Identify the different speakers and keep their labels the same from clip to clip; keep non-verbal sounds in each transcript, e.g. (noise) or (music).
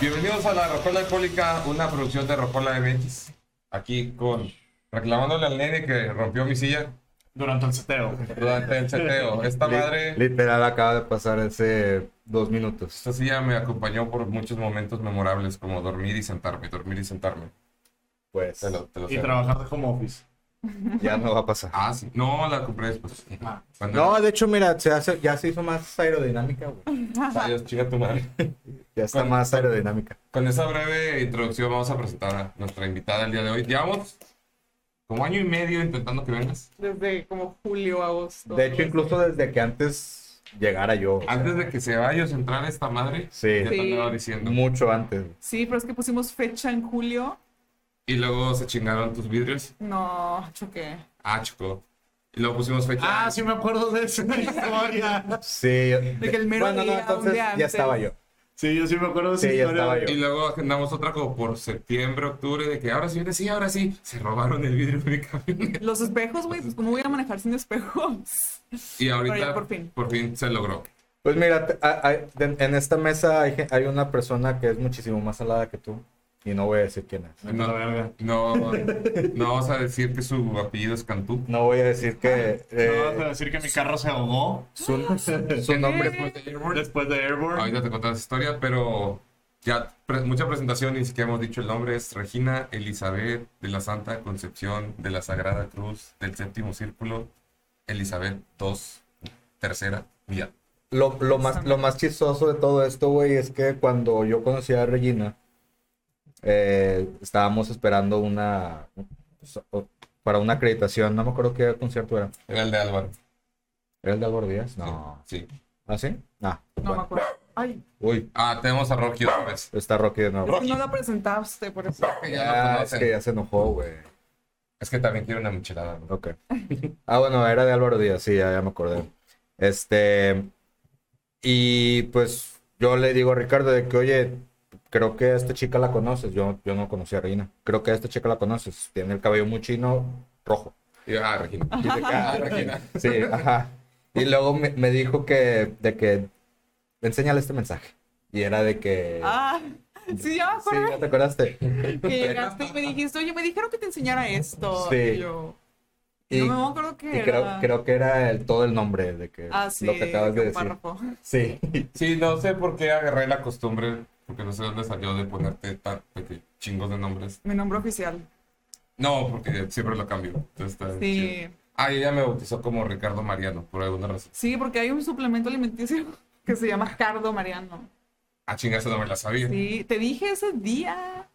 Speaker 1: Bienvenidos a La Rocola Alcohólica, una producción de Rocola MX. Aquí con reclamándole al nene que rompió mi silla
Speaker 2: Durante el seteo.
Speaker 1: durante el seteo. Esta
Speaker 3: Li-
Speaker 1: madre,
Speaker 3: Literal acaba de pasar hace dos minutos.
Speaker 1: esta silla me acompañó por muchos momentos memorables, como dormir y sentarme, dormir y sentarme.
Speaker 3: Pues
Speaker 1: Te lo- te lo
Speaker 2: Y
Speaker 1: sé.
Speaker 2: trabajar de home office.
Speaker 3: ya no va a pasar.
Speaker 1: Ah, sí. No, la compré después.
Speaker 2: Ah.
Speaker 1: Cuando
Speaker 3: (laughs) No, de hecho, mira, se hace, ya se hizo más aerodinámica, güey.
Speaker 1: Adiós, chinga tu madre.
Speaker 3: Ya está
Speaker 1: Con-
Speaker 3: más aerodinámica.
Speaker 1: Con esa breve introducción vamos a presentar a nuestra invitada el día de hoy. Llevamos como año y medio intentando que vengas.
Speaker 4: Desde como julio, agosto.
Speaker 3: De hecho, incluso desde que antes llegara yo. o sea,
Speaker 1: Antes de que se vaya a centrar esta madre,
Speaker 3: Sí,
Speaker 1: ya te
Speaker 4: Sí.
Speaker 1: andaba diciendo.
Speaker 3: mucho antes. güey.
Speaker 4: Sí, pero es que pusimos fecha en julio.
Speaker 1: Y luego se chingaron tus vidrios.
Speaker 4: No, choqué.
Speaker 1: Ah, chico. Y luego pusimos fecha.
Speaker 2: Ah, sí me acuerdo de esa (laughs) historia.
Speaker 3: Sí. yo-
Speaker 4: De que el mero
Speaker 3: bueno, no,
Speaker 4: día, un
Speaker 3: entonces
Speaker 4: día
Speaker 3: ya
Speaker 4: antes.
Speaker 3: estaba yo.
Speaker 2: Sí, yo sí me acuerdo de esa
Speaker 3: Sí, ya
Speaker 2: historia.
Speaker 3: estaba
Speaker 2: güey.
Speaker 1: Y luego agendamos otra como por septiembre, octubre, de que ahora sí viene, sí, ahora sí. Se robaron el vidrio de mi camioneta. (laughs)
Speaker 4: Los espejos, güey, pues cómo voy a manejar sin espejos.
Speaker 1: Y
Speaker 4: Pero
Speaker 1: ahorita
Speaker 4: ya por fin.
Speaker 1: se logró.
Speaker 3: Pues mira, te- a- a- de- en esta mesa hay, gen- hay una persona que es muchísimo más salada que tú. Y no voy a decir quién es.
Speaker 2: Vete a Ah, la verga.
Speaker 1: No, no vamos a decir que su apellido es
Speaker 4: (laughs)
Speaker 1: Cantú.
Speaker 3: (laughs) No voy a decir que eh,
Speaker 2: No vas a decir que mi carro se ahogó
Speaker 3: su, su nombre
Speaker 1: Después pues, de Airborne.
Speaker 2: después de Airborne.
Speaker 1: Ahorita te contaré esa historia, pero ya pre- mucha presentación, ni siquiera hemos dicho el nombre, es Regina Elizabeth de la Santa Concepción de la Sagrada Cruz del Séptimo Círculo, Elizabeth II, tercera, mía.
Speaker 3: Lo, lo más, lo más chistoso de todo esto, güey, es que cuando yo conocí a Regina, eh, estábamos esperando una. pues, para una acreditación, no me acuerdo qué concierto era.
Speaker 1: Era el de Álvaro.
Speaker 3: ¿Era el de Álvaro Díaz? No.
Speaker 1: Sí.
Speaker 3: ¿Ah, sí? Ah,
Speaker 4: No me
Speaker 3: bueno.
Speaker 4: acuerdo. Ay,
Speaker 3: Uy,
Speaker 1: Ah, tenemos a Rocky otra vez.
Speaker 3: está Rocky de nuevo.
Speaker 4: no la presentaste, por eso.
Speaker 1: Que ya lo
Speaker 3: Ah, es
Speaker 1: conocen.
Speaker 3: que ya se enojó, güey.
Speaker 1: Es que también quiero una michelada. ¿no?
Speaker 3: Ok. Ah, bueno, era de Álvaro Díaz, sí, ya, ya me acordé. Este. Y pues yo le digo a Ricardo de que, oye, creo que a esta chica la conoces. Yo, yo no conocía a Reina. Creo que a esta chica la conoces. Tiene el cabello muy chino, rojo.
Speaker 1: Y- ah, Regina.
Speaker 3: Y de que,
Speaker 1: Ah,
Speaker 3: "Ah,
Speaker 1: Regina.
Speaker 3: Sí, ajá. Y luego me, me dijo que, de que, enséñale este mensaje. Y era de que.
Speaker 4: Ah, sí, ya me
Speaker 3: sí,
Speaker 4: acuerdo
Speaker 3: ¿ya te acordaste?
Speaker 4: que llegaste y me dijiste, oye, me dijeron que te enseñara esto.
Speaker 3: Sí.
Speaker 4: Y yo,
Speaker 3: Y,
Speaker 4: no me acuerdo qué
Speaker 3: y creo,
Speaker 4: era.
Speaker 3: creo que era el, todo el nombre de que
Speaker 4: ah, sí,
Speaker 3: lo que acabas de
Speaker 4: un
Speaker 3: decir.
Speaker 4: párrafo.
Speaker 3: Sí.
Speaker 1: Sí, no sé por qué agarré la costumbre, porque no sé dónde salió de ponerte tan de que chingos de nombres.
Speaker 4: Mi nombre oficial.
Speaker 1: No, porque siempre lo cambio. Entonces está chido.
Speaker 4: Sí.
Speaker 1: Ah, y ella me bautizó como Ricardo Mariano, por alguna razón.
Speaker 4: Sí, porque hay un suplemento alimenticio (laughs) que se llama Cardo Mariano.
Speaker 1: Ah, chingarse no me la sabía.
Speaker 4: Sí, te dije ese día.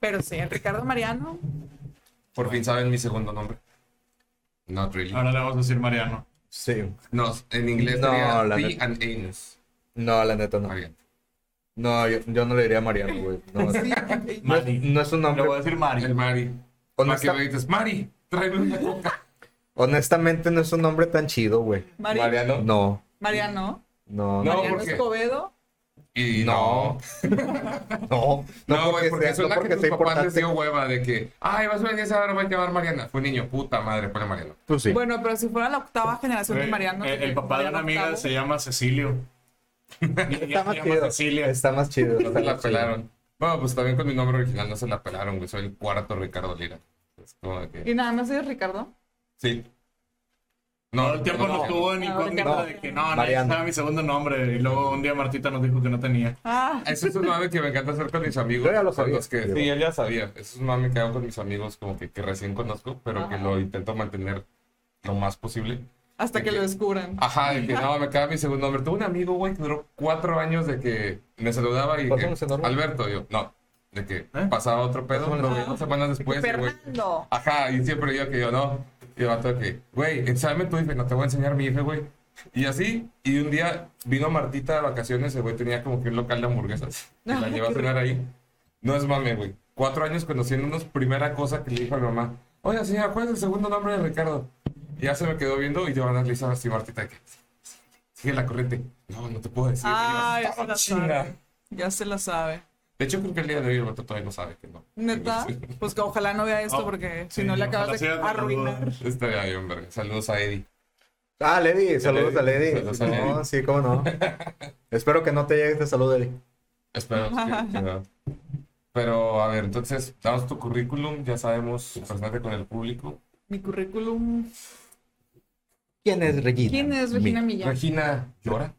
Speaker 4: Pero sí, Ricardo Mariano.
Speaker 1: Por fin saben mi segundo nombre. Not really.
Speaker 2: Ahora le vamos a decir Mariano.
Speaker 3: Sí.
Speaker 1: No, en inglés
Speaker 3: Ah,
Speaker 1: sería
Speaker 3: No, la
Speaker 1: P
Speaker 3: neta.
Speaker 1: and Anus.
Speaker 3: No, la neta no.
Speaker 1: Mariano.
Speaker 3: No, yo, yo no le diría Mariano,
Speaker 4: (laughs)
Speaker 3: güey. No,
Speaker 4: Sí,
Speaker 3: no es,
Speaker 2: Mari.
Speaker 3: no es un
Speaker 2: Le
Speaker 3: nombre.
Speaker 2: voy a decir Mari.
Speaker 1: El Mari. Para
Speaker 3: honesta-
Speaker 1: que me dices, Mari, tráeme una
Speaker 3: (laughs)
Speaker 1: coca.
Speaker 3: honestamente, no es un nombre tan chido, güey.
Speaker 4: Mari-
Speaker 1: Mariano.
Speaker 3: No,
Speaker 4: Mariano.
Speaker 3: no,
Speaker 1: No,
Speaker 3: no.
Speaker 4: Mariano
Speaker 1: porque-
Speaker 4: Escobedo.
Speaker 1: Y no.
Speaker 3: No. No,
Speaker 1: No, güey, porque,
Speaker 3: sea-
Speaker 1: suena
Speaker 3: no
Speaker 1: que tus
Speaker 3: sea
Speaker 1: papás les
Speaker 3: importante.
Speaker 1: dio hueva de que, ay, vas a venir a esa hora, va a llamar Mariana. Fue un niño, puta madre, ponle Mariano.
Speaker 3: Pues sí.
Speaker 4: Bueno, pero si fuera la octava generación de
Speaker 2: Eh,
Speaker 4: Mariano.
Speaker 2: eh, El,
Speaker 4: sería
Speaker 2: papá de una
Speaker 4: Mariano
Speaker 2: amiga
Speaker 4: octavo.
Speaker 2: se llama Cecilio. (laughs)
Speaker 3: está más
Speaker 2: se llama
Speaker 3: chido.
Speaker 2: Cecilia.
Speaker 3: Está más chido.
Speaker 1: No se
Speaker 3: está
Speaker 1: la
Speaker 3: más chido.
Speaker 1: pelaron. Bueno, pues también con mi nombre original no se la pelaron, güey. Soy el cuarto Ricardo Lira. Es como de que.
Speaker 4: Y nada más es Ricardo.
Speaker 1: Sí.
Speaker 2: Todo el tiempo nos
Speaker 1: Mariano.
Speaker 2: tuvo en incógnita
Speaker 4: Mariano.
Speaker 2: de que no, no,
Speaker 3: Mariano.
Speaker 2: estaba mi segundo nombre. Y luego un día Martita nos dijo que no tenía.
Speaker 4: Ah,
Speaker 1: Eso es un mame que me encanta hacer con mis amigos.
Speaker 3: Yo ya lo
Speaker 1: con
Speaker 3: sabía.
Speaker 1: los que-
Speaker 3: Digo.
Speaker 1: sí, él ya sabía. Eso es un mame que hago con mis amigos como que, que recién conozco, pero que
Speaker 4: Ajá.
Speaker 1: lo intento mantener lo más posible.
Speaker 4: hasta que lo descubran.
Speaker 1: Ajá, de que no, me queda mi segundo nombre. Tuve un amigo, güey, que duró cuatro años de que me saludaba y que,
Speaker 3: Pasamos en normal.
Speaker 1: Alberto, yo, no. De que pasaba otro pedo,
Speaker 3: Pasamos en
Speaker 1: güey, dos semanas después. y, güey,
Speaker 4: Fernando.
Speaker 1: Ajá, y siempre yo que yo no. Y el vato que, güey, ensáñame tu IFE, no te voy a enseñar mi IFE, güey. Y así, y un día vino Martita de vacaciones, el güey tenía como que un local de hamburguesas. Y la
Speaker 4: Ay,
Speaker 1: llevó a
Speaker 4: qué
Speaker 1: cenar ahí. No es mame, güey. Cuatro años conociéndonos, primera cosa que le dijo a mi mamá, oye, señora, ¿cuál es el segundo nombre de Ricardo? Y ya se me quedó viendo y yo analizaba así, Martita, que sigue la corriente. No, no te puedo decir. Y yo,
Speaker 4: Ah, ya se
Speaker 1: "Ah,
Speaker 4: la
Speaker 1: chinga".
Speaker 4: sabe. Ya se la sabe.
Speaker 1: De hecho, creo que el día de hoy el vato todavía no sabe que no. (laughs)
Speaker 4: Neta, pues que ojalá no vea esto
Speaker 2: Oh,
Speaker 4: porque
Speaker 2: sí,
Speaker 4: si no le
Speaker 2: ojalá
Speaker 4: acabas de
Speaker 2: sea de
Speaker 4: arruinar.
Speaker 2: saludo.
Speaker 1: Estaría bien, verga. Saludos a Eddie.
Speaker 3: Ah, Lady, saludos a Lady.
Speaker 1: Saludos a
Speaker 3: No,
Speaker 1: Lady.
Speaker 3: sí, cómo no. Espero que no te llegue este saludo, Lady.
Speaker 1: Espero.
Speaker 4: (laughs)
Speaker 1: que- que no. Pero, a ver, entonces, danos tu currículum, ya sabemos, personaje con el público.
Speaker 4: Mi currículum.
Speaker 3: ¿Quién es Regina?
Speaker 4: ¿Quién es Regina
Speaker 3: Mi-
Speaker 4: Millán?
Speaker 1: Regina llora.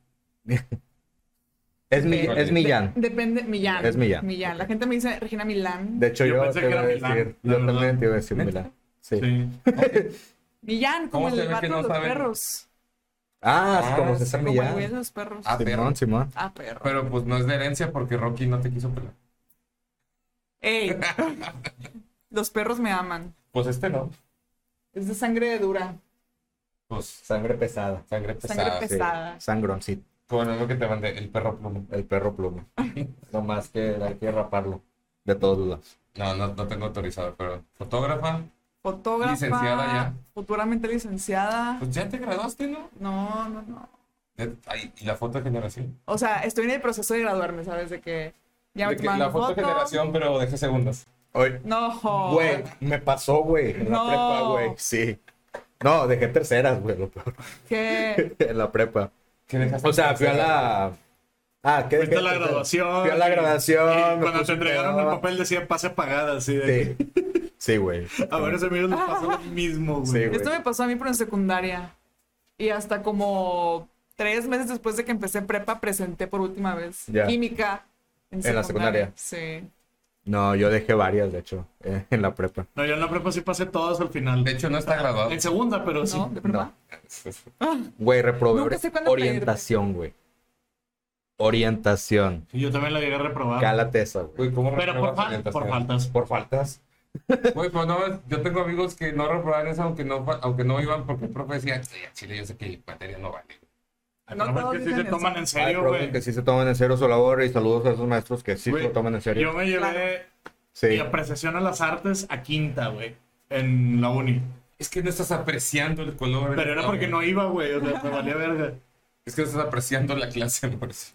Speaker 3: Es, mi, es Millán.
Speaker 4: Depende, Millán.
Speaker 3: Es Millán.
Speaker 4: La gente me dice Regina Milán.
Speaker 3: De hecho,
Speaker 2: Yo
Speaker 3: yo,
Speaker 2: pensé
Speaker 3: te
Speaker 2: que
Speaker 3: iba a
Speaker 2: era Milán,
Speaker 3: decir.
Speaker 2: la
Speaker 3: Yo
Speaker 2: verdad.
Speaker 3: también te iba a decir
Speaker 1: ¿Neta?
Speaker 3: Milán. Sí.
Speaker 2: Sí.
Speaker 4: Millán, como
Speaker 1: ¿Cómo se
Speaker 4: el
Speaker 1: ve
Speaker 4: vato
Speaker 1: que
Speaker 4: de
Speaker 1: no
Speaker 4: los
Speaker 1: saben?
Speaker 4: perros.
Speaker 3: Ah, es
Speaker 1: Ah,
Speaker 3: como
Speaker 1: sí,
Speaker 3: César
Speaker 4: Como el güey
Speaker 3: Millán.
Speaker 4: de los perros.
Speaker 1: Ah,
Speaker 3: Simón,
Speaker 1: perro.
Speaker 3: Simón.
Speaker 4: Ah, perro.
Speaker 1: Pero pues no es de herencia porque Rocky no te quiso pelar. (laughs)
Speaker 4: Ey. los perros me aman.
Speaker 1: Pues este no.
Speaker 4: Es de sangre dura.
Speaker 1: Pues
Speaker 3: Sangre pesada.
Speaker 1: sangre pesada.
Speaker 4: Sangre
Speaker 3: Sí,
Speaker 4: Pesada.
Speaker 3: sangroncito.
Speaker 1: Bueno, es lo que te mandé, el perro pluma.
Speaker 3: El perro pluma. no más que hay que raparlo. De todos lados.
Speaker 1: No, no, no tengo autorizado, pero fotógrafa.
Speaker 4: Fotógrafa.
Speaker 1: Licenciada ya.
Speaker 4: Futuramente licenciada.
Speaker 1: Pues ya te graduaste, ¿no?
Speaker 4: No, no, no.
Speaker 1: De- ay, y la foto de generación.
Speaker 4: O sea, estoy en el proceso de graduarme, ¿sabes? De que ya me
Speaker 1: De que
Speaker 4: tomaron
Speaker 1: la foto de
Speaker 4: foto.
Speaker 1: generación, pero de qué segundos.
Speaker 3: Oye,
Speaker 4: No.
Speaker 3: güey, me pasó, güey. En
Speaker 4: No.
Speaker 3: la prepa, güey. Sí. No, dejé terceras, güey, lo peor.
Speaker 1: (laughs)
Speaker 4: Que
Speaker 3: (laughs) en la prepa.
Speaker 1: ¿Qué dejaste?
Speaker 3: O sea, fui a la. Ah, ¿qué
Speaker 2: Fuiste a la
Speaker 3: dejé?
Speaker 2: graduación.
Speaker 3: (laughs) Fui a la graduación.
Speaker 2: y
Speaker 3: me
Speaker 2: cuando
Speaker 3: puse
Speaker 2: te entregaron el
Speaker 3: pedo.
Speaker 2: papel decía pase pagada, así de.
Speaker 3: Sí. Sí, (laughs) güey.
Speaker 2: A varios amigos les pasó lo mismo, güey.
Speaker 3: Sí, güey.
Speaker 4: esto me pasó a mí por en secundaria. Y hasta como tres meses después de que empecé prepa, presenté por última vez
Speaker 3: Ya.
Speaker 4: química. En,
Speaker 3: En la secundaria.
Speaker 4: Sí.
Speaker 3: No, yo dejé varias, de hecho, eh, en la prepa.
Speaker 2: No, yo en la prepa sí pasé todas al final.
Speaker 1: De hecho, no está graduado.
Speaker 2: En segunda, pero sí.
Speaker 4: ¿No? ¿De prepa? (laughs)
Speaker 3: Güey, reprobé
Speaker 4: Nunca
Speaker 3: ori-
Speaker 4: sé cuándo
Speaker 3: orientación, güey. Orientación.
Speaker 2: Y Yo también la llegué a reprobar.
Speaker 3: Cálate esa, güey.
Speaker 1: Güey, ¿cómo
Speaker 2: pero por,
Speaker 1: reprobas
Speaker 2: fal-
Speaker 1: orientación?
Speaker 2: por faltas. (laughs)
Speaker 3: Por faltas.
Speaker 1: Güey, pues no, yo tengo amigos que no reprobaron eso, aunque no, fa- aunque no iban, porque el profe decía, "Ay, al chile, yo sé que mi materia no vale.
Speaker 2: Hay
Speaker 4: No
Speaker 2: profes
Speaker 4: todos
Speaker 2: que sí se
Speaker 4: dicen eso.
Speaker 2: toman en
Speaker 3: Hay
Speaker 2: serio,
Speaker 3: profes
Speaker 2: güey.
Speaker 3: que sí se toman en serio su labor y saludos a esos maestros que sí se
Speaker 2: Güey,
Speaker 3: lo toman en serio.
Speaker 2: Yo me llevé mi
Speaker 3: Sí.
Speaker 2: apreciación a las artes a quinta, güey. En la uni.
Speaker 1: Es que no estás apreciando el color.
Speaker 2: Pero era porque no iba, güey. O
Speaker 4: (laughs)
Speaker 2: sea, me valía verga.
Speaker 1: Es que no estás apreciando la clase, (laughs) por eso.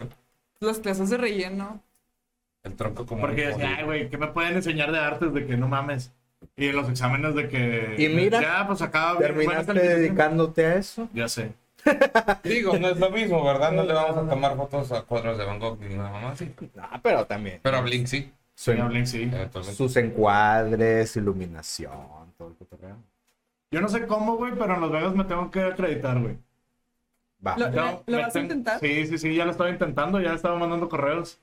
Speaker 4: Las clases de relleno.
Speaker 1: El tronco como...
Speaker 2: Porque decía, ay, güey, ¿qué me pueden enseñar de artes? De que no mames. Y en los exámenes de que.
Speaker 3: Y mira,
Speaker 2: Ya, pues acaba bien, buena
Speaker 3: ¿Terminaste
Speaker 2: calificación.
Speaker 3: dedicándote a eso?
Speaker 2: Ya sé.
Speaker 1: Digo, no es lo mismo, ¿verdad? No le vamos a tomar fotos a cuadros de Van Gogh ni nada más, sí.
Speaker 3: No, pero también.
Speaker 1: Pero a Blink sí,
Speaker 3: Su-
Speaker 2: Ya hablé, sí.
Speaker 1: eventualmente.
Speaker 3: sus encuadres, iluminación, todo el cotorreo.
Speaker 2: Yo no sé cómo, güey, pero en Los Vegas me tengo que acreditar, güey.
Speaker 3: Va.
Speaker 4: Lo-
Speaker 2: Yo
Speaker 4: ¿Lo
Speaker 2: me
Speaker 4: vas a
Speaker 2: ten-
Speaker 4: intentar?
Speaker 2: Sí, sí, sí, ya lo estaba intentando, ya le estaba mandando correos.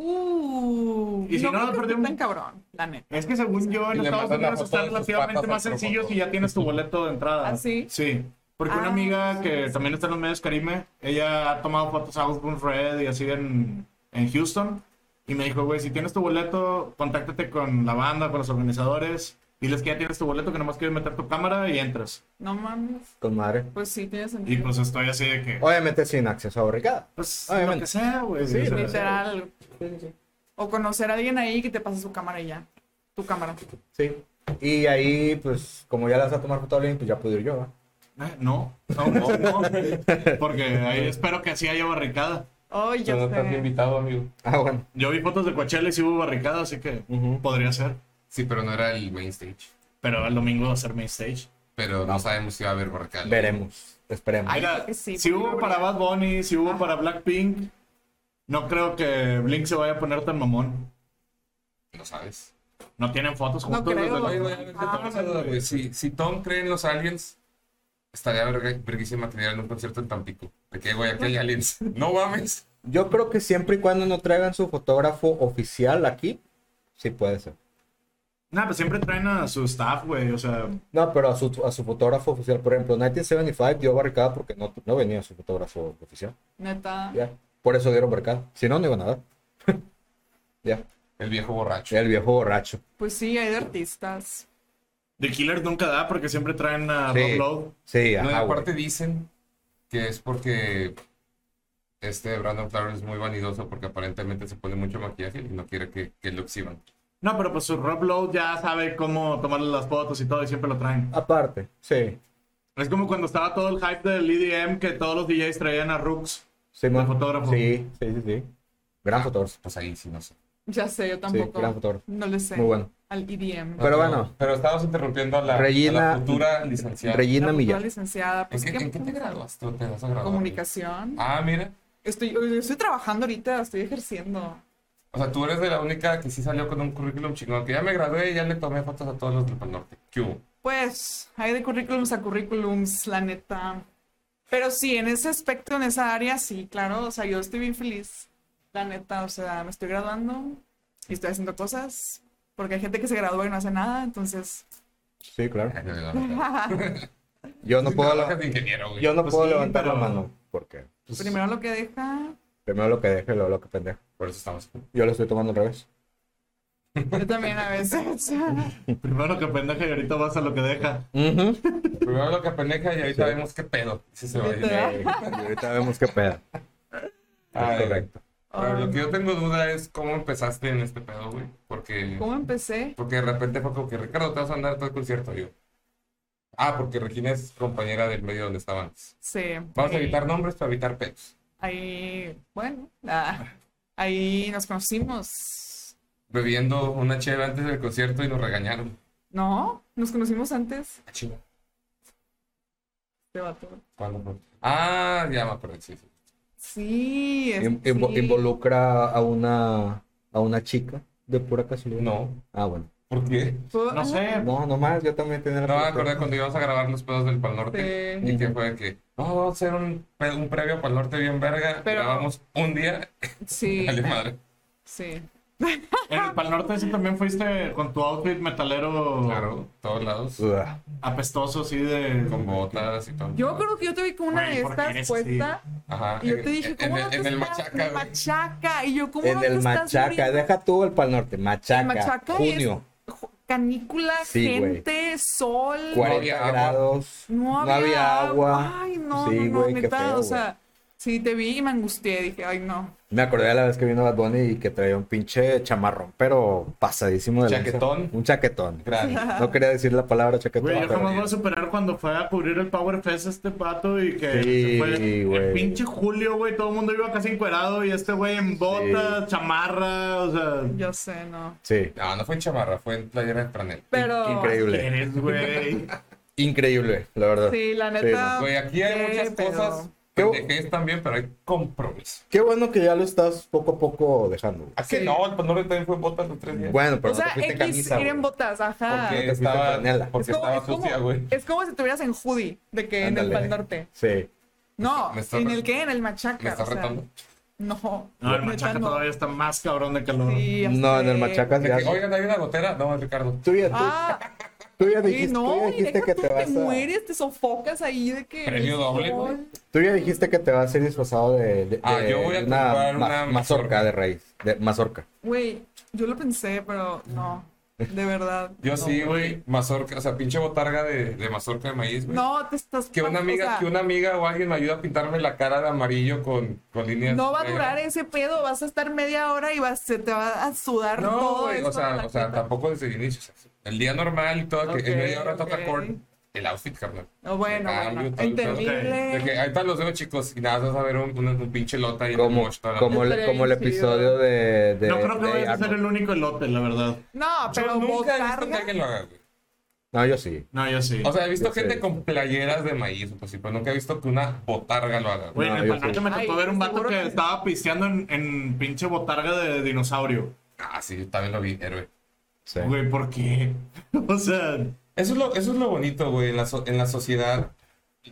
Speaker 4: Uh,
Speaker 2: Y si no,
Speaker 4: creo que
Speaker 2: perdí
Speaker 4: esté
Speaker 2: un-
Speaker 4: tan cabrón, la neta.
Speaker 2: Es que según yo,
Speaker 1: Y
Speaker 2: en
Speaker 1: le
Speaker 2: Estados
Speaker 1: mandan la
Speaker 2: Unidos
Speaker 1: foto
Speaker 2: está
Speaker 1: de sus
Speaker 2: relativamente
Speaker 1: patas
Speaker 2: más
Speaker 1: al otro
Speaker 2: sencillo
Speaker 1: foto.
Speaker 2: si ya tienes tu boleto de entrada.
Speaker 4: ¿Ah, sí?
Speaker 2: Sí. Porque
Speaker 4: Ah,
Speaker 2: una amiga
Speaker 4: sí,
Speaker 2: que
Speaker 4: sí.
Speaker 2: también está en los medios Karime, ella ha tomado fotos a Osborne Red y así en, en Houston. Y me dijo, güey, si tienes tu boleto, contáctate con la banda, con los organizadores. Diles que ya tienes tu boleto, que nomás quieres meter tu cámara y entras.
Speaker 4: No mames.
Speaker 3: Con madre.
Speaker 4: Pues sí, tiene
Speaker 2: Y
Speaker 4: sentido.
Speaker 2: pues estoy así de que.
Speaker 3: Obviamente sin acceso a barricada.
Speaker 2: Pues
Speaker 3: Obviamente.
Speaker 2: lo que sea, güey.
Speaker 3: Sí,
Speaker 2: o sea,
Speaker 4: Literal. O conocer a alguien ahí que te pase su cámara y ya. Tu cámara.
Speaker 3: Sí. Y ahí, pues, como ya las va a tomar foto alguien, pues ya puedo ir yo, ¿va?
Speaker 2: eh, No, no, no, no. Porque ahí espero que sí haya barricada.
Speaker 4: Ay, ya
Speaker 1: Tú no estás
Speaker 4: sé.
Speaker 1: invitado, amigo.
Speaker 3: Ah, bueno.
Speaker 2: Yo vi fotos de Coachella y sí hubo barricada, así que
Speaker 3: Ujú.
Speaker 2: podría ser.
Speaker 1: Sí, pero no era el main stage.
Speaker 2: Pero el domingo va a ser main stage.
Speaker 1: Pero no sabemos si va a haber barcal.
Speaker 3: Veremos. Esperemos.
Speaker 4: Ay,
Speaker 2: Mira,
Speaker 4: creo que sí,
Speaker 2: si
Speaker 4: porque
Speaker 2: hubo
Speaker 4: no
Speaker 2: para
Speaker 4: habría-
Speaker 2: Bad Bunny, si hubo para Blackpink, no creo que Blink se vaya a poner tan mamón.
Speaker 1: No sabes.
Speaker 2: No tienen fotos
Speaker 4: No
Speaker 2: juntos.
Speaker 4: creo.
Speaker 2: desde
Speaker 1: Oye,
Speaker 2: luego.
Speaker 1: güey, yo tengo una duda, güey. Si, si Tom cree en los aliens, estaría verga- verguísima tener en un concierto en Tampico. De que, güey, aquí hay aliens. (laughs) No mames.
Speaker 3: Yo creo que siempre y cuando no traigan su fotógrafo oficial aquí, sí puede ser.
Speaker 2: Nah, pues siempre traen a su staff, güey. O sea,
Speaker 3: No, pero a su, a su fotógrafo oficial, por ejemplo, 1975 dio barricada porque no, no venía su fotógrafo oficial.
Speaker 4: Neta.
Speaker 3: Ya. Por eso dieron barricada. Si no, no iban a dar. ya.
Speaker 1: El viejo borracho.
Speaker 3: El viejo borracho.
Speaker 4: Pues sí, hay de artistas.
Speaker 2: The Killers nunca da porque siempre traen a
Speaker 3: Sí.
Speaker 2: Rob Lowe.
Speaker 3: Sí,
Speaker 1: No, y
Speaker 3: ajá, güey.
Speaker 1: aparte dicen que es porque este Brandon Flowers es muy vanidoso porque aparentemente se pone mucho maquillaje y no quiere que, que lo exhiban.
Speaker 2: No, pero pues su Rob Lowe ya sabe cómo tomarle las fotos y todo y siempre lo traen.
Speaker 3: Aparte, sí.
Speaker 2: Es como cuando estaba todo el hype del EDM que todos los DJs traían a
Speaker 3: (laughs)
Speaker 2: Rooks.
Speaker 3: Sí,
Speaker 2: El fotógrafo.
Speaker 3: Sí, sí, sí, sí. Gran fotógrafo.
Speaker 1: Pues ahí sí, no sé.
Speaker 4: Ya sé, yo
Speaker 3: Sí,
Speaker 4: tampoco.
Speaker 3: gran fotógrafo.
Speaker 4: no le sé.
Speaker 3: Muy bueno.
Speaker 4: Al E IDM.
Speaker 1: No,
Speaker 3: Pero bueno.
Speaker 1: Pero estamos interrumpiendo a la, a la
Speaker 3: Regina-
Speaker 1: futura licenciada.
Speaker 3: Regina
Speaker 4: Una
Speaker 3: Millán.
Speaker 4: licenciada.
Speaker 1: ¿En
Speaker 4: Pues,
Speaker 1: qué,
Speaker 4: ¿qué-
Speaker 1: en qué te graduaste? o ¿Te vas a graduar?
Speaker 4: Comunicación.
Speaker 1: Ah, mira.
Speaker 4: Estoy, yo estoy trabajando ahorita, estoy ejerciendo.
Speaker 1: O sea, tú eres de la única que sí salió con un currículum chingón. Que ya me gradué y ya le tomé fotos a todos los del Pal Norte. ¿Qué
Speaker 3: (laughs)
Speaker 1: hubo?
Speaker 4: Pues hay de currículums a currículums, la neta. Pero sí, en ese aspecto, en esa área, sí, claro. O sea, yo estoy bien feliz, la neta. O sea, me estoy graduando y estoy haciendo cosas. Porque hay gente que se gradúa y no hace nada, entonces... (laughs)
Speaker 3: Sí, claro.
Speaker 1: Ay, no, no, no, no.
Speaker 3: Yo no puedo,
Speaker 1: Trabajas
Speaker 3: la-
Speaker 1: de ingeniero, güey.
Speaker 3: yo no
Speaker 2: Pues
Speaker 3: puedo
Speaker 2: sí,
Speaker 3: levantar
Speaker 2: pero-
Speaker 3: la mano. Porque pues,
Speaker 4: Primero lo que deja,
Speaker 3: primero lo que deje, luego lo que pendejo.
Speaker 1: Por eso estamos aquí.
Speaker 3: Yo lo estoy tomando al revés.
Speaker 4: yo también
Speaker 1: (laughs)
Speaker 4: a veces.
Speaker 2: Primero lo que pendeja y ahorita vas a lo que deja.
Speaker 3: Ujú.
Speaker 1: Primero lo que pendeja y ahorita
Speaker 3: Sí.
Speaker 1: vemos qué pedo. Sí se va a ir.
Speaker 4: (laughs) Literal.
Speaker 3: Y ahorita vemos qué pedo.
Speaker 1: Ay,
Speaker 3: correcto.
Speaker 1: Pero
Speaker 4: (laughs)
Speaker 1: lo que yo tengo duda es cómo empezaste en este pedo, güey. Porque,
Speaker 4: ¿Cómo empecé?
Speaker 1: porque de repente fue como que Ricardo, te vas a andar todo el concierto. Yo. Ah, porque Regina es compañera del medio donde estaba antes.
Speaker 4: Sí.
Speaker 1: Vamos a
Speaker 4: ahí-
Speaker 1: evitar nombres para evitar pedos.
Speaker 4: Ahí, bueno, ah, ahí nos conocimos.
Speaker 1: Bebiendo una cheve antes del concierto y nos regañaron.
Speaker 4: No, nos conocimos antes.
Speaker 1: Ah, chinga.
Speaker 4: Este vato.
Speaker 1: ¿Cuándo fue? Ah, ya me acordé, sí, sí.
Speaker 4: Sí, es-
Speaker 3: Im- invo-
Speaker 4: sí.
Speaker 3: ¿Involucra a una, a una chica de pura casualidad?
Speaker 1: No.
Speaker 3: Ah, bueno.
Speaker 1: ¿Por qué?
Speaker 4: Fue-
Speaker 2: No sé,
Speaker 3: No, nomás, yo también tenía la
Speaker 1: No me
Speaker 3: pregunta.
Speaker 1: acordé cuando íbamos a grabar los pedos del Pal Norte.
Speaker 4: Este,
Speaker 1: Y que fue que, no, vamos a hacer un, pe- un previo Pal Norte bien verga.
Speaker 4: Pero-
Speaker 1: Grabamos un día.
Speaker 2: (laughs)
Speaker 4: Sí,
Speaker 1: Dale madre.
Speaker 4: sí.
Speaker 2: en el Pal Norte sí también fuiste con tu outfit metalero
Speaker 1: Claro, todos lados.
Speaker 3: Ugh.
Speaker 2: apestoso, así de...
Speaker 1: Con botas y todo.
Speaker 4: Yo creo que yo te vi con una
Speaker 2: Güey,
Speaker 4: de
Speaker 2: ¿por qué
Speaker 4: estas
Speaker 2: eres
Speaker 4: puesta
Speaker 1: Ajá.
Speaker 4: y yo te dije,
Speaker 1: en-
Speaker 4: ¿cómo
Speaker 1: en,
Speaker 4: no
Speaker 1: el-
Speaker 4: te
Speaker 1: en el
Speaker 4: estás-
Speaker 1: machaca, güey.
Speaker 4: machaca? Y yo, ¿cómo
Speaker 3: En
Speaker 4: no te
Speaker 3: el
Speaker 4: estás
Speaker 3: machaca,
Speaker 4: muriendo?
Speaker 3: deja tú el pal norte, machaca,
Speaker 4: El machaca es
Speaker 3: junio,
Speaker 4: ju- canícula,
Speaker 3: Sí, güey.
Speaker 4: gente, sol.
Speaker 3: 40
Speaker 1: agua.
Speaker 3: grados,
Speaker 4: No había,
Speaker 3: agua.
Speaker 4: Ay, no,
Speaker 3: Sí,
Speaker 4: no, no,
Speaker 3: güey, qué
Speaker 4: neta,
Speaker 3: feo,
Speaker 4: o sea, sí te vi y me angustié, dije, ay, no.
Speaker 3: Me acordé de la vez que vino Bad Bunny y que traía un pinche chamarrón, pero pasadísimo de lanza.
Speaker 1: Chaquetón.
Speaker 3: Un chaquetón.
Speaker 1: Grande.
Speaker 3: No quería decir la palabra chaquetón.
Speaker 2: Güey, yo
Speaker 3: pero-
Speaker 2: jamás voy a superar cuando fue a cubrir el Power Fest este pato y que
Speaker 3: Sí,
Speaker 2: se fue
Speaker 3: güey.
Speaker 2: el pinche Julio, güey, todo el mundo iba casi encuerado y este güey en botas, chamarra, o sea,
Speaker 4: Yo sé, no.
Speaker 3: Sí,
Speaker 1: No, no fue en chamarra, fue en playera de franel.
Speaker 4: Pero
Speaker 3: increíble.
Speaker 2: eres, güey.
Speaker 3: Increíble, la verdad.
Speaker 4: sí, la
Speaker 3: Sí,
Speaker 4: neta.
Speaker 1: Güey, aquí hay
Speaker 4: qué
Speaker 1: muchas
Speaker 4: pedo.
Speaker 1: cosas.
Speaker 3: ¿Qué hubo?
Speaker 1: Pendejes también, pero hay compromiso.
Speaker 3: Qué bueno que ya lo estás poco a poco dejando. güey.
Speaker 1: ¿A qué
Speaker 4: Sí.
Speaker 1: no? El Pal Norte también fue en botas los tres días.
Speaker 3: Bueno, pero
Speaker 4: o
Speaker 3: no te
Speaker 4: sea,
Speaker 3: fuiste
Speaker 4: X
Speaker 3: en camisa.
Speaker 4: ir en
Speaker 3: güey.
Speaker 4: botas, ajá.
Speaker 1: porque
Speaker 3: te fuiste en franela.
Speaker 1: estaba, porque
Speaker 4: Ah, es, como,
Speaker 1: estaba
Speaker 4: es como-
Speaker 1: sucia, güey.
Speaker 4: es como si estuvieras en hoodie, de que en el
Speaker 3: Ándale.
Speaker 4: Pal Norte.
Speaker 3: Sí.
Speaker 4: No,
Speaker 1: Me está
Speaker 4: ¿en
Speaker 1: re-
Speaker 4: el qué? En el machaca.
Speaker 1: Me estás
Speaker 4: o sea,
Speaker 1: retando.
Speaker 3: Ah,
Speaker 4: No,
Speaker 2: No, el
Speaker 4: neta,
Speaker 2: machaca
Speaker 4: no.
Speaker 2: todavía está más cabrón de calor.
Speaker 4: Sí, ya
Speaker 3: No, en
Speaker 4: sé.
Speaker 3: el Machacas
Speaker 1: De
Speaker 3: ya.
Speaker 1: que, Oigan, hay una gotera. No, es Ricardo.
Speaker 3: Tú ya, tú-
Speaker 4: Ah,
Speaker 1: (laughs)
Speaker 3: tú ya
Speaker 4: y
Speaker 3: dijiste, tú ya
Speaker 4: no, y
Speaker 3: dijiste
Speaker 4: deja
Speaker 3: que
Speaker 4: tú,
Speaker 3: te vas a.
Speaker 4: mueres, te sofocas ahí de que.
Speaker 1: Premio
Speaker 4: el
Speaker 1: doble,
Speaker 4: sol.
Speaker 1: güey.
Speaker 3: Tú ya dijiste que te vas a ir disfrazado de, de-
Speaker 1: Ah,
Speaker 3: de
Speaker 1: yo voy a
Speaker 3: una,
Speaker 1: comprar
Speaker 3: ma-
Speaker 1: una
Speaker 3: mazorca de raíz, de mazorca.
Speaker 4: Güey, yo lo pensé, pero no, de verdad.
Speaker 1: Yo
Speaker 4: no,
Speaker 1: sí, güey. Mazorca, o sea, pinche botarga de, de mazorca de maíz, güey.
Speaker 4: No, te estás.
Speaker 1: Que una
Speaker 4: o
Speaker 1: amiga,
Speaker 4: sea,
Speaker 1: que una amiga o alguien me ayuda a pintarme la cara de amarillo con, con líneas.
Speaker 4: No va a
Speaker 1: negras.
Speaker 4: durar ese pedo, vas a estar media hora y vas, se te va a sudar
Speaker 1: No,
Speaker 4: todo.
Speaker 1: güey,
Speaker 4: esto
Speaker 1: o sea,
Speaker 4: de la
Speaker 1: o sea,
Speaker 4: jeta.
Speaker 1: tampoco desde el inicio. o sea, el día normal y todo, que
Speaker 4: Ok,
Speaker 1: en media hora
Speaker 4: ok.
Speaker 1: toca corte, el outfit, carnal.
Speaker 4: No, bueno,
Speaker 1: Ah,
Speaker 4: bueno,
Speaker 1: amigo, todo el pedo.
Speaker 4: entendible.
Speaker 1: De que ahí están los veo, chicos, y nada, vas a ver un, un, un pinche lota y un
Speaker 3: Como,
Speaker 1: mosh toda la-
Speaker 3: como, el-
Speaker 4: Estaría
Speaker 3: como el
Speaker 4: bien chido.
Speaker 3: episodio de, de-
Speaker 2: no creo que
Speaker 3: de
Speaker 2: vayas a ser
Speaker 3: Arnold.
Speaker 2: el único elote, la verdad.
Speaker 4: No,
Speaker 1: Yo nunca
Speaker 4: pero
Speaker 1: he visto que
Speaker 4: botarga.
Speaker 1: alguien lo haga, güey.
Speaker 3: No, yo sí.
Speaker 2: No, yo sí.
Speaker 1: O sea, he visto
Speaker 3: Yo sé.
Speaker 1: gente con playeras de maíz, pues sí, pero nunca he visto que una botarga lo haga. güey.
Speaker 2: Güey,
Speaker 3: No,
Speaker 2: en el
Speaker 3: yo
Speaker 2: Pal Norte
Speaker 3: sí.
Speaker 2: me tocó
Speaker 4: Ay,
Speaker 2: ver un vato
Speaker 4: seguro
Speaker 2: que
Speaker 4: que-
Speaker 2: estaba pisteando en, en pinche botarga de dinosaurio.
Speaker 1: Ah, sí, yo también lo vi, héroe.
Speaker 3: sí.
Speaker 2: Güey, ¿por qué? (laughs) O sea,
Speaker 1: Eso es lo, eso es lo bonito, güey, en la, so- en la sociedad.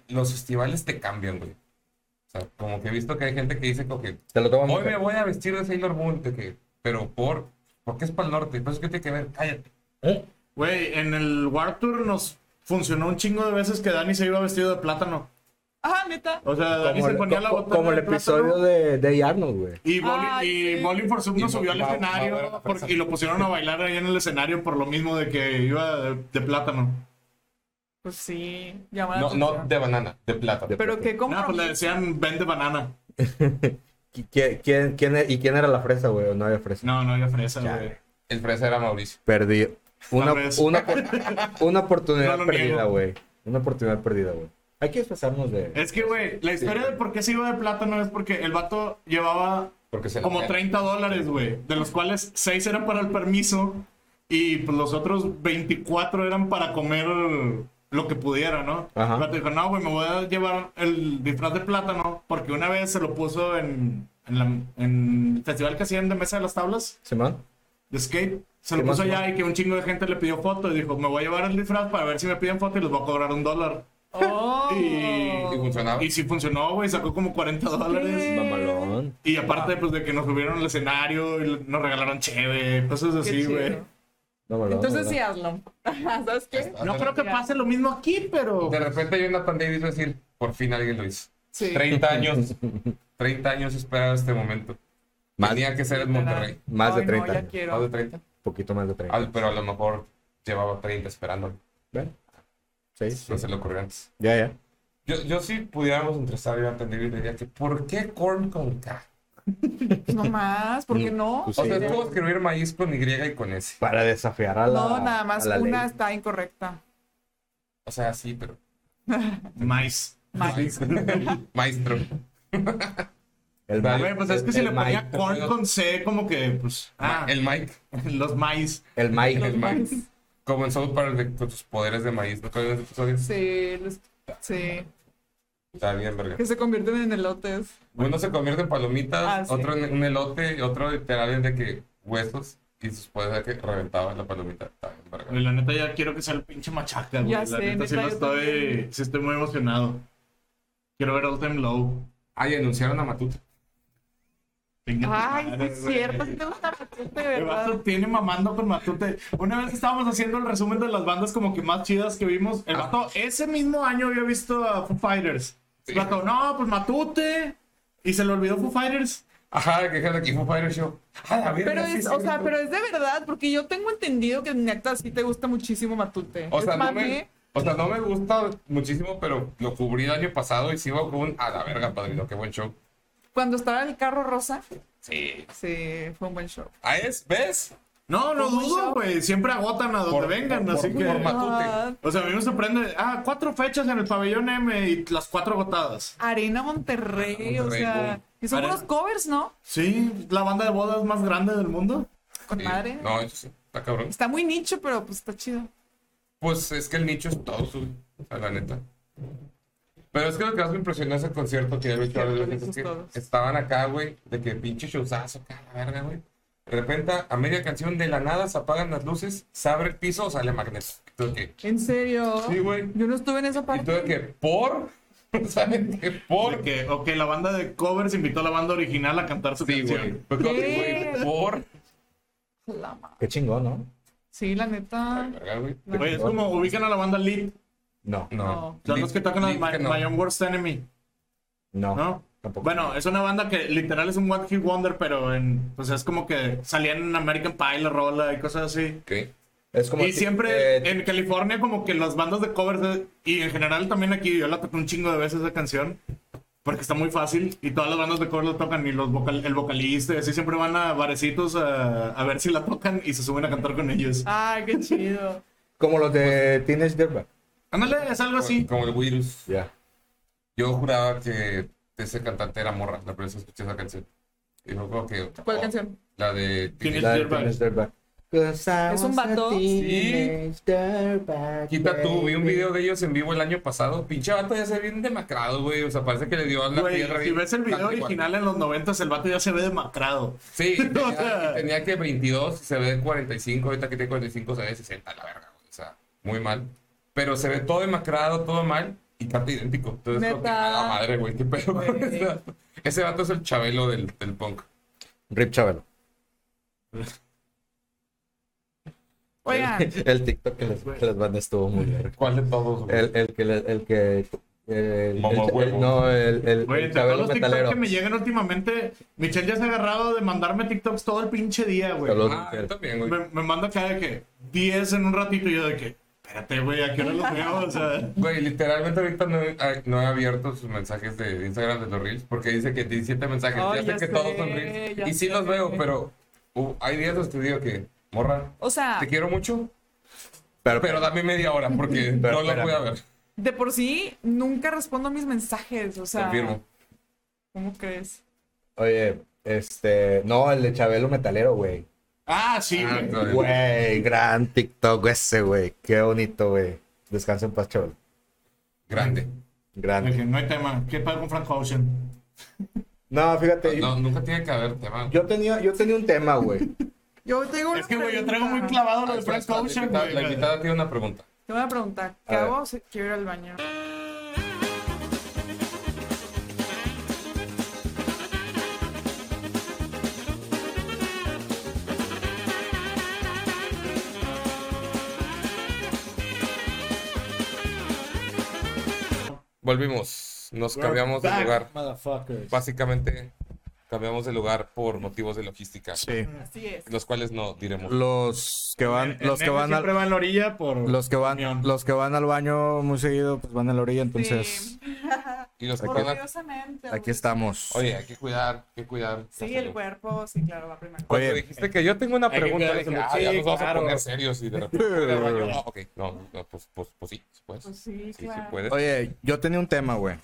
Speaker 1: Los festivales te cambian, güey. O sea, como que he visto que hay gente que dice como que
Speaker 3: Te lo tomo
Speaker 1: Hoy me
Speaker 3: mujer.
Speaker 1: voy a vestir de Sailor Moon, de que, pero por, porque es para el norte, pues que tiene que ver, cállate.
Speaker 2: güey, en el War Tour nos funcionó un chingo de veces que Dani se iba vestido de plátano.
Speaker 4: Ah, neta.
Speaker 2: O sea, Dani
Speaker 3: Como
Speaker 2: se
Speaker 3: el,
Speaker 2: ponía la
Speaker 3: co-
Speaker 2: botarga
Speaker 3: como el
Speaker 2: de plátano.
Speaker 3: episodio de, de Arnold, güey.
Speaker 2: Y Bowling,
Speaker 4: Ay,
Speaker 2: y
Speaker 4: sí.
Speaker 2: Bowling for Soup
Speaker 1: Y
Speaker 2: nos subió al
Speaker 1: Mau- Mau-
Speaker 2: escenario
Speaker 1: Mau era la
Speaker 2: porque-
Speaker 1: fresa.
Speaker 2: y lo pusieron a bailar ahí en el escenario por lo mismo de que iba de, de plátano.
Speaker 4: Pues sí, llama la
Speaker 1: No, no
Speaker 4: atención.
Speaker 1: de banana, de plata.
Speaker 3: De-
Speaker 4: Pero qué
Speaker 2: Nada, pues le
Speaker 4: compromiso.
Speaker 2: decían vende banana.
Speaker 3: ¿Qui- qui- ¿Quién, quién e- ¿Y quién era la fresa, güey? ¿O No había fresa.
Speaker 2: No, no había fresa,
Speaker 3: Ya.
Speaker 2: güey.
Speaker 1: El fresa era Mauricio.
Speaker 3: Perdido. Una,
Speaker 2: Tal vez.
Speaker 3: una,
Speaker 2: (laughs)
Speaker 3: por- una oportunidad
Speaker 2: No lo niego.
Speaker 3: perdida, güey. Una oportunidad perdida, güey. Hay que expresarnos de...
Speaker 2: Es que, güey, la historia
Speaker 3: Sí.
Speaker 2: de por qué se iba de plátano es porque el vato llevaba
Speaker 1: Porque se la
Speaker 2: como
Speaker 1: pela.
Speaker 2: 30 dólares, güey, de los cuales 6 eran para el permiso y pues, los otros 24 eran para comer lo que pudiera, ¿no?
Speaker 5: Ajá.
Speaker 2: Pero te dijo, no, güey, me voy a llevar el disfraz de plátano porque una vez se lo puso en, en, la- en el festival que hacían de Mesa de las Tablas
Speaker 5: Simón.
Speaker 2: de skate. Se lo
Speaker 5: ¿Qué más,
Speaker 2: puso allá
Speaker 5: Simón?
Speaker 2: y que un chingo de gente le pidió foto y dijo, me voy a llevar el disfraz para ver si me piden foto y les voy a cobrar un dólar.
Speaker 4: Oh.
Speaker 1: Y
Speaker 2: Y-
Speaker 1: funcionaba.
Speaker 2: Y sí funcionó, güey, sacó como 40 dólares.
Speaker 5: Mamalón.
Speaker 2: Y aparte, pues, de que nos subieron al escenario y nos regalaron cheve, cosas
Speaker 4: Qué
Speaker 2: así,
Speaker 4: chido.
Speaker 2: güey.
Speaker 5: Mamalón, ¿verdad?
Speaker 4: Entonces sí hazlo. (laughs) ¿Sabes qué?
Speaker 2: No creo que pase lo mismo aquí, pero...
Speaker 1: De repente Jonathan Davis va a decir, por fin alguien lo hizo.
Speaker 4: Sí.
Speaker 1: 30 (laughs) años, 30 años esperando este momento.
Speaker 5: Más-
Speaker 1: Tenía que ser en Monterrey.
Speaker 5: Más de
Speaker 4: Ay,
Speaker 5: 30
Speaker 4: No, ya
Speaker 5: años.
Speaker 1: Más de
Speaker 4: quiero.
Speaker 1: 30.
Speaker 5: poquito más de 30.
Speaker 1: Al- pero a lo mejor llevaba 30 esperándolo.
Speaker 5: Bueno. Sí, sí.
Speaker 1: No se le ocurrió antes.
Speaker 5: Ya, ya.
Speaker 1: Yo, yo si pudiéramos entrevistar a Jonathan Davis, le diría que ¿por qué corn con K?
Speaker 4: No más, ¿por qué no?
Speaker 1: O
Speaker 5: Pues
Speaker 1: sea,
Speaker 5: sí.
Speaker 1: es como escribir maíz con Y y con S.
Speaker 5: Para desafiar a la.
Speaker 4: No, nada más
Speaker 5: a la
Speaker 4: una
Speaker 5: ley.
Speaker 4: está incorrecta.
Speaker 1: O sea, sí, pero...
Speaker 2: Maíz.
Speaker 4: Maíz.
Speaker 1: (laughs) Maestro.
Speaker 5: El
Speaker 1: Vale,
Speaker 2: Güey, pues es que si
Speaker 5: el
Speaker 2: le ponía
Speaker 5: Mike.
Speaker 2: corn con C, como que, pues, ah,
Speaker 1: El Mike.
Speaker 2: (laughs) los maíz.
Speaker 5: El Mike.
Speaker 1: El Mike. Comenzó con sus poderes de maíz. ¿No acuerdas de ese episodio?
Speaker 4: Sí, los- sí.
Speaker 1: Está bien, verga.
Speaker 4: Que se convierten en elotes.
Speaker 1: Uno se convierte en palomitas,
Speaker 4: Ah, sí.
Speaker 1: otro en un elote, otro literal de que huesos y sus poderes de que reventaba la palomita. Está bien, verga.
Speaker 2: Güey, la neta ya quiero que sea el pinche machaca, güey.
Speaker 4: Ya
Speaker 2: La
Speaker 4: sé,
Speaker 2: neta sí
Speaker 4: neta,
Speaker 2: no
Speaker 4: yo
Speaker 2: estoy,
Speaker 4: también.
Speaker 2: sí estoy muy emocionado. Quiero ver All Time Low.
Speaker 1: Ah, y anunciaron a Matute.
Speaker 2: Venga,
Speaker 4: Ay,
Speaker 2: madre,
Speaker 4: sí es
Speaker 2: güey.
Speaker 4: cierto, sí te gusta bastante,
Speaker 2: El vato
Speaker 4: ¿verdad?
Speaker 2: tiene mamando con Matute. Una vez estábamos haciendo el resumen de las bandas como que más chidas que vimos. El vato ese mismo año había visto a Foo Fighters. El vato, no, pues Matute. Y se le olvidó Foo Fighters.
Speaker 1: Ajá, que era aquí Foo Fighters Show. Ah, la verga,
Speaker 4: Pero
Speaker 1: sí,
Speaker 4: es,
Speaker 1: sí,
Speaker 4: o sea,
Speaker 1: sí.
Speaker 4: pero es de verdad, porque yo tengo entendido que neta sí te gusta muchísimo Matute.
Speaker 1: O sea,
Speaker 4: Es
Speaker 1: no
Speaker 4: mame.
Speaker 1: me, o sea, no me gusta muchísimo, pero lo cubrí el año pasado y sigo con un. A la verga, padrino, qué buen show.
Speaker 4: Cuando estaba en el carro rosa,
Speaker 1: Sí.
Speaker 4: sí, fue un buen show.
Speaker 1: Ah, es, ¿ves?
Speaker 2: No, no
Speaker 4: ¿Cómo
Speaker 2: dudo,
Speaker 4: hizo?
Speaker 2: güey. Siempre agotan a donde
Speaker 1: Por-
Speaker 2: vengan,
Speaker 1: por-
Speaker 2: así
Speaker 1: por
Speaker 2: que...
Speaker 1: Matute.
Speaker 4: Ah,
Speaker 2: O sea, a mí me sorprende. Ah, cuatro fechas en el pabellón M y las cuatro agotadas.
Speaker 4: Arena Monterrey,
Speaker 1: Monterrey,
Speaker 4: o sea,
Speaker 1: boom.
Speaker 4: y son
Speaker 2: Arena-
Speaker 4: unos covers, ¿no?
Speaker 2: Sí, la banda de bodas más grande del mundo.
Speaker 4: Con
Speaker 1: Sí.
Speaker 4: madre.
Speaker 1: No, eso sí, está cabrón.
Speaker 4: Está muy nicho, pero pues está chido.
Speaker 1: Pues es que el nicho es todo, su, a la neta. Pero es que lo que más me impresionó es el concierto que ya lo he hecho varias veces, es que
Speaker 4: Todos.
Speaker 1: estaban acá, güey, de que pinche showzazo, acá, la verga, güey. De repente, a media canción, de la nada se apagan las luces, se abre el piso, sale Magneto. Y tú de que,
Speaker 4: En serio.
Speaker 1: Sí, güey.
Speaker 4: Yo no estuve en esa
Speaker 1: y tú de
Speaker 4: parte.
Speaker 1: que, ¿por? (laughs) ¿Saben qué? ¿Por?
Speaker 2: Porque, ok, la banda de covers invitó a la banda original a cantar su
Speaker 1: Sí, güey.
Speaker 2: canción.
Speaker 1: Fue como
Speaker 4: ¿Qué?
Speaker 1: que, güey, ¿por?
Speaker 4: La ma-
Speaker 5: Qué chingón, ¿no?
Speaker 4: Sí, la neta.
Speaker 1: Ay, verga, güey.
Speaker 4: la-
Speaker 2: Güey, es como ubican a la banda Lead.
Speaker 5: No,
Speaker 1: No.
Speaker 4: No.
Speaker 2: Son los que tocan a
Speaker 1: Lip-
Speaker 2: My,
Speaker 1: que no.
Speaker 2: My Own Worst Enemy,
Speaker 5: no.
Speaker 2: ¿no?
Speaker 5: Tampoco.
Speaker 2: Bueno, es una banda que literal es un One Hit Wonder, pero en, pues es como que salían en American Pie, la rola y cosas así.
Speaker 1: ¿Qué?
Speaker 5: es como.
Speaker 2: Y
Speaker 5: si-
Speaker 2: siempre
Speaker 5: eh,
Speaker 2: en California como que las bandas de covers eh, y en general también aquí yo la toqué un chingo de veces esa canción porque está muy fácil y todas las bandas de covers la tocan y los vocal, el vocalista y así siempre van a barecitos a, a ver si la tocan y se suben a cantar con ellos.
Speaker 4: Ay, qué
Speaker 1: (laughs)
Speaker 4: chido.
Speaker 5: Como los de
Speaker 2: pues,
Speaker 5: Teenage Dirtbag.
Speaker 2: Ándale, es algo así.
Speaker 1: Como el virus.
Speaker 5: Ya.
Speaker 1: Yo juraba que ese cantante era morra, la primera vez que escuché esa canción. Y fue como que...
Speaker 4: ¿Cuál
Speaker 1: oh,
Speaker 4: canción?
Speaker 1: La de...
Speaker 2: ¿Quién es?
Speaker 5: La de
Speaker 2: Dirtbag.
Speaker 5: Teenage Dirtbag. 'Cause I
Speaker 4: ¿Es un
Speaker 5: was a
Speaker 4: vato?
Speaker 5: teenage dirtbag,
Speaker 1: Quita tú, vi un
Speaker 5: baby.
Speaker 1: video de ellos en vivo el año pasado. Pinche vato ya se ve bien demacrado, güey. O sea, parece que le dio a la
Speaker 2: Güey,
Speaker 1: piedra
Speaker 2: si
Speaker 1: bien-
Speaker 2: ves el video
Speaker 1: tanto igual.
Speaker 2: original en los 90 el vato ya se ve demacrado. (laughs)
Speaker 1: Sí, tenía,
Speaker 2: O sea.
Speaker 1: tenía que 22 y se ve 45. Ahorita que tiene 45 se ve 60, la verga, güey. O sea, muy mal. Pero se ve todo demacrado, todo mal y canta idéntico. Entonces, como que,
Speaker 4: Neta.
Speaker 1: a la madre, güey, qué pedo con
Speaker 4: Güey.
Speaker 1: este vato. Ese vato es el chabelo del, del punk.
Speaker 5: Rip Chabelo.
Speaker 4: Oigan,
Speaker 5: El, (laughs) el TikTok que les, que les mandé estuvo muy bien.
Speaker 1: ¿Cuál de todos, güey?
Speaker 5: El, el que. le- El que el-
Speaker 1: Mamá
Speaker 5: el-
Speaker 1: huevo.
Speaker 5: el- no, el, el, el
Speaker 2: Güey, entre todos
Speaker 5: Chabelo
Speaker 2: los TikToks
Speaker 5: metalero.
Speaker 2: que me llegan últimamente, Michelle ya se ha agarrado de mandarme TikToks todo el pinche día, güey.
Speaker 5: Saludos,
Speaker 1: Ah, yo
Speaker 5: Michelle.
Speaker 1: también, güey.
Speaker 2: me, me manda acá de que 10 en un ratito y yo de que, espérate, güey, ¿a qué hora
Speaker 4: (laughs)
Speaker 2: los veo? O sea,
Speaker 1: Güey, literalmente ahorita no he, ah, no he abierto sus mensajes de Instagram de los Reels porque dice que 17 mensajes. ya
Speaker 4: Ay,
Speaker 1: sé
Speaker 4: ya
Speaker 1: que
Speaker 4: sé,
Speaker 1: todos son Reels.
Speaker 4: ya
Speaker 1: Y sí los
Speaker 4: sé.
Speaker 1: veo, pero uh, hay días en los que digo que, morra,
Speaker 4: o sea,
Speaker 1: te quiero mucho,
Speaker 5: Pero,
Speaker 1: pero dame media hora
Speaker 2: (laughs)
Speaker 1: porque
Speaker 5: Pero
Speaker 1: no lo voy a
Speaker 5: espérame.
Speaker 1: ver.
Speaker 4: de por sí nunca respondo mis mensajes, o sea,
Speaker 1: Confirmo.
Speaker 4: ¿cómo crees?
Speaker 5: oye, este. No, el de Chabelo metalero, güey.
Speaker 2: ah, sí,
Speaker 1: Ah,
Speaker 2: güey.
Speaker 1: claro.
Speaker 5: Güey, gran TikTok ese, güey. Qué bonito, güey.
Speaker 3: Descansa en paz, chaval.
Speaker 1: Grande.
Speaker 3: Grande.
Speaker 2: De que no hay tema. ¿Qué pasa con Frank Ocean?
Speaker 3: No, fíjate.
Speaker 1: No, nunca tiene que haber tema.
Speaker 3: Yo, tenía, yo tenía un
Speaker 1: (laughs)
Speaker 3: tema, güey.
Speaker 4: Yo tengo una
Speaker 2: Es que, güey, yo traigo
Speaker 4: pregunta.
Speaker 2: muy clavado lo
Speaker 1: Ah,
Speaker 2: de
Speaker 1: espera,
Speaker 2: Frank
Speaker 1: espera,
Speaker 2: Ocean,
Speaker 1: la, invitada, la
Speaker 2: güey.
Speaker 1: invitada tiene una pregunta.
Speaker 4: Te voy a preguntar, ¿qué
Speaker 3: A ver.
Speaker 4: hago si quiero ir al baño?
Speaker 1: Volvimos. Nos cambiamos de
Speaker 2: Back,
Speaker 1: lugar.
Speaker 2: motherfuckers.
Speaker 1: Básicamente, cambiamos de lugar por motivos de logística.
Speaker 3: Sí.
Speaker 4: Así es.
Speaker 1: Los cuales no diremos.
Speaker 3: Los que
Speaker 2: El-
Speaker 3: van,
Speaker 2: el
Speaker 3: los que
Speaker 2: negro
Speaker 3: van
Speaker 2: siempre
Speaker 3: al,
Speaker 2: va en la orilla por
Speaker 3: los que van,
Speaker 2: opinión.
Speaker 3: los que van al baño muy seguido, pues van a la orilla, entonces
Speaker 4: Sí.
Speaker 1: Y los que van a-
Speaker 4: Orgullosamente. pues,
Speaker 3: aquí estamos.
Speaker 1: Oye, hay que cuidar, hay que cuidar. la
Speaker 4: Sí,
Speaker 1: salud.
Speaker 4: el cuerpo, sí, claro, va primero.
Speaker 1: Cuando
Speaker 3: Oye.
Speaker 1: dijiste que yo tengo una
Speaker 2: Hay que
Speaker 1: pregunta,
Speaker 2: cuidar la
Speaker 1: dije,
Speaker 2: salud.
Speaker 1: ah, ya
Speaker 2: Sí,
Speaker 1: nos vamos
Speaker 2: claro.
Speaker 1: a poner serios y de repente. no, ok, no, no, pues, pues, pues sí, pues.
Speaker 4: Pues sí,
Speaker 1: Sí, sí
Speaker 4: claro.
Speaker 1: puedes.
Speaker 3: Oye, yo tenía un tema, güey.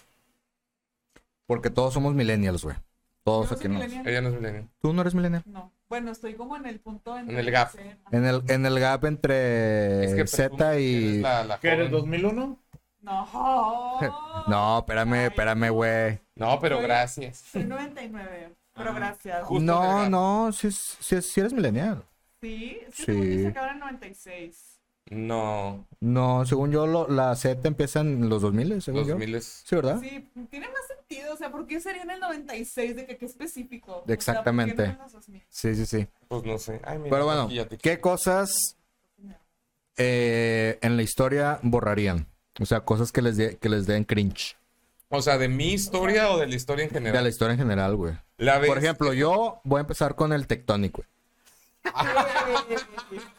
Speaker 3: Porque todos somos millennials, güey. Todos
Speaker 4: Yo no
Speaker 3: aquí
Speaker 4: soy
Speaker 3: no.
Speaker 4: millennial.
Speaker 1: Ella no Eh. es millennial.
Speaker 3: ¿Tú no eres millennial?
Speaker 4: No. Bueno, estoy como en el punto
Speaker 1: En el gap.
Speaker 4: Sí, no.
Speaker 3: En el, en el gap entre
Speaker 1: Es que
Speaker 3: eh, Z
Speaker 1: presumes que
Speaker 3: y...
Speaker 1: eres la- la
Speaker 2: ¿Qué era el
Speaker 1: joven.
Speaker 2: 2001?
Speaker 4: No.
Speaker 3: (laughs) No, espérame, espérame, güey.
Speaker 1: No, pero gracias.
Speaker 4: Soy 99, pero
Speaker 2: Ah.
Speaker 4: gracias.
Speaker 1: Justo en el
Speaker 3: No,
Speaker 1: gap.
Speaker 3: no, si, si, eres millennial.
Speaker 4: Sí, es
Speaker 3: Sí.
Speaker 4: que según yo se acaba en 96.
Speaker 1: No,
Speaker 3: No, según yo, lo- la Z empieza en los 2000, según
Speaker 1: los
Speaker 3: yo.
Speaker 1: miles.
Speaker 3: Sí, ¿verdad?
Speaker 4: Sí, tiene más sentido, o sea, ¿por qué sería en el 96? ¿De que qué específico? O sea, ¿por qué
Speaker 3: Exactamente.
Speaker 4: no en los 2000?
Speaker 3: Sí, sí, sí.
Speaker 1: Pues no sé. Ay, mira,
Speaker 3: Pero bueno,
Speaker 1: aquí ya te-
Speaker 3: ¿qué cosas eh, en la historia borrarían? O sea, cosas que les, de- que les den cringe.
Speaker 1: O sea, de mi historia o de la historia en
Speaker 3: De
Speaker 1: general.
Speaker 3: la historia en general, güey.
Speaker 1: La vez-
Speaker 3: Por ejemplo, yo voy a empezar con el Tectonic, güey.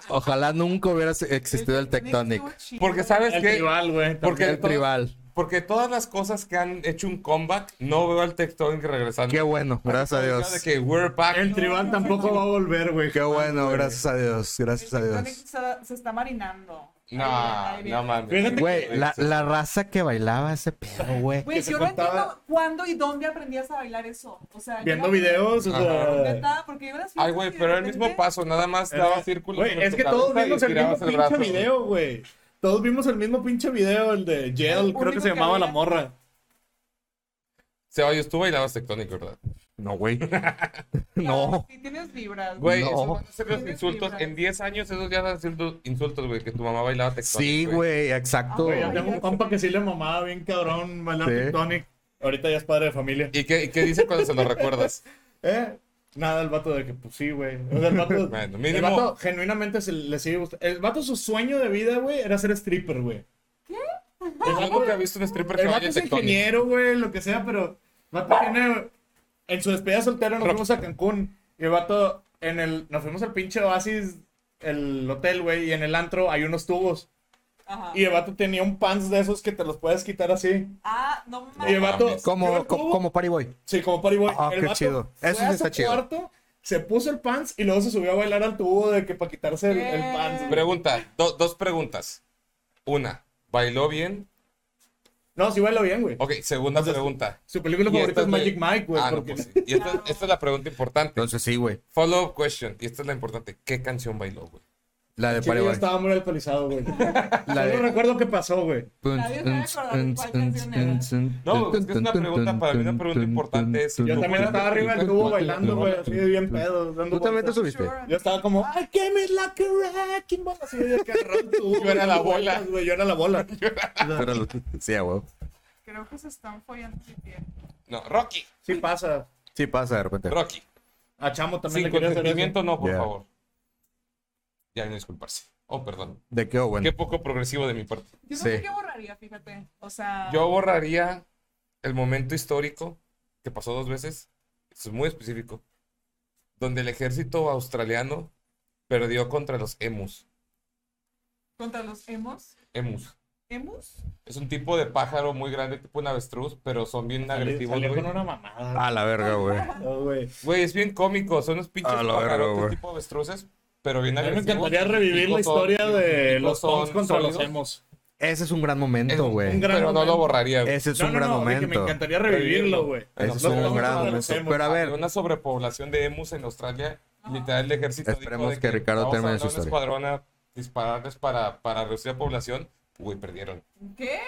Speaker 3: Ojalá nunca hubiera existido el Tectonic.
Speaker 4: estuvo chido.
Speaker 1: Porque sabes
Speaker 2: El
Speaker 1: que
Speaker 2: tribal, güey. también.
Speaker 1: Porque-
Speaker 3: El tribal.
Speaker 1: porque todas las cosas que han hecho un comeback, no veo al Tectonic regresando.
Speaker 3: Qué bueno, gracias a
Speaker 1: De
Speaker 3: Dios.
Speaker 1: que we're back.
Speaker 2: El tribal tampoco va a volver, güey. Ah,
Speaker 3: Qué bueno, gracias a Dios,
Speaker 4: El
Speaker 3: gracias a
Speaker 4: Tectonic
Speaker 3: Dios.
Speaker 4: se, se está marinando. Ahí
Speaker 1: No,
Speaker 4: viene, ahí
Speaker 1: no mames.
Speaker 2: Fíjate que-
Speaker 3: Güey, la, la raza que bailaba ese pedo, güey.
Speaker 4: Güey,
Speaker 2: que se
Speaker 4: yo no
Speaker 2: contaba-
Speaker 4: entiendo cuándo y dónde aprendías a bailar eso. O sea, yo
Speaker 2: Viendo
Speaker 4: no-
Speaker 2: videos, o
Speaker 1: Ajá.
Speaker 2: sea.
Speaker 4: Neta, porque yo las
Speaker 1: Ay, güey, pero era el mismo paso, nada más daba círculos.
Speaker 2: Güey,
Speaker 1: sobre
Speaker 2: es
Speaker 1: tu
Speaker 2: que todos
Speaker 1: cabeza y
Speaker 2: vimos el mismo
Speaker 1: estirabas
Speaker 2: pinche
Speaker 1: brazo, güey.
Speaker 2: video, güey. Todos vimos el mismo pinche video, el de Gel, creo que
Speaker 4: único
Speaker 2: se
Speaker 4: que
Speaker 2: llamaba
Speaker 4: había.
Speaker 2: La Morra.
Speaker 1: Ceballos, tú bailabas Tectonic, ¿verdad?
Speaker 3: No, güey. (laughs) No.
Speaker 4: Si tienes vibras.
Speaker 1: Güey,
Speaker 3: No.
Speaker 1: esos van a ser los
Speaker 4: Tienes
Speaker 1: insultos.
Speaker 4: vibras.
Speaker 1: En 10 años esos ya van a ser los insultos, güey, que tu mamá bailaba Tectonic.
Speaker 3: Sí, güey, exacto.
Speaker 2: Güey, yo
Speaker 4: Ay,
Speaker 2: tengo un
Speaker 4: ya.
Speaker 2: compa que sí le mamaba bien cabrón, bailar
Speaker 3: Sí.
Speaker 2: Tectonic. Ahorita ya es padre de familia.
Speaker 1: ¿Y qué, y qué dice cuando se lo
Speaker 2: (laughs)
Speaker 1: recuerdas?
Speaker 2: ¿Eh? Nada, el vato de que, pues sí, güey. O sea, el
Speaker 3: (laughs)
Speaker 2: vato,
Speaker 1: Bueno, mínimo.
Speaker 2: el vato genuinamente se le sigue gustando. El vato, su sueño de vida, güey, era ser stripper, güey.
Speaker 1: Pues Yo nunca he visto un stripper que
Speaker 2: El vato
Speaker 1: baile
Speaker 2: es
Speaker 1: Tectonic.
Speaker 2: ingeniero, güey, lo que sea, pero el vato tiene. En su despedida soltera nos fuimos a Cancún. Y el vato, en el, nos fuimos al pinche oasis, el hotel, güey, y en el antro hay unos tubos.
Speaker 4: Ajá.
Speaker 2: Y el vato tenía un pants de esos que te los puedes quitar así.
Speaker 4: Ah, no
Speaker 2: Y el
Speaker 4: mames.
Speaker 2: vato.
Speaker 1: mames.
Speaker 2: yo el
Speaker 3: Como,
Speaker 2: tubo-
Speaker 3: como, como Party Boy.
Speaker 2: Sí, como party boy.
Speaker 3: Ah,
Speaker 2: el
Speaker 3: qué
Speaker 2: vato
Speaker 3: chido.
Speaker 2: fue
Speaker 3: Eso
Speaker 2: a
Speaker 3: sí
Speaker 2: su
Speaker 3: está chido.
Speaker 2: cuarto, se puso el pants y luego se subió a bailar al tubo de que para quitarse el, el
Speaker 4: Eh.
Speaker 2: pants. güey.
Speaker 1: Pregunta, do- dos preguntas. Una, ¿bailó bien?
Speaker 2: No, sí bailó bien, güey.
Speaker 1: Ok, segunda pregunta.
Speaker 2: Su película
Speaker 1: Y esta
Speaker 2: favorita es
Speaker 1: de-
Speaker 2: Magic Mike, güey.
Speaker 1: Ah, no,
Speaker 2: porque...
Speaker 1: pues sí. Y esta, esta es la pregunta importante.
Speaker 3: Entonces sí, güey.
Speaker 1: Follow up question. Y esta es la importante. ¿Qué canción bailó, güey?
Speaker 3: La de
Speaker 2: Chile,
Speaker 3: Party
Speaker 2: yo
Speaker 3: Boy.
Speaker 2: estaba muy alcoholizado, güey.
Speaker 1: (laughs)
Speaker 3: La
Speaker 2: Yo no
Speaker 3: de...
Speaker 2: recuerdo qué pasó, güey.
Speaker 4: Nadie se va a acordar de cuál canción era.
Speaker 1: No, es que es una pregunta, para mí una pregunta importante es-
Speaker 2: Yo también estaba arriba del tubo bailando, güey, así de bien pedo. dando
Speaker 3: Tú también te
Speaker 2: vueltas. (laughs)
Speaker 3: subiste.
Speaker 4: Sure.
Speaker 2: Yo estaba como, I came in like a wrecking ball, así de que agarró el tubo,
Speaker 1: Yo era la
Speaker 2: dando
Speaker 1: bola.
Speaker 2: vueltas, güey, Yo era la bola.
Speaker 3: (laughs) Sí, a huevo.
Speaker 4: Creo que se están follando mi piel.
Speaker 1: No, Rocky.
Speaker 2: Sí pasa.
Speaker 3: Sí pasa de repente.
Speaker 1: Rocky.
Speaker 2: A Chamo
Speaker 1: Sin
Speaker 2: también le quería hacer
Speaker 1: consentimiento, no, por
Speaker 3: Ya.
Speaker 1: favor. Ya no disculparse. Oh, perdón.
Speaker 3: ¿De qué, bueno?
Speaker 1: Qué poco progresivo de mi parte.
Speaker 4: Yo no
Speaker 3: Sí.
Speaker 4: sé qué borraría, fíjate. O sea,
Speaker 1: Yo borraría el momento histórico que pasó dos veces. Esto es muy específico. Donde el ejército australiano perdió contra los emus.
Speaker 4: contra los emos.
Speaker 1: Emus.
Speaker 4: ¿Emus?
Speaker 1: Es un tipo de pájaro muy grande, tipo un avestruz, pero son bien
Speaker 2: eso. Salió-
Speaker 1: agresivos,
Speaker 2: salió
Speaker 1: güey.
Speaker 2: con una mamada.
Speaker 3: A la verga, güey.
Speaker 2: No, güey.
Speaker 1: Güey, es bien cómico. Son unos pinches
Speaker 3: A la verga,
Speaker 1: pájaros
Speaker 3: güey.
Speaker 1: tipo avestruces, pero bien
Speaker 2: A mí me
Speaker 1: agresivos.
Speaker 2: encantaría revivir la
Speaker 1: Los hijos
Speaker 2: historia
Speaker 1: son-
Speaker 2: de
Speaker 1: hijos
Speaker 2: los
Speaker 1: son
Speaker 2: Pons contra los
Speaker 1: sólidos.
Speaker 2: Emos.
Speaker 3: Ese es un gran
Speaker 1: Es
Speaker 3: momento,
Speaker 1: un-
Speaker 3: güey.
Speaker 1: un gran Pero no
Speaker 2: momento.
Speaker 1: lo borraría. güey.
Speaker 3: Ese es
Speaker 2: No,
Speaker 3: un
Speaker 2: no,
Speaker 3: gran
Speaker 2: no, de que me
Speaker 3: momento.
Speaker 2: encantaría revivirlo, güey.
Speaker 1: Ese
Speaker 3: Ese
Speaker 1: es
Speaker 3: es
Speaker 1: un
Speaker 2: Los
Speaker 3: un
Speaker 2: Pons
Speaker 3: gran
Speaker 2: contra los
Speaker 3: momento.
Speaker 2: Emos.
Speaker 3: Pero a
Speaker 1: Había
Speaker 3: ver,
Speaker 1: una sobrepoblación de emus en Australia. Literal, el ejército dijo
Speaker 3: Esperemos
Speaker 1: de
Speaker 3: que Ricardo
Speaker 1: vamos a
Speaker 3: termine
Speaker 1: mandar
Speaker 3: su
Speaker 1: un
Speaker 3: historia.
Speaker 1: escuadrón a dispararles para, para reducir la población, Güey, perdieron.
Speaker 4: ¿Qué?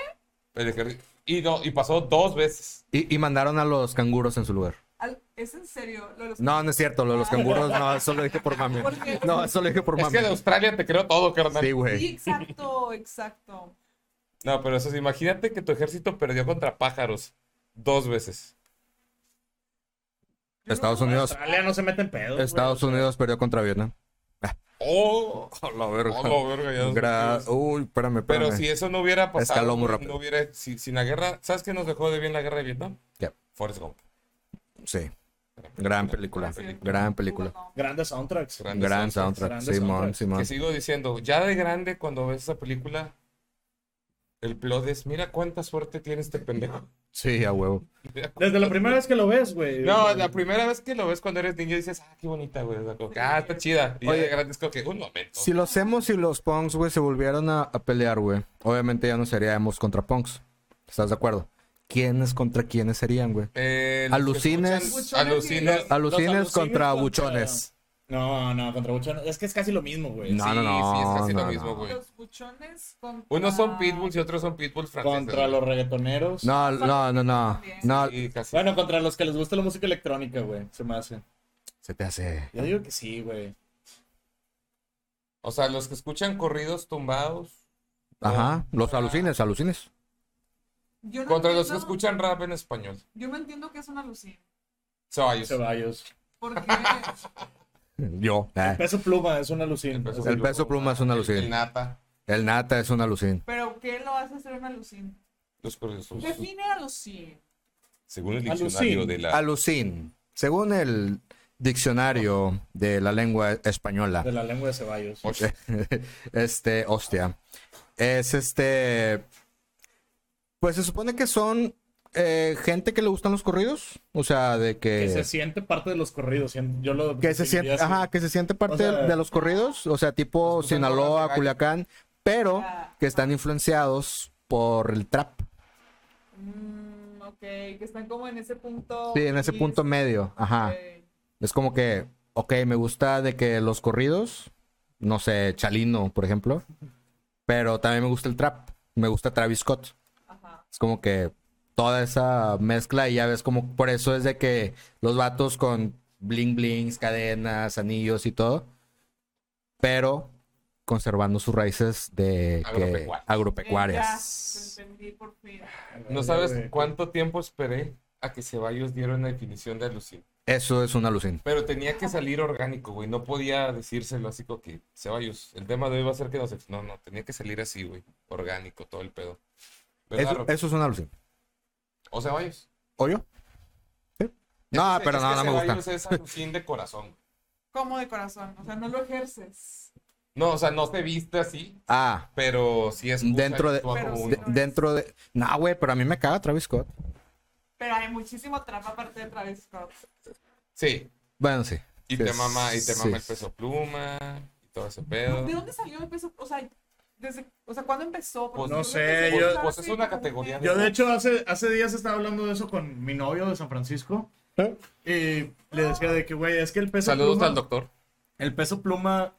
Speaker 1: El ejército- Y, no, y pasó dos veces.
Speaker 3: Y, y mandaron a los canguros en su lugar.
Speaker 4: Al- ¿Es en serio? Lo de los-
Speaker 3: No, no es cierto, lo de los canguros, no, eso lo dije por mami.
Speaker 4: ¿Por qué?
Speaker 3: No, eso lo dije por
Speaker 1: Es que de
Speaker 3: mami.
Speaker 1: Australia te creo todo, carnal.
Speaker 3: Sí,
Speaker 4: Sí,
Speaker 3: güey.
Speaker 4: exacto, exacto.
Speaker 1: No, pero eso sí, imagínate que tu ejército perdió contra pájaros dos veces.
Speaker 4: Yo
Speaker 3: Estados
Speaker 4: no-
Speaker 3: Unidos,
Speaker 2: Australia no se mete en pedos. güey.
Speaker 3: Estados Unidos perdió contra Vietnam.
Speaker 1: ¡Oh!
Speaker 3: A la
Speaker 1: oh, verga, ya dos
Speaker 3: Gra-
Speaker 1: veces.
Speaker 3: Uy, espérame, espérame.
Speaker 1: Pero si eso no hubiera pasado,
Speaker 3: Escaló muy rápido.
Speaker 1: no hubiera, si, si la guerra, ¿sabes qué nos dejó de bien la guerra de Vietnam?
Speaker 3: Ya.
Speaker 1: Forrest Gump.
Speaker 3: Sí. Gran película.
Speaker 4: Sí,
Speaker 3: Gran película.
Speaker 4: no.
Speaker 2: Grandes soundtracks.
Speaker 1: Grande
Speaker 3: Gran
Speaker 1: soundtrack.
Speaker 3: soundtrack.
Speaker 2: Grandes
Speaker 3: Simón,
Speaker 2: soundtracks.
Speaker 3: Simón.
Speaker 1: Que sigo diciendo, ya de grande cuando ves esa película, el plot es, mira cuánta suerte tiene este pendejo. (laughs)
Speaker 3: Sí, a huevo.
Speaker 2: Desde la primera vez que lo ves, güey.
Speaker 1: No, la primera vez que lo ves cuando eres niño dices, ah, qué bonita, güey. o sea, como que, ah, está chida. Y ya
Speaker 3: Oye.
Speaker 1: de grande es como que, un momento.
Speaker 3: Si los emos y los punks, güey, se volvieron a, a pelear, güey, obviamente ya no sería emos contra punks. ¿Estás de acuerdo? ¿Quiénes contra quiénes serían, güey?
Speaker 1: Eh, los que
Speaker 3: Alucines.
Speaker 1: escuchan- Alucines.
Speaker 3: Alucines
Speaker 2: alucines
Speaker 3: contra
Speaker 2: contra-
Speaker 3: buchones.
Speaker 2: No, no, contra buchones. Es que es casi lo mismo, güey.
Speaker 3: No,
Speaker 1: sí,
Speaker 3: no, no.
Speaker 1: sí, es casi
Speaker 3: no,
Speaker 1: lo
Speaker 3: no.
Speaker 1: mismo, güey.
Speaker 4: Los buchones contra...
Speaker 1: Unos son pitbulls y otros son pitbulls franceses.
Speaker 2: Contra los reggaetoneros.
Speaker 3: No, no, no, no. No,
Speaker 1: Y casi.
Speaker 2: Bueno, contra los que les gusta la música electrónica, güey. Se me hace.
Speaker 3: se te hace.
Speaker 2: Yo digo que sí, güey.
Speaker 1: O sea, los que escuchan corridos tumbados. no.
Speaker 3: Ajá. Los alucines, alucines.
Speaker 4: Yo no
Speaker 1: Contra los que
Speaker 4: entiendo-
Speaker 1: escuchan rap en español.
Speaker 4: Yo no entiendo qué es una alucin.
Speaker 1: Ceballos.
Speaker 2: Ceballos.
Speaker 4: ¿Por
Speaker 1: (laughs)
Speaker 4: qué?
Speaker 3: Yo. eh.
Speaker 2: Peso pluma es una alucin.
Speaker 1: peso
Speaker 2: Es
Speaker 3: El peso pluma es un
Speaker 1: El
Speaker 3: alucin.
Speaker 1: nata.
Speaker 3: El nata es un alucin.
Speaker 4: ¿Pero qué lo hace ser una alucin?
Speaker 1: Los corridos tumbados.
Speaker 4: Define alucin.
Speaker 1: Según el
Speaker 2: Alucin.
Speaker 1: diccionario de la.
Speaker 3: Alucin. Según el diccionario de la lengua española.
Speaker 2: De la lengua de Ceballos.
Speaker 1: Ocho.
Speaker 3: (laughs) este, hostia. Es este. Pues se supone que son eh, gente que le gustan los corridos. O sea, de que.
Speaker 2: Que se siente parte de los corridos. sien- Yo lo.
Speaker 3: que se siente,
Speaker 2: definiría así.
Speaker 3: ajá, que se siente parte
Speaker 2: O sea-
Speaker 3: de los corridos, o sea, tipo
Speaker 1: Los que usan gorras de
Speaker 3: Sinaloa,
Speaker 1: gallo.
Speaker 3: Culiacán, pero
Speaker 4: Ah.
Speaker 3: que están influenciados por el trap.
Speaker 4: Mm, ok, que están como en ese punto.
Speaker 3: Sí, en ese
Speaker 4: gris,
Speaker 3: punto medio, ajá.
Speaker 4: ok.
Speaker 3: Es como que, ok, me gusta de que los corridos, no sé, Chalino, por ejemplo, pero también me gusta el trap, me gusta Travis Scott.
Speaker 4: Ajá.
Speaker 3: Es como que toda esa mezcla y ya ves como por eso es de que los vatos con bling blings, cadenas, anillos y todo, pero conservando sus raíces de que-
Speaker 1: Agropecuarias.
Speaker 3: agropecuarias.
Speaker 4: Eh, ya, lo entendí por fin.
Speaker 1: No sabes cuánto tiempo esperé a que Ceballos diera una definición de alucin.
Speaker 3: Eso es una alucin.
Speaker 1: Pero tenía que salir orgánico, güey. No podía decírselo así como que Ceballos. El tema de hoy va a ser que nos. ex-". No, no, tenía que salir así, güey. Orgánico, todo el pedo. ¿Verdad,
Speaker 3: Eso,
Speaker 1: Rob?
Speaker 3: eso es una alucin.
Speaker 1: O Ceballos.
Speaker 3: ¿O yo? ¿Sí? No,
Speaker 1: Es que-
Speaker 3: Ah, pero
Speaker 1: es
Speaker 3: no,
Speaker 1: que
Speaker 3: no me gusta.
Speaker 1: Ceballos es alucin de corazón. güey.
Speaker 4: Como de corazón, o sea, no lo ejerces.
Speaker 1: No, o sea, no se viste así,
Speaker 3: Ah,
Speaker 1: pero sí es.
Speaker 3: Dentro de-
Speaker 4: Pero sí
Speaker 3: de-
Speaker 4: no es.
Speaker 3: dentro de... No, güey, pero a mí me caga Travis Scott.
Speaker 4: Pero hay muchísimo trap aparte de Travis Scott.
Speaker 1: Sí.
Speaker 3: Bueno, sí.
Speaker 1: Y
Speaker 3: Sí,
Speaker 1: te mama, y te mama
Speaker 3: sí.
Speaker 1: el peso pluma y todo ese pedo.
Speaker 4: ¿De dónde salió el peso? O sea, desde, o sea ¿cuándo empezó? Porque
Speaker 1: Pues
Speaker 2: no
Speaker 4: yo
Speaker 2: sé,
Speaker 4: lo empecé a
Speaker 2: yo-
Speaker 4: usar
Speaker 1: pues
Speaker 4: así
Speaker 1: es una
Speaker 4: como
Speaker 1: categoría
Speaker 4: que-
Speaker 2: Yo, de hecho, hace, hace días estaba hablando de eso con mi novio de San Francisco. Y le decía de que, güey, es que el peso
Speaker 1: Saludos
Speaker 2: pluma.
Speaker 1: al doctor.
Speaker 2: El peso pluma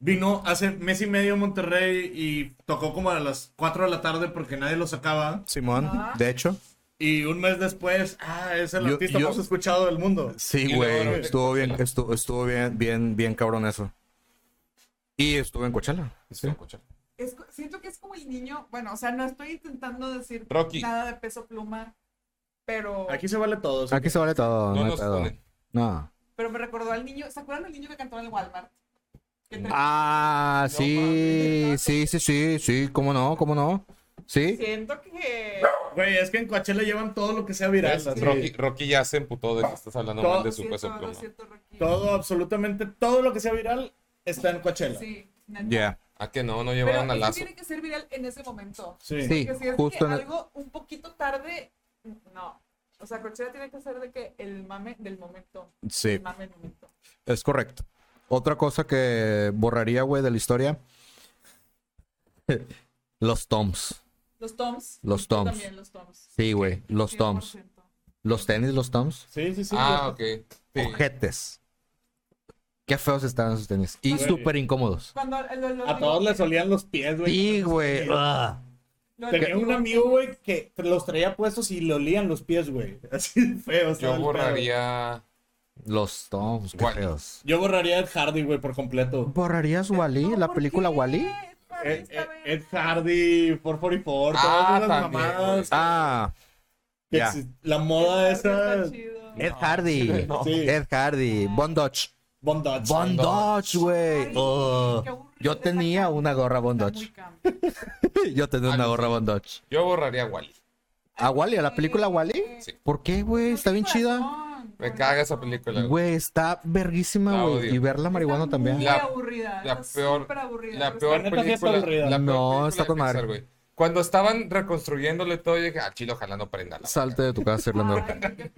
Speaker 2: vino hace mes y medio a Monterrey y tocó como a las 4 de la tarde porque nadie lo sacaba.
Speaker 3: Simón,
Speaker 4: Ajá.
Speaker 3: de hecho.
Speaker 2: Y un mes después, ah, es el
Speaker 3: Yo-
Speaker 2: artista
Speaker 3: yo-
Speaker 2: más escuchado del mundo.
Speaker 3: Sí,
Speaker 1: Y luego,
Speaker 3: güey,
Speaker 1: güey.
Speaker 3: estuvo bien, estuvo, estuvo bien, bien, bien cabrón eso. Y estuve en Coachella.
Speaker 1: Estoy escuchando.
Speaker 4: Es co- siento que es como el niño, bueno, o sea, no estoy intentando decir
Speaker 1: Rocky.
Speaker 4: nada de peso pluma, pero,
Speaker 2: Aquí se vale todo. ¿sí?
Speaker 3: Aquí se vale todo, no,
Speaker 1: No
Speaker 3: hay
Speaker 1: nos
Speaker 3: pedo.
Speaker 1: ponen.
Speaker 3: No.
Speaker 4: pero me recordó al niño, ¿se acuerdan del niño que cantó en el Walmart? Que tenía
Speaker 3: Mm. Ah,
Speaker 1: No
Speaker 3: sí,
Speaker 4: mames.
Speaker 3: sí, sí, sí, sí, cómo no, cómo no. Sí,
Speaker 4: Siento que.
Speaker 2: Güey, es que en Coachella llevan todo lo que sea viral.
Speaker 1: ¿Ves?
Speaker 2: así.
Speaker 1: Rocky, Rocky ya se emputó de que estás hablando
Speaker 2: Todo-
Speaker 1: mal de su
Speaker 4: Siento,
Speaker 1: peso
Speaker 4: lo
Speaker 1: pluma.
Speaker 4: siento, Rocky.
Speaker 2: Todo, absolutamente todo lo que sea viral está en Coachella. Sí.
Speaker 4: Sí, neta.
Speaker 3: ya.
Speaker 1: ¿A Ah, que no? No
Speaker 4: Pero
Speaker 1: llevaron a
Speaker 4: eso
Speaker 1: lazo.
Speaker 4: tiene que ser viral en ese momento.
Speaker 3: Sí,
Speaker 4: Porque si es
Speaker 3: justo
Speaker 4: que
Speaker 3: en el-
Speaker 4: algo un poquito tarde, no. O sea, Coachella tiene que ser de que el mame del momento.
Speaker 3: Sí,
Speaker 4: El mame del momento.
Speaker 3: es correcto. Otra cosa que borraría, güey, de la historia. (laughs) Los Toms.
Speaker 4: Los Toms.
Speaker 3: Los
Speaker 4: Yo
Speaker 3: Toms.
Speaker 4: También los Toms.
Speaker 3: Sí, güey, los Toms.
Speaker 4: 100%.
Speaker 3: Los tenis, los Toms.
Speaker 2: Sí, sí, sí.
Speaker 1: Ah, ok. Sí.
Speaker 3: Ojetes. Qué feos estaban sus tenis. Y
Speaker 2: Güey.
Speaker 3: súper incómodos.
Speaker 4: Cuando el- el- el-
Speaker 2: A todos les olían los pies, güey.
Speaker 3: Sí, güey. ah.
Speaker 4: lo-
Speaker 2: Tenía
Speaker 4: lo-
Speaker 2: un amigo, güey, que los traía puestos y le olían los pies, güey. (laughs) Así de feo. estaba
Speaker 1: Yo
Speaker 2: el pedo.
Speaker 1: borraría.
Speaker 3: Los Toms, qué
Speaker 1: Wall-E.
Speaker 3: feos.
Speaker 2: Yo borraría Ed Hardy, güey, por completo.
Speaker 3: ¿Borrarías Wally?
Speaker 4: No,
Speaker 3: ¿La
Speaker 4: ¿por
Speaker 3: película
Speaker 4: qué?
Speaker 3: Wally?
Speaker 4: Esta
Speaker 2: Ed,
Speaker 4: vez,
Speaker 2: Ed-
Speaker 4: esta vez.
Speaker 2: Ed Hardy, 444,
Speaker 1: Ah,
Speaker 2: todas esas
Speaker 1: también,
Speaker 2: mamadas.
Speaker 3: Ah,
Speaker 2: que
Speaker 3: ya.
Speaker 2: exist- La moda esa.
Speaker 4: Está chido.
Speaker 3: Ed Hardy.
Speaker 2: Sí.
Speaker 3: Ed Hardy. Bon Dodge.
Speaker 2: Bon Dodge.
Speaker 3: Bon Dodge, güey.
Speaker 4: Ay,
Speaker 3: Oh.
Speaker 4: qué aburrido
Speaker 3: Yo
Speaker 4: está
Speaker 3: tenía
Speaker 4: acá.
Speaker 3: una gorra Bon
Speaker 4: Está muy
Speaker 3: Dodge.
Speaker 4: camp.
Speaker 3: (laughs) Yo tenía una gorra Bon Dodge.
Speaker 1: Yo borraría a Wally.
Speaker 3: ¿A Wally? ¿A la película Wally?
Speaker 1: Sí.
Speaker 3: ¿Por qué, güey? Está bien chida.
Speaker 4: Corazón,
Speaker 1: Me
Speaker 4: corazón.
Speaker 1: caga esa película. güey.
Speaker 3: Güey, está verguísima,
Speaker 1: La
Speaker 3: güey.
Speaker 1: odio.
Speaker 3: Y verla marihuana
Speaker 4: Está
Speaker 3: también.
Speaker 4: Muy
Speaker 1: La-
Speaker 4: aburrida.
Speaker 1: La
Speaker 4: está
Speaker 1: peor,
Speaker 4: superaburrida,
Speaker 1: la
Speaker 4: pero
Speaker 1: peor
Speaker 4: está-
Speaker 2: neta sí está
Speaker 1: película.
Speaker 2: aburrida.
Speaker 1: la peor
Speaker 3: No,
Speaker 1: película
Speaker 3: está
Speaker 1: de
Speaker 3: con madre.
Speaker 1: Pixar, güey. Cuando estaban reconstruyéndole todo, yo dije, ah, chilo, ojalá no prenda la
Speaker 3: Salte de tu casa, Irlanda.
Speaker 4: Ay, ¿qué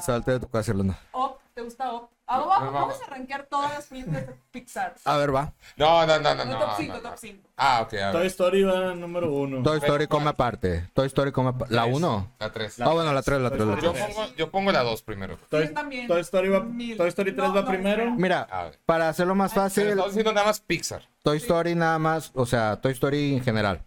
Speaker 3: (laughs) Salte de tu casa, Irlanda.
Speaker 4: Op, ¿te gusta Op? Ah,
Speaker 1: No,
Speaker 4: vamos,
Speaker 1: no, no.
Speaker 4: vamos a rankear todas las películas de Pixar.
Speaker 3: A ver, va.
Speaker 1: No, no, no, no, no.
Speaker 4: No, top
Speaker 1: no,
Speaker 4: cinco,
Speaker 1: no.
Speaker 4: top cinco.
Speaker 1: Ah, ok, a
Speaker 2: Toy
Speaker 1: ver.
Speaker 2: Story va número uno.
Speaker 3: Toy Story come aparte. Toy Story come aparte. La
Speaker 1: Tres,
Speaker 3: 1.
Speaker 1: La 3.
Speaker 3: Ah, bueno, la 3, la 3, la
Speaker 1: Yo
Speaker 3: tres.
Speaker 1: pongo, yo pongo la 2 primero.
Speaker 2: Toy,
Speaker 4: Yo también.
Speaker 2: Toy Story, va,
Speaker 4: Mil.
Speaker 2: Toy Story 3
Speaker 4: No,
Speaker 2: va
Speaker 4: no,
Speaker 2: primero.
Speaker 4: espera.
Speaker 1: A
Speaker 3: Mira,
Speaker 1: ver.
Speaker 3: para hacerlo más
Speaker 1: Pero
Speaker 3: fácil,
Speaker 1: estamos diciendo nada más Pixar.
Speaker 3: Toy Story nada más, o sea, Toy Story en general.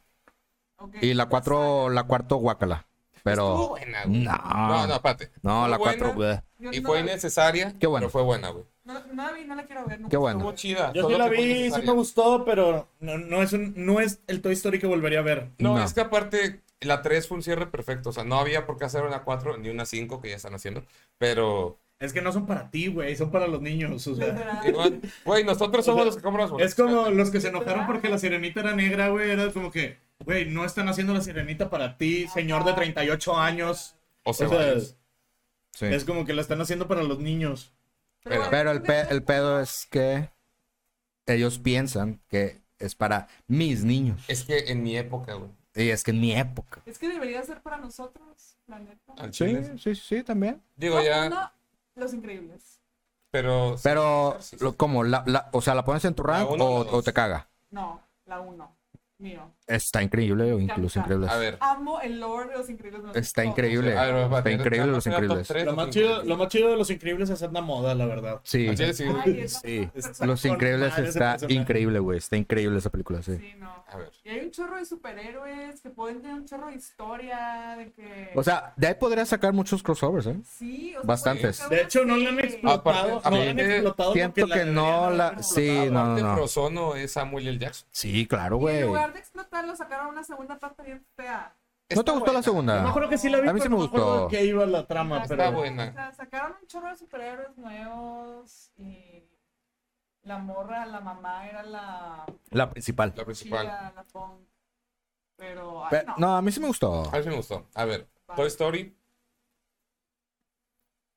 Speaker 4: Ok.
Speaker 3: Y la 4, la cuarto guácala.
Speaker 1: Estuvo
Speaker 3: Pero
Speaker 1: buena, güey.
Speaker 3: no.
Speaker 1: No, no, espérate.
Speaker 3: No, la
Speaker 1: Estuvo
Speaker 3: 4.
Speaker 1: buena
Speaker 4: Yo
Speaker 1: Y
Speaker 4: no-
Speaker 1: fue innecesaria,
Speaker 3: Qué bueno.
Speaker 1: pero fue buena, güey.
Speaker 4: No, no la vi, no la quiero ver. nunca.
Speaker 3: Qué
Speaker 1: Estuvo
Speaker 3: bueno.
Speaker 1: chida.
Speaker 2: Yo
Speaker 1: solo
Speaker 2: sí la
Speaker 1: que fue
Speaker 2: vi, sí
Speaker 1: innecesaria.
Speaker 2: me gustó, pero no, no es un, no es el Toy Story que volvería a ver.
Speaker 1: No,
Speaker 3: No.
Speaker 1: es que aparte, la 3 fue un cierre perfecto. O sea, no había por qué hacer una 4 ni una 5 que ya están haciendo. Pero,
Speaker 2: Es que no son para ti, güey, son para los niños. o sea.
Speaker 4: Literal.
Speaker 1: igual, güey, nosotros somos los que compramos
Speaker 2: Es como los que se enojaron porque la sirenita era negra, güey. Era como que, güey, no están haciendo la sirenita para ti, señor de 38 años.
Speaker 1: O
Speaker 2: O sea,
Speaker 1: sea, varios.
Speaker 3: Sí.
Speaker 2: es como que la están haciendo para los niños.
Speaker 1: Pero-
Speaker 3: Pero el, pe- el pedo es que ellos piensan que es para mis niños.
Speaker 1: es que en mi época, güey.
Speaker 3: Y es que en mi época.
Speaker 4: Es que debería ser para nosotros, la neta.
Speaker 1: Al chile.
Speaker 3: sí, sí, también.
Speaker 1: Digo ya,
Speaker 4: No, Los Increíbles.
Speaker 1: pero.
Speaker 3: Pero, lo- como, la, la- o sea, ¿la pones en tu rank
Speaker 1: uno o
Speaker 3: o,
Speaker 1: la dos?
Speaker 3: o te caga?
Speaker 4: No, la uno. Mío.
Speaker 3: Está increíble, o incluso
Speaker 4: Canta.
Speaker 3: increíble.
Speaker 1: A ver.
Speaker 4: Amo el lore de Los Increíbles. me lo sé
Speaker 3: Está
Speaker 4: todo.
Speaker 3: increíble.
Speaker 1: A ver, va, va,
Speaker 3: Está increíble, Los
Speaker 1: va, va,
Speaker 3: Increíbles.
Speaker 1: top tres,
Speaker 2: Lo
Speaker 1: los
Speaker 2: más, chido,
Speaker 1: Increíbles.
Speaker 2: lo más chido de los increíbles es la moda, la verdad.
Speaker 3: Sí.
Speaker 1: Al chile sí, güey.
Speaker 4: Ay, es la
Speaker 3: Sí.
Speaker 4: persona-
Speaker 3: Los
Speaker 2: Con
Speaker 3: Increíbles
Speaker 2: madre ese
Speaker 3: está
Speaker 2: personaje.
Speaker 3: increíble, güey. Está increíble esa película, sí.
Speaker 4: Sí, no.
Speaker 1: A ver.
Speaker 4: Y hay un chorro de superhéroes que pueden tener un chorro de historia, de que...
Speaker 3: O sea, de ahí podría sacar muchos crossovers, ¿eh?
Speaker 4: sí, o sea,
Speaker 3: bastantes.
Speaker 4: pueden
Speaker 2: De hecho, no la
Speaker 1: Ah,
Speaker 2: han
Speaker 4: hacer una
Speaker 2: explotado.
Speaker 1: Aparte-
Speaker 2: no la
Speaker 1: sí.
Speaker 2: han explotado
Speaker 3: Siento
Speaker 2: porque
Speaker 3: que
Speaker 2: la
Speaker 3: no
Speaker 2: deberían
Speaker 3: la...
Speaker 2: haber
Speaker 3: Sí,
Speaker 2: explotado.
Speaker 3: no,
Speaker 1: Aparte,
Speaker 3: no, no.
Speaker 1: Frozono es Samuel L. Jackson.
Speaker 3: Sí, claro,
Speaker 4: serie. Y
Speaker 3: güey.
Speaker 4: en lugar de explotarlo, sacaron una segunda parte bien fea.
Speaker 3: ¿No te
Speaker 1: Está
Speaker 3: gustó la
Speaker 1: buena.
Speaker 2: Yo me
Speaker 3: segunda?
Speaker 2: acuerdo que sí la vi,
Speaker 3: A mí sí
Speaker 2: pero
Speaker 3: me
Speaker 2: no acuerdo
Speaker 3: gustó.
Speaker 2: de qué iba la trama,
Speaker 4: Está
Speaker 2: Ah, pero...
Speaker 1: buena.
Speaker 4: O sea, sacaron un chorro de superhéroes nuevos y la morra, la mamá era la
Speaker 3: La principal.
Speaker 1: La principal.
Speaker 4: chida, la punk. Pero, ay,
Speaker 3: Pe-
Speaker 4: no,
Speaker 3: no, pues, a mí sí me gustó.
Speaker 1: A ver si me gustó. A ver,
Speaker 4: Va.
Speaker 1: Toy Story.